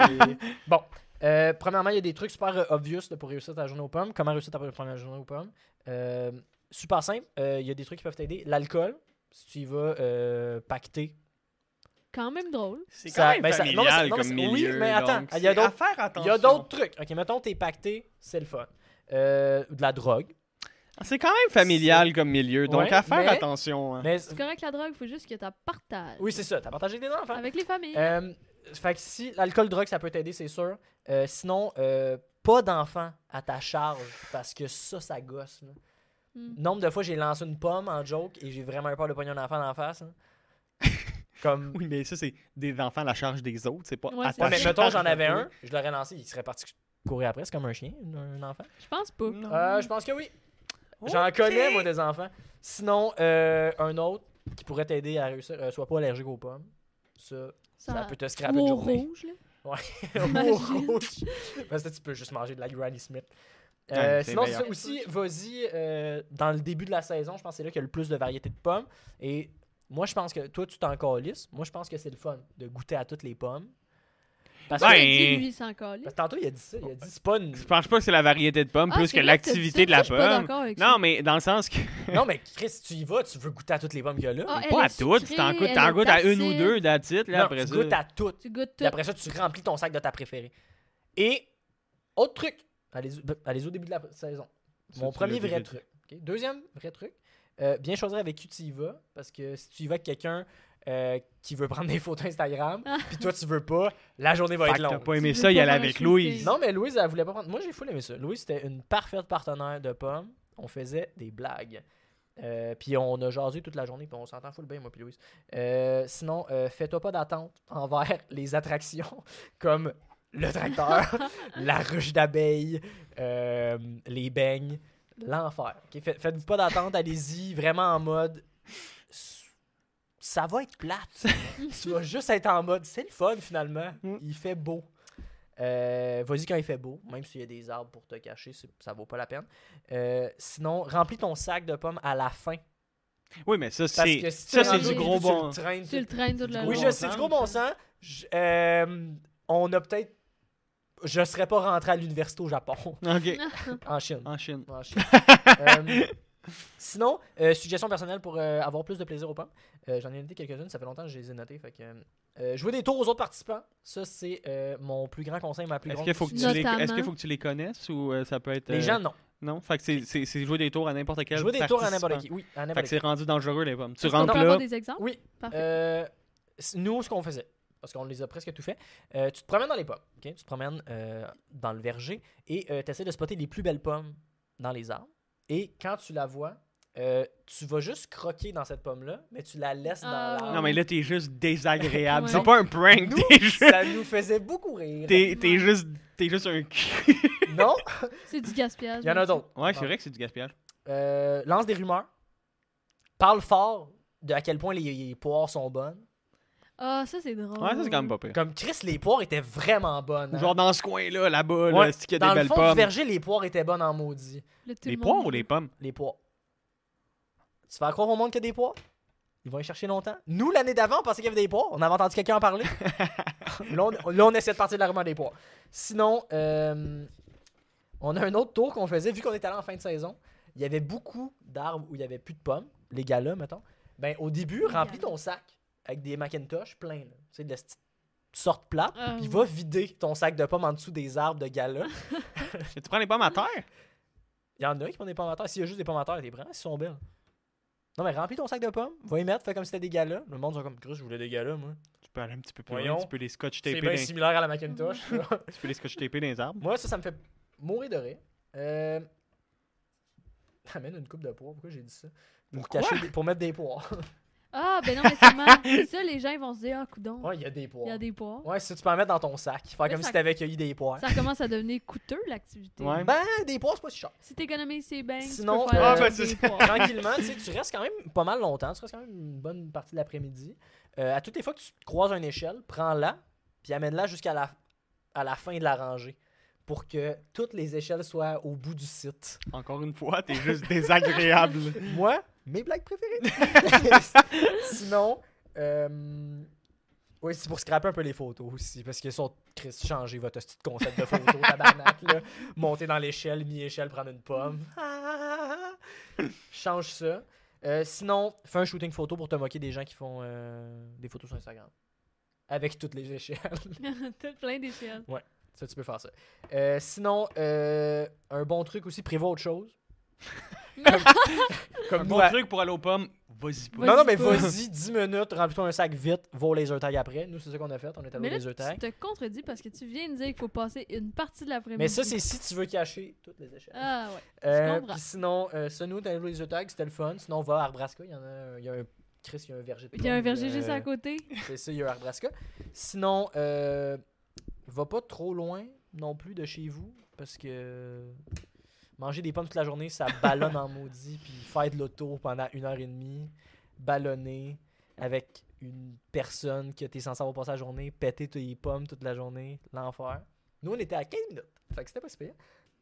j'ai- bon. Euh, premièrement, il y a des trucs super euh, obvious là, pour réussir ta journée aux pommes. Comment réussir ta première journée aux pommes? Euh, super simple. Euh, Il y a des trucs qui peuvent t'aider. L'alcool, si tu y vas euh, pacter. Quand même drôle. C'est Ça- ben, ça- non, mais c'est- non, mais c'est- oui, mais attends, il y a d'autres- faire Il y a d'autres trucs. OK, mettons, t'es pacté, c'est le fun. Euh, de la drogue. C'est quand même familial comme milieu, donc Ouais, à faire mais- attention. hein. Mais, C'est correct la drogue, faut juste que t'as partages. oui, c'est ça. T'as partagé des enfants. Avec les familles. Euh, fait que si l'alcool, drogue, ça peut t'aider, c'est sûr. Euh, sinon, euh, pas d'enfants à ta charge parce que ça, ça gosse. là. Mm. Nombre de fois, j'ai lancé une pomme en joke et j'ai vraiment eu peur de pogner un enfant d'en face. hein. Comme. Oui, mais ça, c'est des enfants à la charge des autres, c'est pas Ouais, c'est Ouais, à ta mais ça. mettons, charge. j'en avais un, je l'aurais lancé, il serait parti courir après. C'est comme un chien, un enfant. Je pense pas. Non. Euh, je pense que oui. J'en connais, moi, des enfants. Sinon, euh, un autre qui pourrait t'aider à réussir, euh, sois pas allergique aux pommes. Ça, ça, Ça, peut te ça scraper ou une au journée. rouge, là. Ou au rouge. Parce que tu peux juste manger de la Granny Smith. Euh, Ouais, c'est sinon, meilleur. ça aussi, vas-y, euh, dans le début de la saison, je pense que c'est là qu'il y a le plus de variétés de Hmm. pommes. Et moi, je pense que toi, tu t'en calisses. Moi, je pense que c'est le fun de goûter à toutes les pommes. Parce Il a que, Ben, dit, lui, il s'en calait. parce que tantôt, il a dit ça. Il a dit, c'est pas une. Je pense pas que c'est la variété de pommes Ah, plus c'est que vrai t'as dit ça, l'activité de ça, la je suis pas pomme. d'accord avec ça. Non, mais dans le sens que. Non, mais Chris, tu y vas, tu veux goûter à toutes les pommes qu'il y a là. Ah, elle pas à est toutes, sucrée, t'en goûtes, elle t'en est goûtes à une ou acide. deux d'attitude, là, Non, après tu ça. goûtes à toutes. Tu goûtes tout. Puis après ça, tu remplis ton sac de ta préférée. Et, autre truc, allez-y ben, allez-y au début de la saison. Ça, Mon tu premier l'as dit, vrai j'ai- truc. ok? Deuxième vrai truc, euh, bien choisir avec qui tu y vas. Parce que si tu y vas avec quelqu'un euh, qui veut prendre des photos Instagram, puis toi, tu veux pas, la journée va Fait être que t'as longue. pas aimé Tu ça, veux y pas aller faire avec shooter. Louise. Non, mais Louise, elle voulait pas prendre. Moi, j'ai full aimé ça. Louise, c'était une parfaite partenaire de pommes. On faisait des blagues. Euh, puis on a jasé toute la journée, puis on s'entend full bien, moi, puis Louise. Euh, sinon, euh, fais-toi pas d'attente envers les attractions comme le tracteur, la ruche d'abeilles, euh, les beignes, l'enfer. Ok, fait- Faites-vous pas d'attente, allez-y, vraiment en mode. Ça va être plate. tu vas juste être en mode. C'est le fun finalement. Mm. Il fait beau. Euh, Vas-y quand il fait beau, même s'il y a des arbres pour te cacher, c'est- ça vaut pas la peine. Euh, sinon, remplis ton sac de pommes à la fin. Oui, mais ça, Parce c'est que si tu ça, es c'est rendu du au gros début, tu bon. le traînes Tu le traînes toute la Oui, oui, journée. je sais, du gros bon sens. Je- euh, on a peut-être. Je serais pas rentré à l'université au Japon, Ok, en Chine. en Chine. En Chine. Euh, sinon, euh, suggestion personnelle pour euh, avoir plus de plaisir aux pommes. Euh, J'en ai noté quelques-unes, ça fait longtemps que je les ai notées. Fait que, euh, jouer des tours aux autres participants, ça c'est euh, mon plus grand conseil, ma plus Est-ce grande. qu'il faut, que tu les- Notamment. est-ce qu'il faut que tu les connaisses ou euh, ça peut être. euh, Les gens, non. Non, fait que c'est- c'est c'est jouer des tours à n'importe quel. Jouer des tours à n'importe participant. qui. Oui, à Fait n'importe que qui. c'est rendu dangereux, les pommes. Tu Est-ce qu'on rentres peut avoir là. des exemples? Oui. Parfait. Euh, c- nous, ce qu'on faisait, parce qu'on les a presque tout fait, euh, tu te promènes dans les pommes, ok? tu te promènes euh, dans le verger et tu essaies de spotter les plus belles pommes dans les arbres. Et quand tu la vois, euh, tu vas juste croquer dans cette pomme-là, mais tu la laisses dans Ah, l'arbre. Non, mais là, t'es juste désagréable. Ouais. C'est pas un prank, Nous, t'es juste. ça nous faisait beaucoup rire. T'es t'es juste. T'es juste un cul. Ah. Non? C'est du gaspillage. Il y en a d'autres. Ouais, c'est vrai que c'est du gaspillage. Euh, lance des rumeurs. Parle fort de à quel point les, les poires sont bonnes. Ah, ça, c'est drôle. Ouais, ça, c'est quand même pas pire. Comme Chris, les poires étaient vraiment bonnes. hein. Genre dans ce coin-là, là-bas, là, Ouais. est-ce qu'il y a Dans le des belles fond du pommes? verger, les poires étaient bonnes en maudit. Là, tout Les le poires monde- ou les pommes? Les poires. Tu vas croire au monde qu'il y a des poires? Ils vont y chercher longtemps. Nous, l'année d'avant, on pensait qu'il y avait des poires. On avait entendu quelqu'un en parler. là, on, là, on essaie de partir de l'argument des poires. Sinon, euh, on a un autre tour qu'on faisait. Vu qu'on est allé en fin de saison, il y avait beaucoup d'arbres où il n'y avait plus de pommes. Les galas, mettons. Ben, au début, Les remplis galas. ton sac avec des Macintosh plein. là. Tu sais, de la petite sorte plate. Ah, Puis oui. va vider ton sac de pommes en dessous des arbres de galas. Tu prends les pommes à terre? Il y en a qui prennent des pommes à terre. S'il y a juste des pommes à terre, les prends, elles sont belles. Non, mais remplis ton sac de pommes, va y mettre, fais comme si c'était des galas. Le monde sont comme, Chris, je voulais des galas, moi. Tu peux aller un petit peu plus Voyons. loin, tu peux les scotch C'est taper bien dans, similaire à la Macintosh. tu peux les scotch taper dans les arbres. moi, ça, ça me fait mourir de rire. Euh... Amène une coupe de poire, pourquoi j'ai dit ça? Pour, Pourquoi? cacher des- pour mettre des poires. Ah, ben non, mais c'est mal. C'est ça, les gens, ils vont se dire, ah, coudon, ouais, il y a des il y poires. a des poires. Ouais, si tu peux en mettre dans ton sac, faire Mais comme ça- si t'avais cueilli des poires. Ça commence à devenir coûteux, l'activité. Ouais. Ben, des poires, c'est pas si cher. Si t'économises ses bangs, Sinon, tu peux faire euh, Ah, ben, des c'est ça. poires. tranquillement, tu sais, tu restes quand même pas mal longtemps, tu restes quand même une bonne partie de l'après-midi. Euh, à toutes les fois que tu croises une échelle, prends-la, puis amène-la jusqu'à la, à la fin de la rangée pour que toutes les échelles soient au bout du site. Encore une fois, t'es juste désagréable. Moi, mes blagues préférées. Sinon, euh, oui, c'est pour scraper un peu les photos aussi, parce qu'ils sont Chris, changez votre petit concept de photo, tabarnak, là. Monter dans l'échelle, mi-échelle, prendre une pomme. Ah! Change ça. Euh, sinon, fais un shooting photo pour te moquer des gens qui font euh, des photos sur Instagram. Avec toutes les échelles. T'as plein d'échelles. Ça, tu peux faire ça. Euh, sinon, euh, un bon truc aussi, prévois autre chose. Comme un nous, bon à- truc pour aller aux pommes, vas-y pas. Vas-y non, non, mais pas. vas-y, 10 minutes, remplis-toi un sac vite, va au laser tag après. Nous, c'est ça qu'on a fait. On est allé Mais au là, laser tag. tu te contredis parce que tu viens de dire qu'il faut passer une partie de l'après-midi. Mais ça, c'est si tu veux cacher toutes les échelles. Ah, ouais. Euh, comprends. puis sinon, euh, ça, nous, t'as les tag, c'était le fun. Sinon, on va à Arbraska. Il y en a, un- il y a un. Chris, il y a un verger de Il y a un pommes, verger euh, juste à côté. C'est ça, il y a un Arbraska. Sinon, euh, va pas trop loin non plus de chez vous parce que. Manger des pommes toute la journée, ça ballonne en maudit. Puis faire de l'auto pendant une heure et demie, ballonner avec une personne que t'es censé avoir passé la journée, péter tes pommes toute la journée, l'enfer. Nous, on était à 15 minutes. Fait que c'était pas si pire.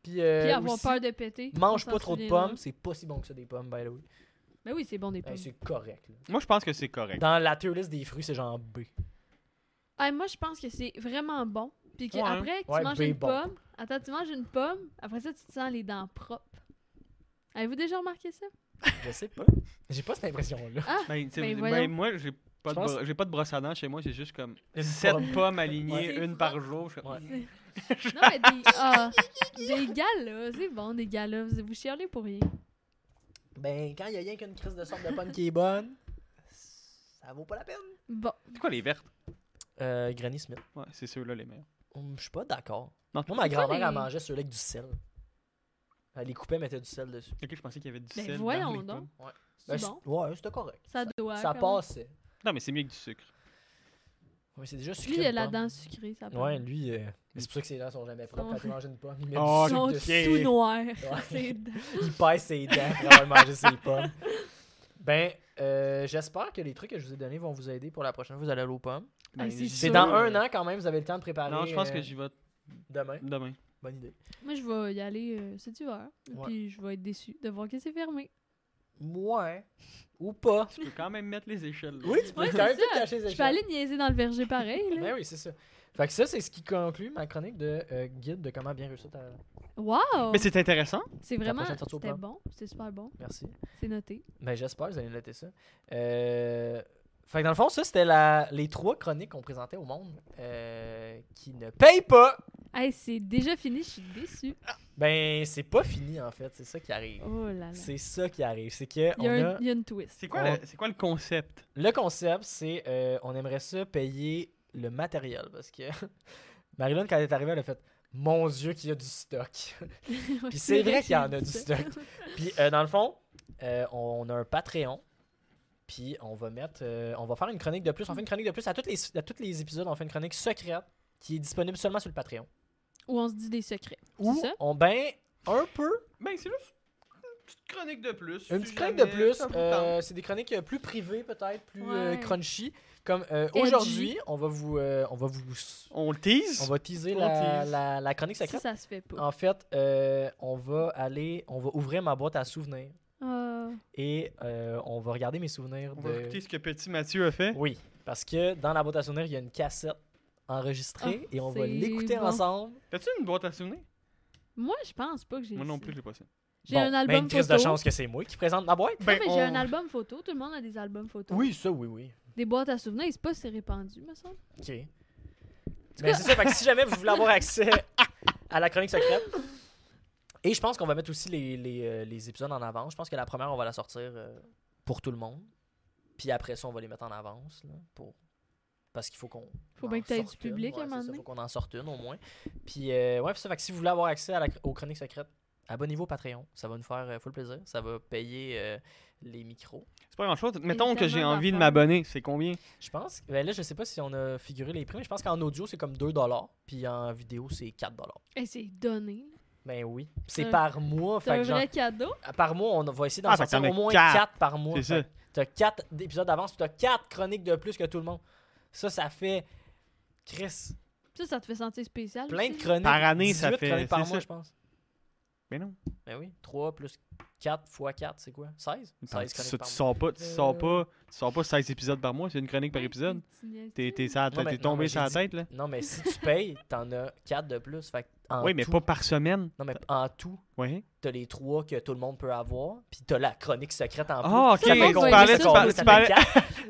Puis, euh, Puis avoir aussi, peur de péter. mange on pas s'en trop de souviendra. pommes. C'est pas si bon que ça des pommes, by the way. Mais oui, c'est bon des Ben, pommes. c'est correct. là. Moi, je pense que c'est correct. Dans la tier list des fruits, c'est genre B. Ah, moi, je pense que c'est vraiment bon. Puis que Ouais. après que tu Ouais, manges ben une bon. pomme, attends, tu manges une pomme, après ça, tu te sens les dents propres. Avez-vous déjà remarqué ça? Je sais pas. J'ai pas cette impression-là. Ben, tu sais, Ben, ben, voyons. moi, j'ai Je pas, de pense- bro- j'ai pas de brosse à dents chez moi, j'ai juste comme Une 7 pomme. pommes alignées, Ouais. une par jour. je suis comme, Non, mais des, ah, des galas, c'est bon, des galas. Vous, vous chialez pour rien. Ben, quand il y a rien qu'une crise de sorte de pomme qui est bonne, ça vaut pas la peine. Bon, C'est quoi les vertes? Euh, Granny Smith. Ouais, c'est ceux-là les meilleurs. Hum, Je suis pas d'accord. Non. Moi, ma C'est quoi grand-mère, elle les- mangeait ceux-là avec du sel. Elle les coupait, mettait du sel dessus. Ok, je pensais qu'il y avait du Ben, sel. dans voyons les donc. pommes. Ben, c'est bon. c'est- Ouais, c'était correct. Ça doit. ça quand passait. Non, mais c'est mieux que du sucre. Ouais, c'est déjà même. sucré. Lui, il a une la pomme. dent sucrée, ça passe. Ouais, lui. euh, mais C'est pour ça que ses dents sont jamais propres Son- quand il mange une pomme. Il met Oh, Ils du sont sucre ok. dessus. tout noirs. Ouais. Ses dents. il pèse ses dents pour avoir mangé ses pommes. Ben, euh, j'espère que les trucs que je vous ai donnés vont vous aider pour la prochaine. Vous allez aller aux pommes. Ah, c'est j'y C'est sûr. vais, dans euh, un an quand même, vous avez le temps de préparer. Non, je pense euh, que j'y vais Demain. demain. Bonne idée. Moi, je vais y aller euh, cet hiver. Ouais. Puis je vais être déçue de voir que c'est fermé. Ouais. Ou pas. Tu peux quand même mettre les échelles. là. Oui, tu peux Ouais, quand c'est même tout ça. cacher les Je peux échelles. aller niaiser dans le verger pareil. Là. Ben oui, c'est ça. Fait que ça, c'est ce qui conclut ma chronique de euh, guide de comment bien réussir ta. Wow! Mais c'est intéressant. C'est vraiment. prochaine sortie au C'était plan. bon. C'était super bon. Merci. C'est noté. Ben, j'espère que vous allez noter ça. Euh, Fait que dans le fond, ça, c'était la... les trois chroniques qu'on présentait au monde euh, qui ne payent pas. Hey, c'est déjà fini. Je suis déçue. Ben, c'est pas fini, en fait. C'est ça qui arrive. Oh là là. C'est ça qui arrive. C'est que Il y, a on un- a... il y a une twist. C'est quoi, Ouais. le- c'est quoi le concept? le concept, c'est euh, on aimerait ça payer le matériel. Parce que Marilyn, quand elle est arrivée, elle a fait Mon Dieu, qu'il y a du stock. Puis c'est vrai qu'il y en a du stock. Puis euh, dans le fond, euh, on a un Patreon. Puis on va mettre, euh, on va faire une chronique de plus. On fait une chronique de plus à toutes les, à tous les épisodes. On fait une chronique secrète qui est disponible seulement sur le Patreon. Où on se dit des secrets. Ou ça? on ben un peu, Ben, c'est juste une petite chronique de plus. une si petite chronique de jamais plus. ça vous euh, c'est des chroniques euh, plus privées peut-être, plus euh, Ouais. crunchy. Comme euh, Edgy. aujourd'hui, on va vous, euh, on va vous, tente. On le tease? on va teaser On la, tease. la- la chronique Ça, secrète. ça se fait pas. En fait, euh, on va aller, on va ouvrir ma boîte à souvenirs Ah. et euh, on va regarder mes souvenirs On de. va écouter ce que petit Mathieu a fait. Oui, parce que dans la boîte à souvenirs, il y a une cassette enregistrée Ah, et on va c'est l'écouter bon. ensemble. T'as-tu une boîte à souvenirs? Moi, je pense pas que j'ai Moi dit non ça. plus, je l'ai pas ça. J'ai un album ben, une crise de photo. chance que c'est moi qui présente ma boîte. Non, Ben, mais j'ai on- un album photo. Tout le monde a des albums photos. Oui, ça, oui, oui. Des boîtes à souvenirs, c'est pas si répandu, me semble. OK. Ben, c'est ça, fait que si jamais vous voulez avoir accès à la chronique secrète. Et je pense qu'on va mettre aussi les, les, euh, les épisodes en avance. Je pense que la première, on va la sortir euh, pour tout le monde. Puis après ça, on va les mettre en avance. là, pour... Parce qu'il faut qu'on. Faut en bien que t'aies du sorte une. public, à un Ouais, moment c'est ça, donné. faut qu'on en sorte une au moins. Puis euh, ouais, c'est ça. Fait que si vous voulez avoir accès à la, aux chroniques secrètes, abonnez-vous au Patreon. Ça va nous faire euh, full plaisir. Ça va payer euh, les micros. C'est pas grand-chose. Mettons que j'ai tellement envie de d'affaires. m'abonner. C'est combien? Je pense. Ben là, je sais pas si on a figuré les prix, mais je pense qu'en audio, c'est comme 2 Puis en vidéo, c'est 4 Et c'est donné. Ben oui. C'est un- par mois. C'est Fait un que genre, vrai cadeau. par mois, on va essayer d'en Ah, fait sortir qu'il y en au a moins quatre. 4 par mois. C'est Fait ça. que T'as 4 épisodes d'avance, puis t'as 4 chroniques de plus que tout le monde. Ça, ça fait. Chris, Ça, ça te fait sentir spécial. plein de aussi. chroniques. Par année, ça 18 fait- chroniques par c'est mois, ça. je pense. Mais non. Ben oui, 3 plus 4 fois 4, c'est quoi 16 Tu 16 ça- chroniques tu par sors pas, tu Euh. sors pas, tu sors pas 16 épisodes par mois, c'est une chronique par Ouais, épisode. tu niaises-tu? T'es, t'es, sur la Non, tête- mais- t'es non, tombé mais sur la j'ai tête, là. mois. Non, mais si tu payes, t'en as 4 de plus. Fait que en Oui, mais tout- pas par semaine. Non, mais en tout, Oui. t'as les 3 que tout le monde peut avoir, puis t'as la chronique secrète en plus. Ah, ok. Ça fait Tu combien, parlais- ça? tu parlais- Ça tu fait parlais- quatre.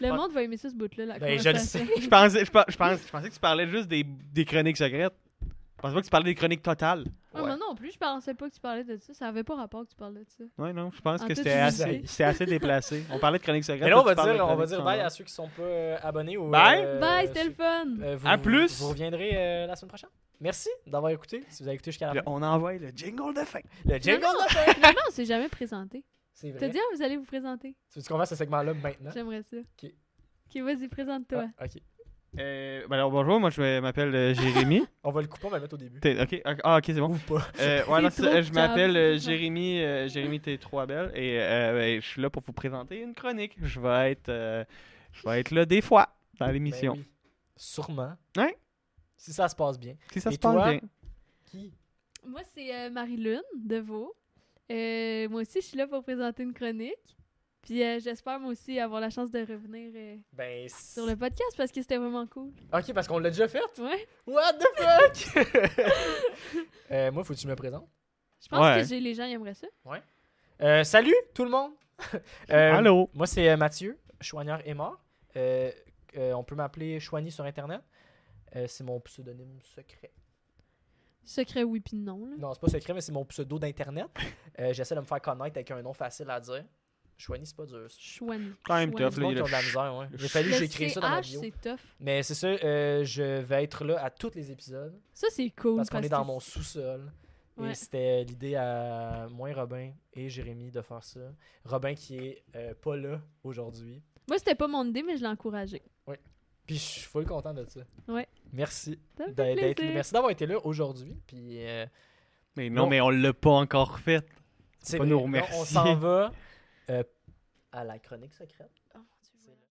Le monde va aimer ça, ce bout-là. la Ben, je le conversation. sais. Je pensais, je, pe- je pense, je pensais que tu parlais juste des, des chroniques secrètes. Je pensais pas que tu parlais des chroniques totales. Ah, Ouais. moi non plus, je pensais pas que tu parlais de ça. Ça avait pas rapport que tu parlais de ça. Ouais, non, je pense En que toute c'était assez, humilité. c'était assez déplacé. On parlait de chroniques secrètes. Mais là, on toi, va tu parles dire, de on va chroniques dire sonores. bye à ceux qui sont pas euh, abonnés. Ou, Bye. euh, Bye, c'était ceux- le fun! euh, vous, À vous- plus. Vous reviendrez euh, la semaine prochaine. Merci d'avoir écouté. Si vous avez écouté jusqu'à la Là, fin. On envoie le jingle de fin. Le jingle non. de fin. Finalement, on s'est jamais présenté. C'est vrai. T'as dit, ah, vous allez vous présenter. Tu veux qu'on fasse ce segment-là maintenant? J'aimerais ça. Ok. Ok, vas-y, présente-toi. Ah, ok. Euh, ben alors, bonjour, moi je vais- m'appelle euh, Jérémy. On va le couper, on va le mettre au début. Ben T'es- ok, ah, ok, c'est bon. Ou pas. Euh, ouais, non, C'est c'est- trop euh, je m'appelle euh, câble. Jérémy, euh, Jérémy T. Trois Belles et euh, ben, je suis là pour vous présenter une chronique. Je vais être, euh, je vais être là des fois dans l'émission. Ben oui. Sûrement. Ouais. Si ça se passe bien. Si ça Et se passe toi? bien. Qui? Moi, c'est euh, Marie-Lune de Vaud. Euh, moi aussi, je suis là pour présenter une chronique. Puis euh, j'espère, moi aussi, avoir la chance de revenir euh, Ben, sur le podcast parce que c'était vraiment cool. Ok, parce qu'on l'a déjà fait. Ouais. What the fuck? Euh, moi, faut que tu me présentes. Je pense Ouais. que j'ai- les gens aimeraient ça. Euh, salut tout le monde. Euh, Allô? Moi, c'est euh, Mathieu, Choigneur et mort. Euh, euh, on peut m'appeler Choigny sur Internet. Euh, c'est mon pseudonyme secret. Secret oui puis non. Là. Non, c'est pas secret, mais c'est mon pseudo d'Internet. Euh, J'essaie de me faire connaître avec un nom facile à dire. Choigny, c'est pas dur. ça. Chouani. Time Chouani. Du tough, monde Le qui ont de la ch- misère, ouais. le J'ai fallu Le que j'écris ça dans ma CH, bio. c'est tough. Mais c'est ça, euh, je vais être là à tous les épisodes. Ça, c'est cool. parce qu'on est dans que mon sous-sol. Et Ouais. c'était l'idée à moi, Robin et Jérémy de faire ça. Robin qui est euh, pas là aujourd'hui. Moi, c'était pas mon idée, mais je l'ai encouragé. Puis je suis full content de ça. Ouais. Merci. Ça me d'a- fait d'être- plaisir. Merci d'avoir été là aujourd'hui. Puis euh, Mais Non. non, mais on l'a pas encore fait. c'est pas vrai. nous Là, On remercier. s'en va euh, à la chronique secrète. Oh my